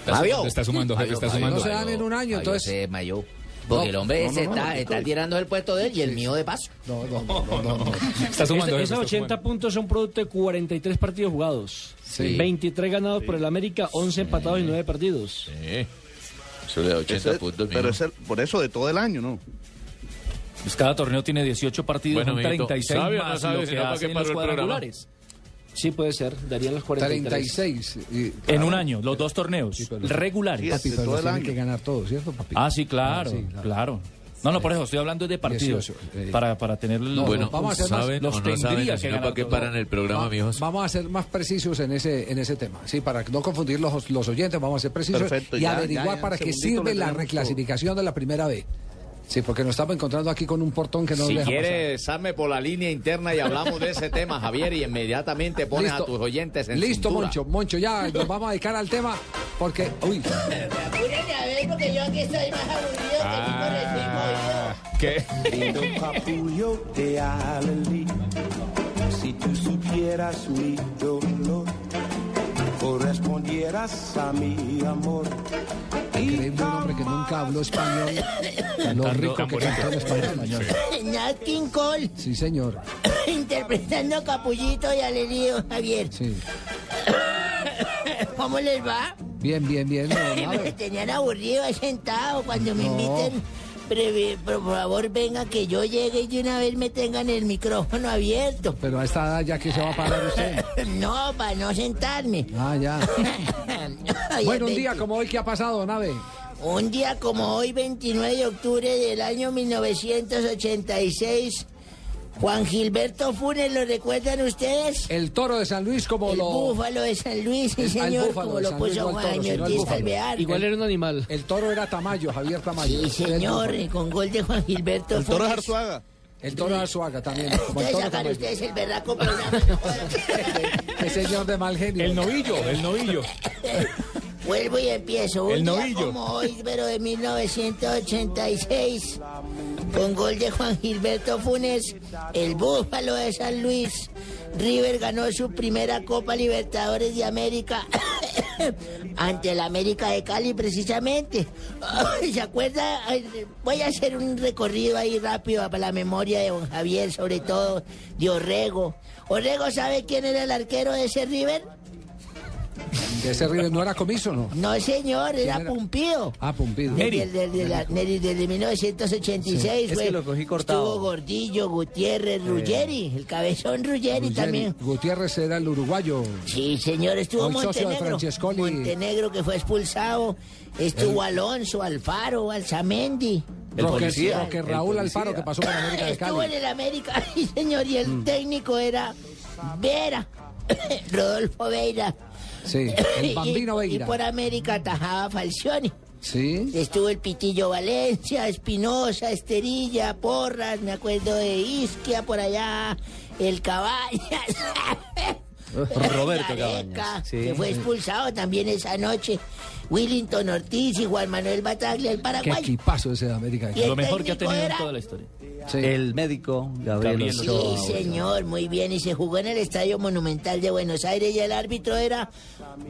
Speaker 18: Está
Speaker 2: Fabio.
Speaker 18: sumando, está sumando, jefe, está
Speaker 12: No se
Speaker 18: sumando.
Speaker 12: dan en un año,
Speaker 2: Mayo
Speaker 12: entonces...
Speaker 2: se desmayó. Porque el hombre
Speaker 12: No, no,
Speaker 2: se
Speaker 12: no,
Speaker 2: está,
Speaker 12: no,
Speaker 2: está
Speaker 12: no.
Speaker 2: tirando el puesto de él y el mío de paso.
Speaker 12: No, no, no, no.
Speaker 18: Está sumando, jefe,
Speaker 3: Este- esos
Speaker 18: está
Speaker 3: 80
Speaker 18: sumando.
Speaker 3: puntos son producto de 43 partidos jugados.
Speaker 18: Sí.
Speaker 3: 23 ganados por el América, 11 empatados y 9 perdidos.
Speaker 4: Eso le da 80 puntos. Eh. Pero es el- por eso de todo el año, ¿no?
Speaker 5: Pues cada torneo tiene 18 partidos,
Speaker 4: Bueno,
Speaker 5: son
Speaker 4: amiguito,
Speaker 5: 36
Speaker 4: ¿sabe o no
Speaker 5: más
Speaker 4: sabe
Speaker 5: lo
Speaker 4: si
Speaker 5: que
Speaker 4: no, para qué
Speaker 5: hacen
Speaker 4: paró
Speaker 5: los
Speaker 4: el programa?
Speaker 5: cuadrangulares.
Speaker 3: Sí, puede ser. Darían los 43.
Speaker 12: 36.
Speaker 5: En un año, los dos torneos regulares.
Speaker 12: Papi, pero los tienen que ganar todos, ¿cierto, papi?
Speaker 5: Ah, sí, claro,
Speaker 12: Sí,
Speaker 5: claro. No, no, por eso estoy hablando de partidos.
Speaker 12: 18, eh.
Speaker 5: Para, para tener el-
Speaker 12: No,
Speaker 33: bueno,
Speaker 12: no, vamos a hacer más-
Speaker 33: ¿saben
Speaker 5: los
Speaker 33: o no saben?
Speaker 5: tendría
Speaker 33: Si
Speaker 5: que
Speaker 33: no,
Speaker 5: ganar
Speaker 33: ¿para qué
Speaker 5: todos.
Speaker 33: paran el programa,
Speaker 12: Va-
Speaker 33: mijos?
Speaker 12: Vamos a ser más precisos en ese, en ese tema, sí, para no confundir los, los oyentes, vamos a ser precisos
Speaker 4: Perfecto,
Speaker 12: y
Speaker 4: ya,
Speaker 12: averiguar
Speaker 4: ya, ya,
Speaker 12: para qué
Speaker 4: segundito
Speaker 12: sirve
Speaker 4: lo
Speaker 12: la
Speaker 4: tenemos
Speaker 12: reclasificación de la primera B. Sí, porque nos estamos encontrando aquí con un portón que no
Speaker 33: si
Speaker 12: deja pasar.
Speaker 33: quieres, hazme por la línea interna y hablamos de ese tema, Javier, y inmediatamente pones
Speaker 12: Listo.
Speaker 33: a tus oyentes en
Speaker 12: Listo,
Speaker 33: cintura.
Speaker 12: Moncho, Moncho, ya nos vamos a dedicar al tema porque, uy,
Speaker 15: Apúrate a ver, porque yo aquí estoy más aburrido
Speaker 7: Ah.
Speaker 18: ¿Qué?
Speaker 16: Lindo capullo de Alelí, si tú supieras mi dolor, correspondieras a mi amor.
Speaker 12: increíble un hombre que nunca habló español, lo
Speaker 16: Cantando
Speaker 12: rico que
Speaker 16: tamborito.
Speaker 12: cantó en español.
Speaker 15: que Nat King Cole,
Speaker 12: Sí, señor.
Speaker 15: interpretando a Capullito y Alerío Javier.
Speaker 12: Sí.
Speaker 15: ¿Cómo les va?
Speaker 12: Bien, bien, bien. no, a
Speaker 15: Me
Speaker 12: ver.
Speaker 15: tenían aburrido ahí sentado cuando me
Speaker 12: No.
Speaker 15: inviten. preve- por favor, venga que yo llegue y de una vez me tengan el micrófono abierto.
Speaker 12: Pero a esta edad ya que se va a parar usted.
Speaker 15: No, para no sentarme.
Speaker 12: Ah, ya.
Speaker 15: Ay,
Speaker 12: Bueno, un
Speaker 15: el
Speaker 12: día
Speaker 15: 20.
Speaker 12: como hoy, ¿qué ha pasado, Nave?
Speaker 15: Un día como hoy, 29 de octubre del año 1986, Juan Gilberto Funes, ¿lo recuerdan ustedes?
Speaker 12: El toro de San Luis como
Speaker 15: El
Speaker 12: lo... Ah,
Speaker 15: búfalo de San Luis, sí
Speaker 12: El- al
Speaker 15: señor,
Speaker 12: búfalo
Speaker 15: como
Speaker 12: de
Speaker 15: lo
Speaker 12: San Luis,
Speaker 15: puso
Speaker 12: no al toro,
Speaker 15: Juan
Speaker 12: sino al
Speaker 15: Ortiz
Speaker 12: búfalo.
Speaker 15: Alvear.
Speaker 12: Igual era
Speaker 3: un animal.
Speaker 12: El toro era Tamayo, Javier Tamayo.
Speaker 15: Sí, señor,
Speaker 12: El,
Speaker 15: con gol de Juan Gilberto Funes.
Speaker 12: el toro de Arzuaga también. como el
Speaker 15: Ustedes
Speaker 12: toro
Speaker 15: sacan
Speaker 12: Tamayo.
Speaker 15: ustedes el berraco programa.
Speaker 12: Qué señor de mal genio.
Speaker 18: El novillo, ¿eh? el novillo.
Speaker 15: Vuelvo y empiezo. Un
Speaker 18: El
Speaker 15: día
Speaker 18: novillo.
Speaker 15: como hoy, pero de 1986, con gol de Juan Gilberto Funes, el Búfalo de San Luis, River ganó su primera Copa Libertadores de América ante el América de Cali, precisamente. ¿Se acuerda? Ay, Voy a hacer un recorrido ahí rápido para la memoria de don Javier, sobre todo de Orrego. ¿Orrego sabe quién era el arquero de ese River?
Speaker 12: Ese River no era comiso, ¿no?
Speaker 15: No, señor,
Speaker 12: ¿Quién
Speaker 15: era
Speaker 12: era?
Speaker 15: Pumpido.
Speaker 12: Ah, Pumpido.
Speaker 15: Desde, desde la- Neri, desde 1986,
Speaker 35: Sí, es
Speaker 15: güey.
Speaker 35: que lo cogí cortado.
Speaker 15: Estuvo Gordillo, Gutiérrez, Ruggeri, el cabezón Ruggeri,
Speaker 12: Ruggeri.
Speaker 15: también.
Speaker 12: Gutiérrez era el uruguayo.
Speaker 15: Sí, señor, estuvo
Speaker 12: Hoy socio de
Speaker 15: Montenegro.
Speaker 12: Francescoli.
Speaker 15: Montenegro que fue expulsado. Estuvo Alonso, Alfaro, Alzamendi.
Speaker 12: Roque- Roque Raúl Alfaro que pasó por América de
Speaker 15: Estuvo en
Speaker 12: Cali.
Speaker 15: el América, sí, señor, y el técnico era Vera, Rodolfo Vera.
Speaker 12: Sí, el bambino
Speaker 15: y, y
Speaker 12: Veira.
Speaker 15: por América atajaba Falcioni.
Speaker 12: Sí.
Speaker 15: Estuvo el Pitillo Valencia, Espinosa, Esterilla, Porras, me acuerdo de Isquia por allá, el Cabañas. Gareca,
Speaker 35: Roberto Cabañas. Sí,
Speaker 15: que fue
Speaker 35: sí.
Speaker 15: expulsado también esa noche. Willington Ortiz y Juan Manuel Bataglia, el
Speaker 12: Qué
Speaker 15: paraguayo.
Speaker 12: equipazo ese de América de
Speaker 15: Y el
Speaker 12: Cali.
Speaker 5: Lo mejor que ha
Speaker 15: técnico
Speaker 5: tenido en
Speaker 15: era-
Speaker 5: toda la historia.
Speaker 35: El médico Gabriel,
Speaker 5: Gabriel
Speaker 15: Sí,
Speaker 35: Ochoa.
Speaker 15: señor, muy bien. Y se jugó en el Estadio Monumental de Buenos Aires y el árbitro era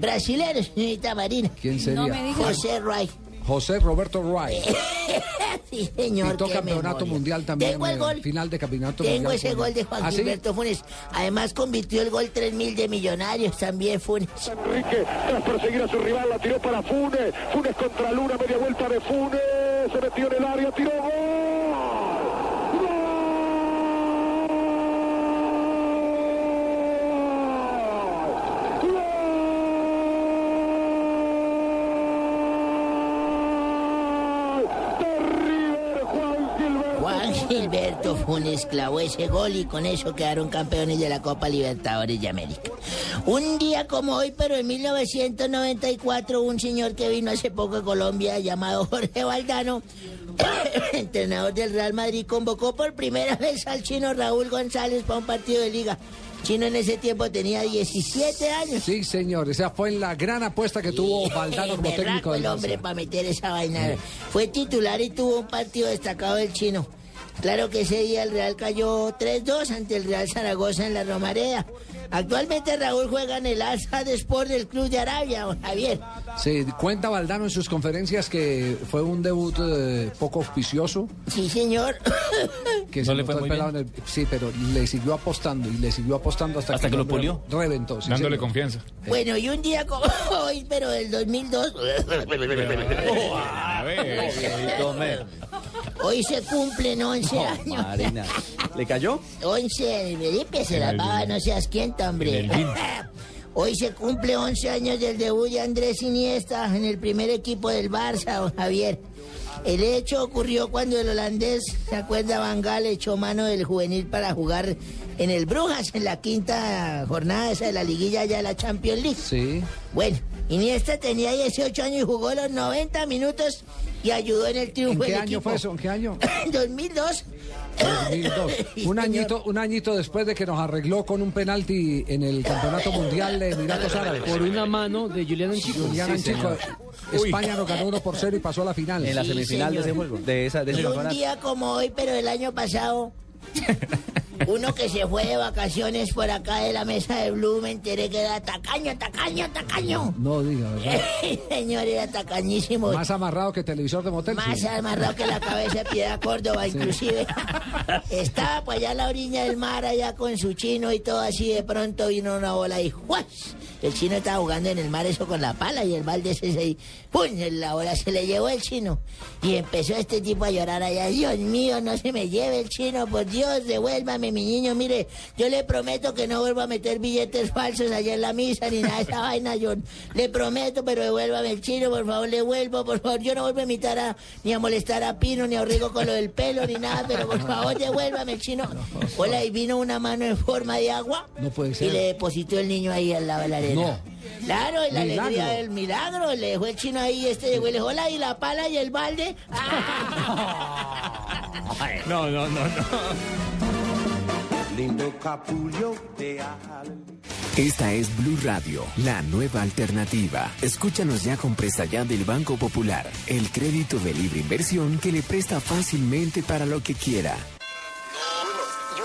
Speaker 15: brasileño, señorita Marina.
Speaker 12: ¿Quién sería?
Speaker 15: José Ray.
Speaker 12: José Roberto Wright.
Speaker 15: sí, señor.
Speaker 12: Quitó
Speaker 15: qué
Speaker 12: campeonato
Speaker 15: memoria.
Speaker 12: mundial también,
Speaker 15: Tengo el
Speaker 12: eh,
Speaker 15: gol.
Speaker 12: final de campeonato
Speaker 15: Tengo
Speaker 12: mundial
Speaker 15: ese
Speaker 12: con-
Speaker 15: gol de Juan
Speaker 12: ¿Ah, sí?
Speaker 15: Gilberto Funes. Además convirtió el gol 3000 de Millonarios también Funes.
Speaker 30: Enrique, tras perseguir a su rival, la tiró para Funes. Funes contra Luna, media vuelta de Funes. Se metió en el área, tiró gol. ¡Gol! ¡Gol! De River, Juan Gilberto.
Speaker 15: Juan Gilberto Funes clavó ese gol y con eso quedaron campeones de la Copa Libertadores de América. Un día como hoy, pero en 1994, un señor que vino hace poco a Colombia, llamado Jorge Valdano, entrenador del Real Madrid, convocó por primera vez al chino Raúl González para un partido de liga. Chino en ese tiempo tenía 17 años.
Speaker 12: Sí, señor. Esa fue la gran apuesta que tuvo Valdano como
Speaker 15: berraco
Speaker 12: técnico del
Speaker 15: Eh, el hombre
Speaker 12: Barça.
Speaker 15: para meter esa vaina. Fue titular y tuvo un partido destacado del chino. Claro que ese día el Real cayó 3-2 ante el Real Zaragoza en la Romareda. Actualmente Raúl juega en el Al Sadd Sport del Club de Arabia, don Javier.
Speaker 12: Sí, cuenta Valdano en sus conferencias que fue un debut eh, poco auspicioso.
Speaker 15: Sí, señor.
Speaker 12: Que
Speaker 15: No
Speaker 12: se
Speaker 15: le
Speaker 12: notó
Speaker 15: fue
Speaker 12: el
Speaker 15: muy
Speaker 12: pelado en el- sí, pero le siguió apostando y le siguió apostando hasta,
Speaker 18: Hasta que lo pulió.
Speaker 12: Reventó. sí,
Speaker 18: Dándole
Speaker 12: señor.
Speaker 18: confianza.
Speaker 15: Bueno, y un día como hoy, pero del 2002,
Speaker 18: A ver,
Speaker 15: hoy se cumplen 11 años.
Speaker 35: Marina. ¿Le cayó?
Speaker 15: 11, Felipe, se
Speaker 35: En
Speaker 15: la
Speaker 35: el-
Speaker 15: pava, no seas quienta, hombre.
Speaker 35: en el vino.
Speaker 15: Hoy se cumple 11 años del debut de Andrés Iniesta en el primer equipo del Barça, don Javier. El hecho ocurrió cuando el holandés, ¿se acuerda? Van Gaal echó mano del juvenil para jugar en el Brujas, en la quinta jornada esa de la liguilla ya de la Champions League.
Speaker 12: Sí.
Speaker 15: Bueno, Iniesta tenía 18 años y jugó los 90 minutos y ayudó en el
Speaker 12: ¿En
Speaker 15: triunfo
Speaker 12: qué
Speaker 15: del
Speaker 12: año fue eso?
Speaker 15: equipo.
Speaker 12: ¿En qué año?
Speaker 15: 2002.
Speaker 12: 2002. Un añito, un añito después de que nos arregló con un penalti en el Campeonato Mundial de Emiratos Árabes.
Speaker 3: Por una mano de Julián Anchico.
Speaker 12: Julián
Speaker 3: Sí,
Speaker 12: Anchico. eh,
Speaker 3: señor.
Speaker 12: España nos ganó 1 por 0 y pasó a la final.
Speaker 35: En la semifinal de ese juego. De esa, de ese
Speaker 15: Y un
Speaker 35: campeonato.
Speaker 15: día como hoy, pero el año pasado, uno que se fue de vacaciones por acá de la mesa de Blue, me enteré que era tacaño, tacaño, tacaño.
Speaker 12: No diga, ¿verdad?
Speaker 15: Señor, era tacañísimo.
Speaker 12: Más amarrado que televisor de motel. sí.
Speaker 15: Más amarrado que la cabeza de Piedad Córdoba, inclusive. Estaba pues allá a la orilla del mar, allá con su chino y todo así. De pronto vino una bola y ¡juas! El chino estaba jugando en el mar eso con la pala y el balde ese se... ¡Pum! La bola se le llevó el chino. Y empezó este tipo a llorar allá. Dios mío, no se me lleve el chino, por Dios, devuélvame mi niño. Mire, yo le prometo que no vuelvo a meter billetes falsos allá en la misa ni nada de esa vaina, yo le prometo, pero devuélvame el chino, por favor, le vuelvo, por favor, yo no vuelvo a imitar a, ni a molestar a Pino, ni a Orrego con lo del pelo, ni nada, pero por favor, devuélvame el chino. Hola, y vino una mano en forma de agua
Speaker 12: No puede
Speaker 15: y
Speaker 12: ser.
Speaker 15: le depositó el niño ahí al lado de la arena.
Speaker 12: No.
Speaker 15: Claro, y la
Speaker 12: Milagro.
Speaker 15: alegría del milagro, le dejó el chino ahí, este llegó y le dijo, hola, y la pala y el balde.
Speaker 16: No, no, no, no. Lindo capullo de al-
Speaker 44: Esta es Blue Radio, la nueva alternativa. Escúchanos ya con presta ya del Banco Popular, el crédito de libre inversión que le presta fácilmente para lo que quiera.
Speaker 32: Yo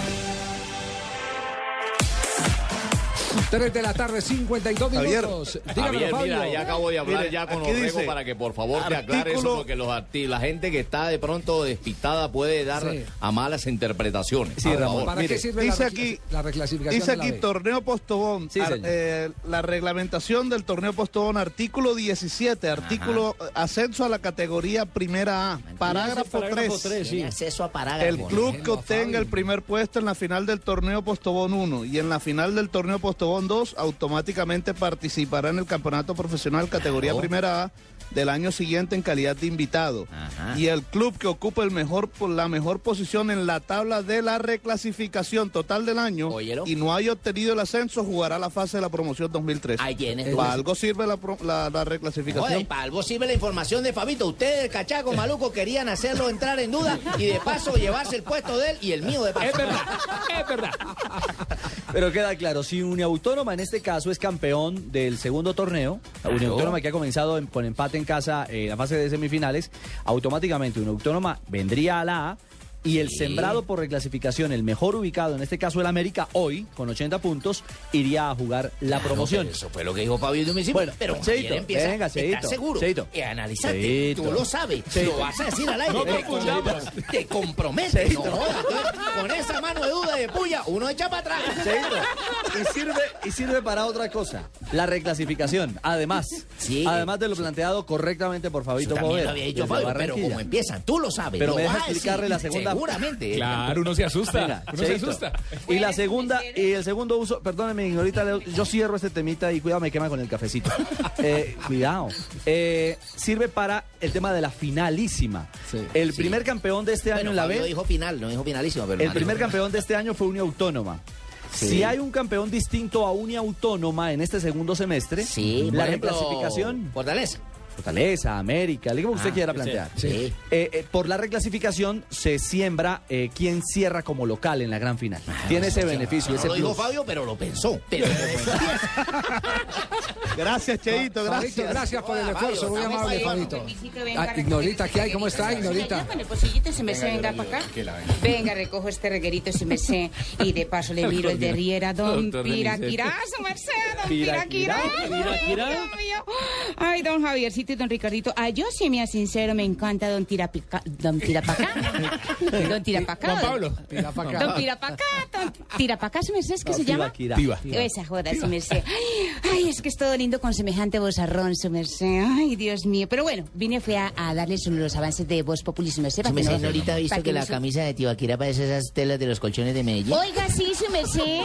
Speaker 12: 3 de la tarde, 52
Speaker 33: Javier,
Speaker 12: minutos. Dígamelo,
Speaker 33: Javier, mira,
Speaker 12: Fabio.
Speaker 33: ya acabo de hablar
Speaker 12: Mire,
Speaker 33: ya con
Speaker 12: aquí
Speaker 33: Orrego
Speaker 12: dice,
Speaker 33: para que por favor te aclare eso,
Speaker 12: artículo-
Speaker 33: porque los arti- la gente que está de pronto despistada puede dar
Speaker 12: Sí.
Speaker 33: a malas interpretaciones. Por favor.
Speaker 12: ¿Para qué
Speaker 33: Mire,
Speaker 12: sirve
Speaker 33: dice
Speaker 12: la,
Speaker 33: aquí-
Speaker 12: recla- la reclasificación
Speaker 4: Dice
Speaker 12: de la
Speaker 4: aquí
Speaker 12: B?
Speaker 4: torneo postobón.
Speaker 12: Sí,
Speaker 4: Ar-
Speaker 12: señor.
Speaker 4: eh, la reglamentación del torneo postobón, artículo 17, artículo eh, ascenso a la categoría primera A, parágrafo,
Speaker 15: Parágrafo
Speaker 4: 3.
Speaker 15: tres, sí. Tiene acceso a parágrafo.
Speaker 4: El club que
Speaker 15: Déjelo a
Speaker 4: obtenga el primer puesto en la final del torneo postobón 1 y en la final del torneo postobón 2 automáticamente participará en el campeonato profesional categoría primera A del año siguiente en calidad de invitado.
Speaker 16: Ah.
Speaker 4: Y el club que ocupa el mejor, po- la mejor posición en la tabla de la reclasificación total del año y no haya obtenido el ascenso jugará la fase de la promoción 2013.
Speaker 46: tienes.
Speaker 4: Para algo sirve la, pro- la- la reclasificación.
Speaker 46: Joder, para algo sirve la información de Fabito. Ustedes, el
Speaker 4: Eh.
Speaker 46: cachaco maluco, querían hacerlo entrar en duda y de paso llevarse el puesto de él y el mío de paso. Es verdad,
Speaker 7: es verdad. Pero queda claro, si Uniautónoma en este caso es campeón del segundo torneo, Uniautónoma que ha comenzado en- con empate en casa eh, la fase de semifinales, automáticamente Uniautónoma vendría a la A y el sembrado por reclasificación, el mejor ubicado, en este caso el América, hoy, con 80 puntos, iría a jugar la promoción.
Speaker 2: pero eso fue lo que dijo Fabio de un principio,
Speaker 7: Bueno,
Speaker 2: pero
Speaker 7: Cheito,
Speaker 2: Javier empieza,
Speaker 7: venga,
Speaker 2: ¿estás
Speaker 7: Cheito,
Speaker 2: seguro?
Speaker 7: Cheito.
Speaker 2: Eh, analízate,
Speaker 7: Cheito.
Speaker 2: tú lo sabes,
Speaker 7: Cheito.
Speaker 2: lo vas a decir al aire.
Speaker 7: No
Speaker 2: te
Speaker 7: confundamos.
Speaker 2: comprometes, Te comprometes, no jodas, entonces,
Speaker 46: Con esa mano de duda y de puya, uno echa para atrás.
Speaker 7: Y sirve, y sirve para otra cosa, la reclasificación, además.
Speaker 2: Sí.
Speaker 7: Además de lo planteado correctamente por Fabito
Speaker 2: Eso también
Speaker 7: Poveda,
Speaker 2: lo había dicho
Speaker 7: desde
Speaker 2: Fabio, pero
Speaker 7: Barranquilla.
Speaker 2: como empiezan, tú lo sabes,
Speaker 7: Pero
Speaker 2: lo
Speaker 7: me deja
Speaker 2: vas a decir,
Speaker 7: explicarle la segunda.
Speaker 2: seguramente. eh.
Speaker 18: Claro, uno se asusta, uno se
Speaker 7: Cheito.
Speaker 18: asusta.
Speaker 7: Y la segunda, y el segundo uso, perdóneme, ahorita Leo, yo cierro este temita y cuidado, me quema con el cafecito. Eh, cuidado. Eh, sirve para el tema de la finalísima. El primer campeón de este año en la
Speaker 2: Fabio
Speaker 7: B.
Speaker 2: dijo final, no dijo finalísimo, pero
Speaker 7: El
Speaker 2: nadie-
Speaker 7: primer campeón de este año fue Unia Autónoma.
Speaker 2: Sí.
Speaker 7: Si hay un campeón distinto a Unia Autónoma en este segundo semestre, la
Speaker 2: por ejemplo,
Speaker 7: reclasificación.
Speaker 2: Fortaleza.
Speaker 7: Fortaleza, América, le digo que usted
Speaker 2: Ah,
Speaker 7: quiera
Speaker 2: yo sé.
Speaker 7: plantear.
Speaker 2: Sí.
Speaker 7: Eh, eh, por la reclasificación se siembra eh, quien cierra como local en la gran final. Tiene ese beneficio,
Speaker 2: No
Speaker 7: ese
Speaker 2: Ah, lo dijo
Speaker 7: plus.
Speaker 2: Fabio, pero lo pensó. Pero
Speaker 4: Gracias, Cheito,
Speaker 12: gracias. Fabito, gracias por el esfuerzo, muy amable, Fabito. Ah, Ignorita, ¿qué hay? ¿Cómo está, Ignorita?
Speaker 27: Con el bolsillito pues, se me se venga para acá. Venga, recojo este reguerito si me sé. Y de paso le
Speaker 29: El
Speaker 27: miro el de
Speaker 29: colombiano.
Speaker 27: Riera, don
Speaker 29: Doctor Denis.
Speaker 27: Piraquirá, su merced, don
Speaker 29: Piraquirá,
Speaker 27: Piraquirá.
Speaker 29: Piraquirá.
Speaker 27: Dios mío. Ay, don Javiercito y don Ricardito. Ay, yo sí me sincero, me encanta don Tirapica, don Tirapacá. don Tirapacá.
Speaker 29: Juan
Speaker 27: don-
Speaker 29: Pablo.
Speaker 27: Pirapacá. Don Pirapacá, don Tirapacá, su merced, ¿es que
Speaker 29: No,
Speaker 27: se llama?
Speaker 29: Tibaquirá. Tiba.
Speaker 27: Esa joda, su merced. Ay, es que es todo lindo con semejante vozarrón, su merced. Ay, Dios mío. Pero bueno, vine fue a, a darles los avances de voz popular, su merced. para
Speaker 14: Su
Speaker 27: que
Speaker 15: Ah,
Speaker 14: merced,
Speaker 27: no-
Speaker 14: ahorita ha
Speaker 27: para
Speaker 14: visto
Speaker 27: que
Speaker 14: que la
Speaker 27: no se-
Speaker 14: camisa de Tibaquira parece esas telas de los colchones de Medellín.
Speaker 27: Oiga, sí, su merced.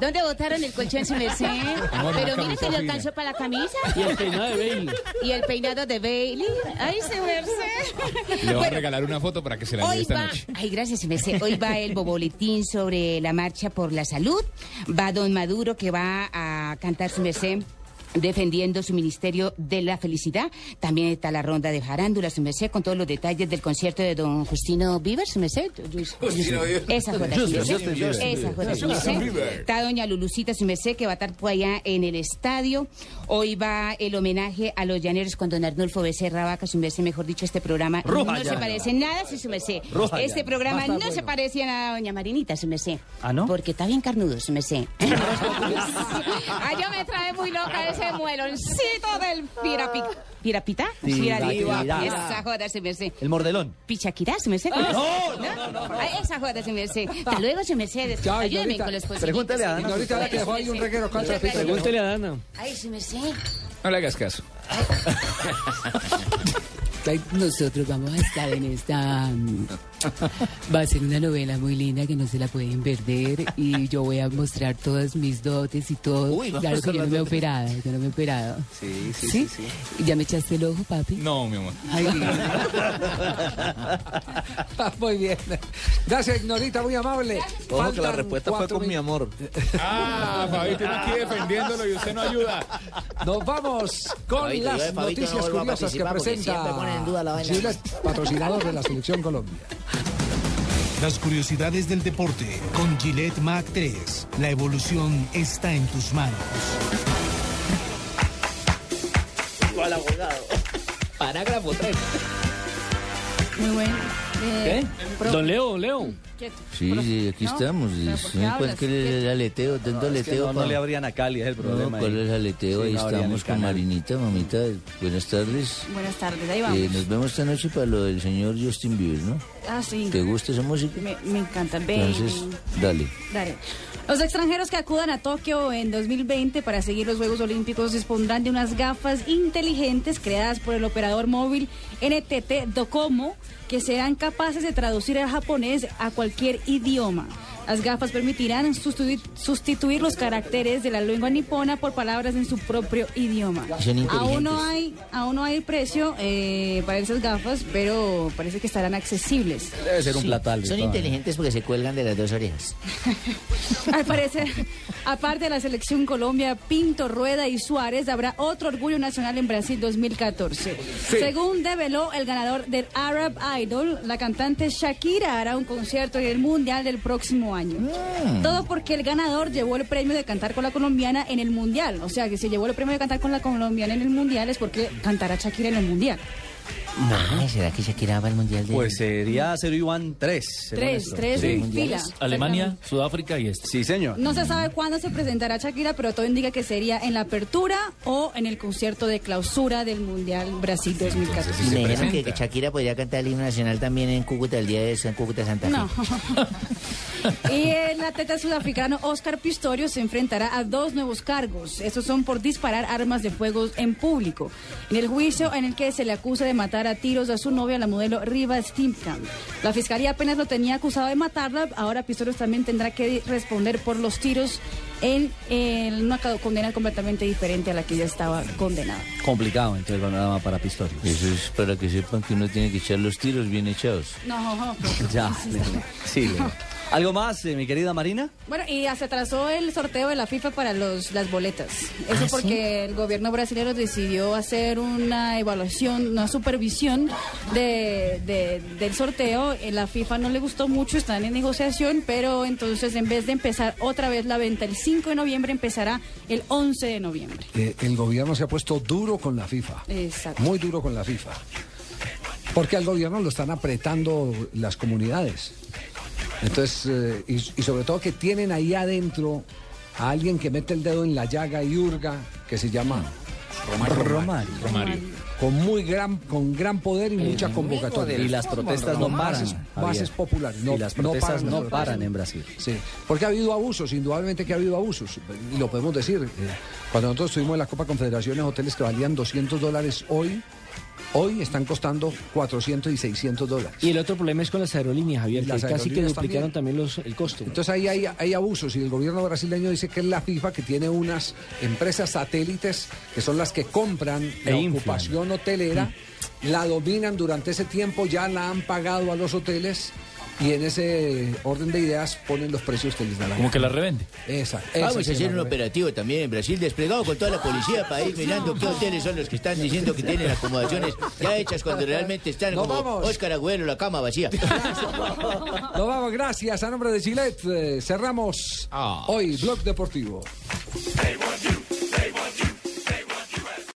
Speaker 27: ¿Dónde botaron el colchón, su merced?
Speaker 14: Amor,
Speaker 27: Pero
Speaker 14: una
Speaker 27: mire
Speaker 14: camisa
Speaker 27: que le
Speaker 14: fina.
Speaker 27: alcanzó para la camisa.
Speaker 15: Y el peinado de Bailey.
Speaker 27: Y el peinado de Bailey. Ay, su merced.
Speaker 18: Le voy a
Speaker 27: Bueno,
Speaker 18: regalar una foto para que se la lleve
Speaker 27: Hoy
Speaker 18: esta
Speaker 27: va,
Speaker 18: noche.
Speaker 27: ay gracias, MC. Hoy va el boboletín sobre la marcha por la salud. Va Don Maduro que va a cantar su merced defendiendo su Ministerio de la Felicidad. También está la ronda de farándula, su merced, con todos los detalles del concierto de don Justino Bieber, su merced.
Speaker 29: Justino Bieber.
Speaker 27: Esa joda, su
Speaker 29: Justin,
Speaker 27: merced.
Speaker 29: Justin Bieber.
Speaker 27: Esa joda, su
Speaker 29: Justin
Speaker 27: merced.
Speaker 29: Bieber.
Speaker 27: Está doña Lulucita su merced, que va a estar por allá en el estadio. Hoy va el homenaje a los llaneros con don Arnulfo Becerra Vaca, su merced, mejor dicho, este programa Roja no se llana. parece en nada, sí, su merced. Roja este llana. Va a programa no estar se bueno. parece a nada a doña Marinita, su merced. ¿Ah, no? Porque está bien Ah, carnudo, su merced.
Speaker 29: Ay, yo me trae muy loca ese mueloncito del pirapi...
Speaker 27: ¿Pirapita?
Speaker 7: Tiraquirá.
Speaker 27: Esa joda, su merced.
Speaker 7: El mordelón.
Speaker 27: Pichaquirá, su merced. ¿cómo
Speaker 7: Ah,
Speaker 27: es?
Speaker 7: no,
Speaker 27: no, no, Ay, Esa joda, su merced. Hasta luego, su merced.
Speaker 12: Chao,
Speaker 27: Ayúdenme
Speaker 12: Ignorita.
Speaker 27: con los posibles.
Speaker 12: Pregúntale a Dana. Ignorita, ahora que dejó ahí un reguero, ¿cuántas pistas?
Speaker 15: Pregúntele a Dana.
Speaker 27: Ay, su merced.
Speaker 18: No le hagas caso.
Speaker 29: Nosotros vamos a estar en esta... mm, Va a ser una novela muy linda que no se la pueden perder y yo voy a mostrar todas mis dotes y todo. Uy, vamos a claro que mostrar yo no las me he dotes. operado, yo no me he operado.
Speaker 18: Sí, sí,
Speaker 29: ¿Sí?
Speaker 18: sí,
Speaker 29: ¿Ya me echaste el ojo, papi?
Speaker 18: No, mi amor.
Speaker 29: Ay,
Speaker 12: Muy bien. Gracias, Ignorita, muy amable.
Speaker 4: Ojo que la
Speaker 12: Faltan
Speaker 4: respuesta fue
Speaker 12: cuatro
Speaker 4: con mi amor.
Speaker 18: Ah, Fabito, uno aquí defendiéndolo y usted no ayuda.
Speaker 12: Nos vamos con
Speaker 18: Fabito, yo de
Speaker 12: las
Speaker 18: Fabito no
Speaker 12: noticias
Speaker 18: vuelvo a
Speaker 12: curiosas que
Speaker 18: participar porque
Speaker 12: presenta
Speaker 18: siempre ponen en duda la vaina.
Speaker 12: Gillette, patrocinador de la Selección Colombia.
Speaker 20: Las curiosidades del deporte con Gillette Mac 3. La evolución está en tus manos.
Speaker 46: Igual abogado.
Speaker 2: Parágrafo 3.
Speaker 9: Muy bueno. Eh, pro-
Speaker 15: Don Leo, don Leo.
Speaker 9: quieto.
Speaker 14: Sí, sí, aquí
Speaker 9: No,
Speaker 14: estamos.
Speaker 9: pero ¿por
Speaker 14: Sí,
Speaker 9: qué hablas?
Speaker 14: cualquier el aleteo, tanto
Speaker 7: es que
Speaker 14: aleteo.
Speaker 7: no, no
Speaker 14: pa-
Speaker 7: le abrían a Cali, es el problema.
Speaker 14: No, pues, ¿cuál
Speaker 7: ahí.
Speaker 14: es el aleteo?
Speaker 7: Sí,
Speaker 14: Ahí
Speaker 7: no abrían
Speaker 14: estamos
Speaker 7: el
Speaker 14: con
Speaker 7: canal.
Speaker 14: Marinita, mamita. Buenas tardes.
Speaker 9: Buenas tardes, ahí vamos.
Speaker 14: Eh, nos vemos esta noche para lo del señor Justin Bieber, ¿no?
Speaker 9: Ah, sí.
Speaker 14: ¿Te gusta esa música?
Speaker 9: Me, me encanta. Baby.
Speaker 14: Entonces, dale.
Speaker 9: Dale. Los extranjeros que acudan a Tokio en 2020 para seguir los Juegos Olímpicos dispondrán de unas gafas inteligentes creadas por el operador móvil NTT Docomo que serán capaces de traducir al japonés a cualquier idioma. Las gafas permitirán sustituir, sustituir los caracteres de la lengua nipona por palabras en su propio idioma.
Speaker 14: Son inteligentes.
Speaker 9: Aún no hay, aún no hay precio eh, para esas gafas, pero parece que estarán accesibles.
Speaker 35: Debe ser un platal.
Speaker 14: Son inteligentes porque se cuelgan de las dos orejas.
Speaker 9: Al parecer, aparte de la selección Colombia, Pinto, Rueda y Suárez, habrá otro orgullo nacional en Brasil 2014. Según develó el ganador del Arab Idol, la cantante Shakira hará un concierto en el Mundial del próximo año. Todo porque el ganador llevó el premio de cantar con la colombiana en el Mundial. O sea, que si llevó el premio de cantar con la colombiana en el Mundial es porque cantará Shakira en el Mundial.
Speaker 14: Ay, ¿será que Shakira va al mundial de
Speaker 35: Pues sería 0 Iván 3.
Speaker 9: Tres, tres en fila.
Speaker 34: Alemania, Sudáfrica y este.
Speaker 35: Sí, señor.
Speaker 9: No se sabe cuándo se presentará Shakira, pero todo indica que sería en la apertura o en el concierto de clausura del Mundial Brasil 2014.
Speaker 14: Me dijeron que, que Shakira podría cantar el himno nacional también en Cúcuta el día de San Cúcuta Santa Fe.
Speaker 9: No. y el atleta sudafricano Oscar Pistorio se enfrentará a dos nuevos cargos. Estos son por disparar armas de fuego en público. En el juicio en el que se le acusa de matar a tiros a su novia, la modelo Riva Steenkamp. La fiscalía apenas lo tenía acusado de matarla. Ahora Pistorius también tendrá que responder por los tiros en, en una ca- condena completamente diferente a la que ya estaba condenada.
Speaker 35: Complicado, entonces el panorama para Pistorius.
Speaker 14: Pues Eso es para que sepan que uno tiene que echar los tiros bien echados.
Speaker 9: No.
Speaker 35: Ya, Leo. sí, Leo. ¿Algo más, eh, mi querida Marina?
Speaker 9: Bueno, y ya se atrasó el sorteo de la FIFA para los, las boletas. Eso
Speaker 35: ¿Ah,
Speaker 9: porque el gobierno brasileño decidió hacer una evaluación, una supervisión de, de- del sorteo. Eh, La FIFA no le gustó mucho, están en negociación, pero entonces en vez de empezar otra vez la venta el 5 de noviembre, empezará el 11 de noviembre.
Speaker 12: Eh, el gobierno se ha puesto duro con la FIFA.
Speaker 9: Exacto.
Speaker 12: Muy duro con la FIFA. Porque al gobierno lo están apretando las comunidades. Entonces, eh, y, y sobre todo que tienen ahí adentro a alguien que mete el dedo en la llaga y hurga, que se llama Romario. Romario. Con muy gran, con gran poder y mucha convocatoria.
Speaker 35: del Y las fútbol, protestas no Romario. paran,
Speaker 12: Bases,
Speaker 35: Javier.
Speaker 12: bases populares.
Speaker 35: Y
Speaker 12: No,
Speaker 35: las protestas no
Speaker 12: las
Speaker 35: paran en
Speaker 12: protestas. Sí, porque ha habido abusos, indudablemente que ha habido abusos. Y lo podemos decir. eh, Cuando nosotros estuvimos en la Copa Confederaciones, hoteles que valían 200 dólares hoy, hoy están costando 400 y 600 dólares.
Speaker 3: Y el otro problema es con las aerolíneas, Javier, que
Speaker 12: Las
Speaker 3: casi que
Speaker 12: aerolíneas
Speaker 3: duplicaron también, los, el costo.
Speaker 12: Entonces ahí hay, hay abusos y el gobierno brasileño dice que es la FIFA que tiene unas empresas satélites que son las que compran la
Speaker 3: inflan.
Speaker 12: ocupación hotelera, la dominan durante ese tiempo, ya la han pagado a los hoteles y en ese orden de ideas ponen los precios que les da la
Speaker 34: Como que
Speaker 12: gana.
Speaker 34: la revende.
Speaker 2: Ah,
Speaker 12: Exacto.
Speaker 2: pues
Speaker 14: Vamos
Speaker 12: esa
Speaker 14: a
Speaker 12: sí
Speaker 14: hacer
Speaker 12: la
Speaker 14: un
Speaker 12: revende.
Speaker 14: operativo también en Brasil, desplegado con toda la policía para ir mirando qué hoteles son los que están diciendo que tienen acomodaciones ya hechas cuando realmente están
Speaker 12: Nos
Speaker 14: como
Speaker 12: vamos.
Speaker 14: Óscar Agüero, la cama vacía.
Speaker 12: Nos vamos, gracias. A nombre de Gillette, eh, cerramos hoy Blog Deportivo.
Speaker 30: They want you.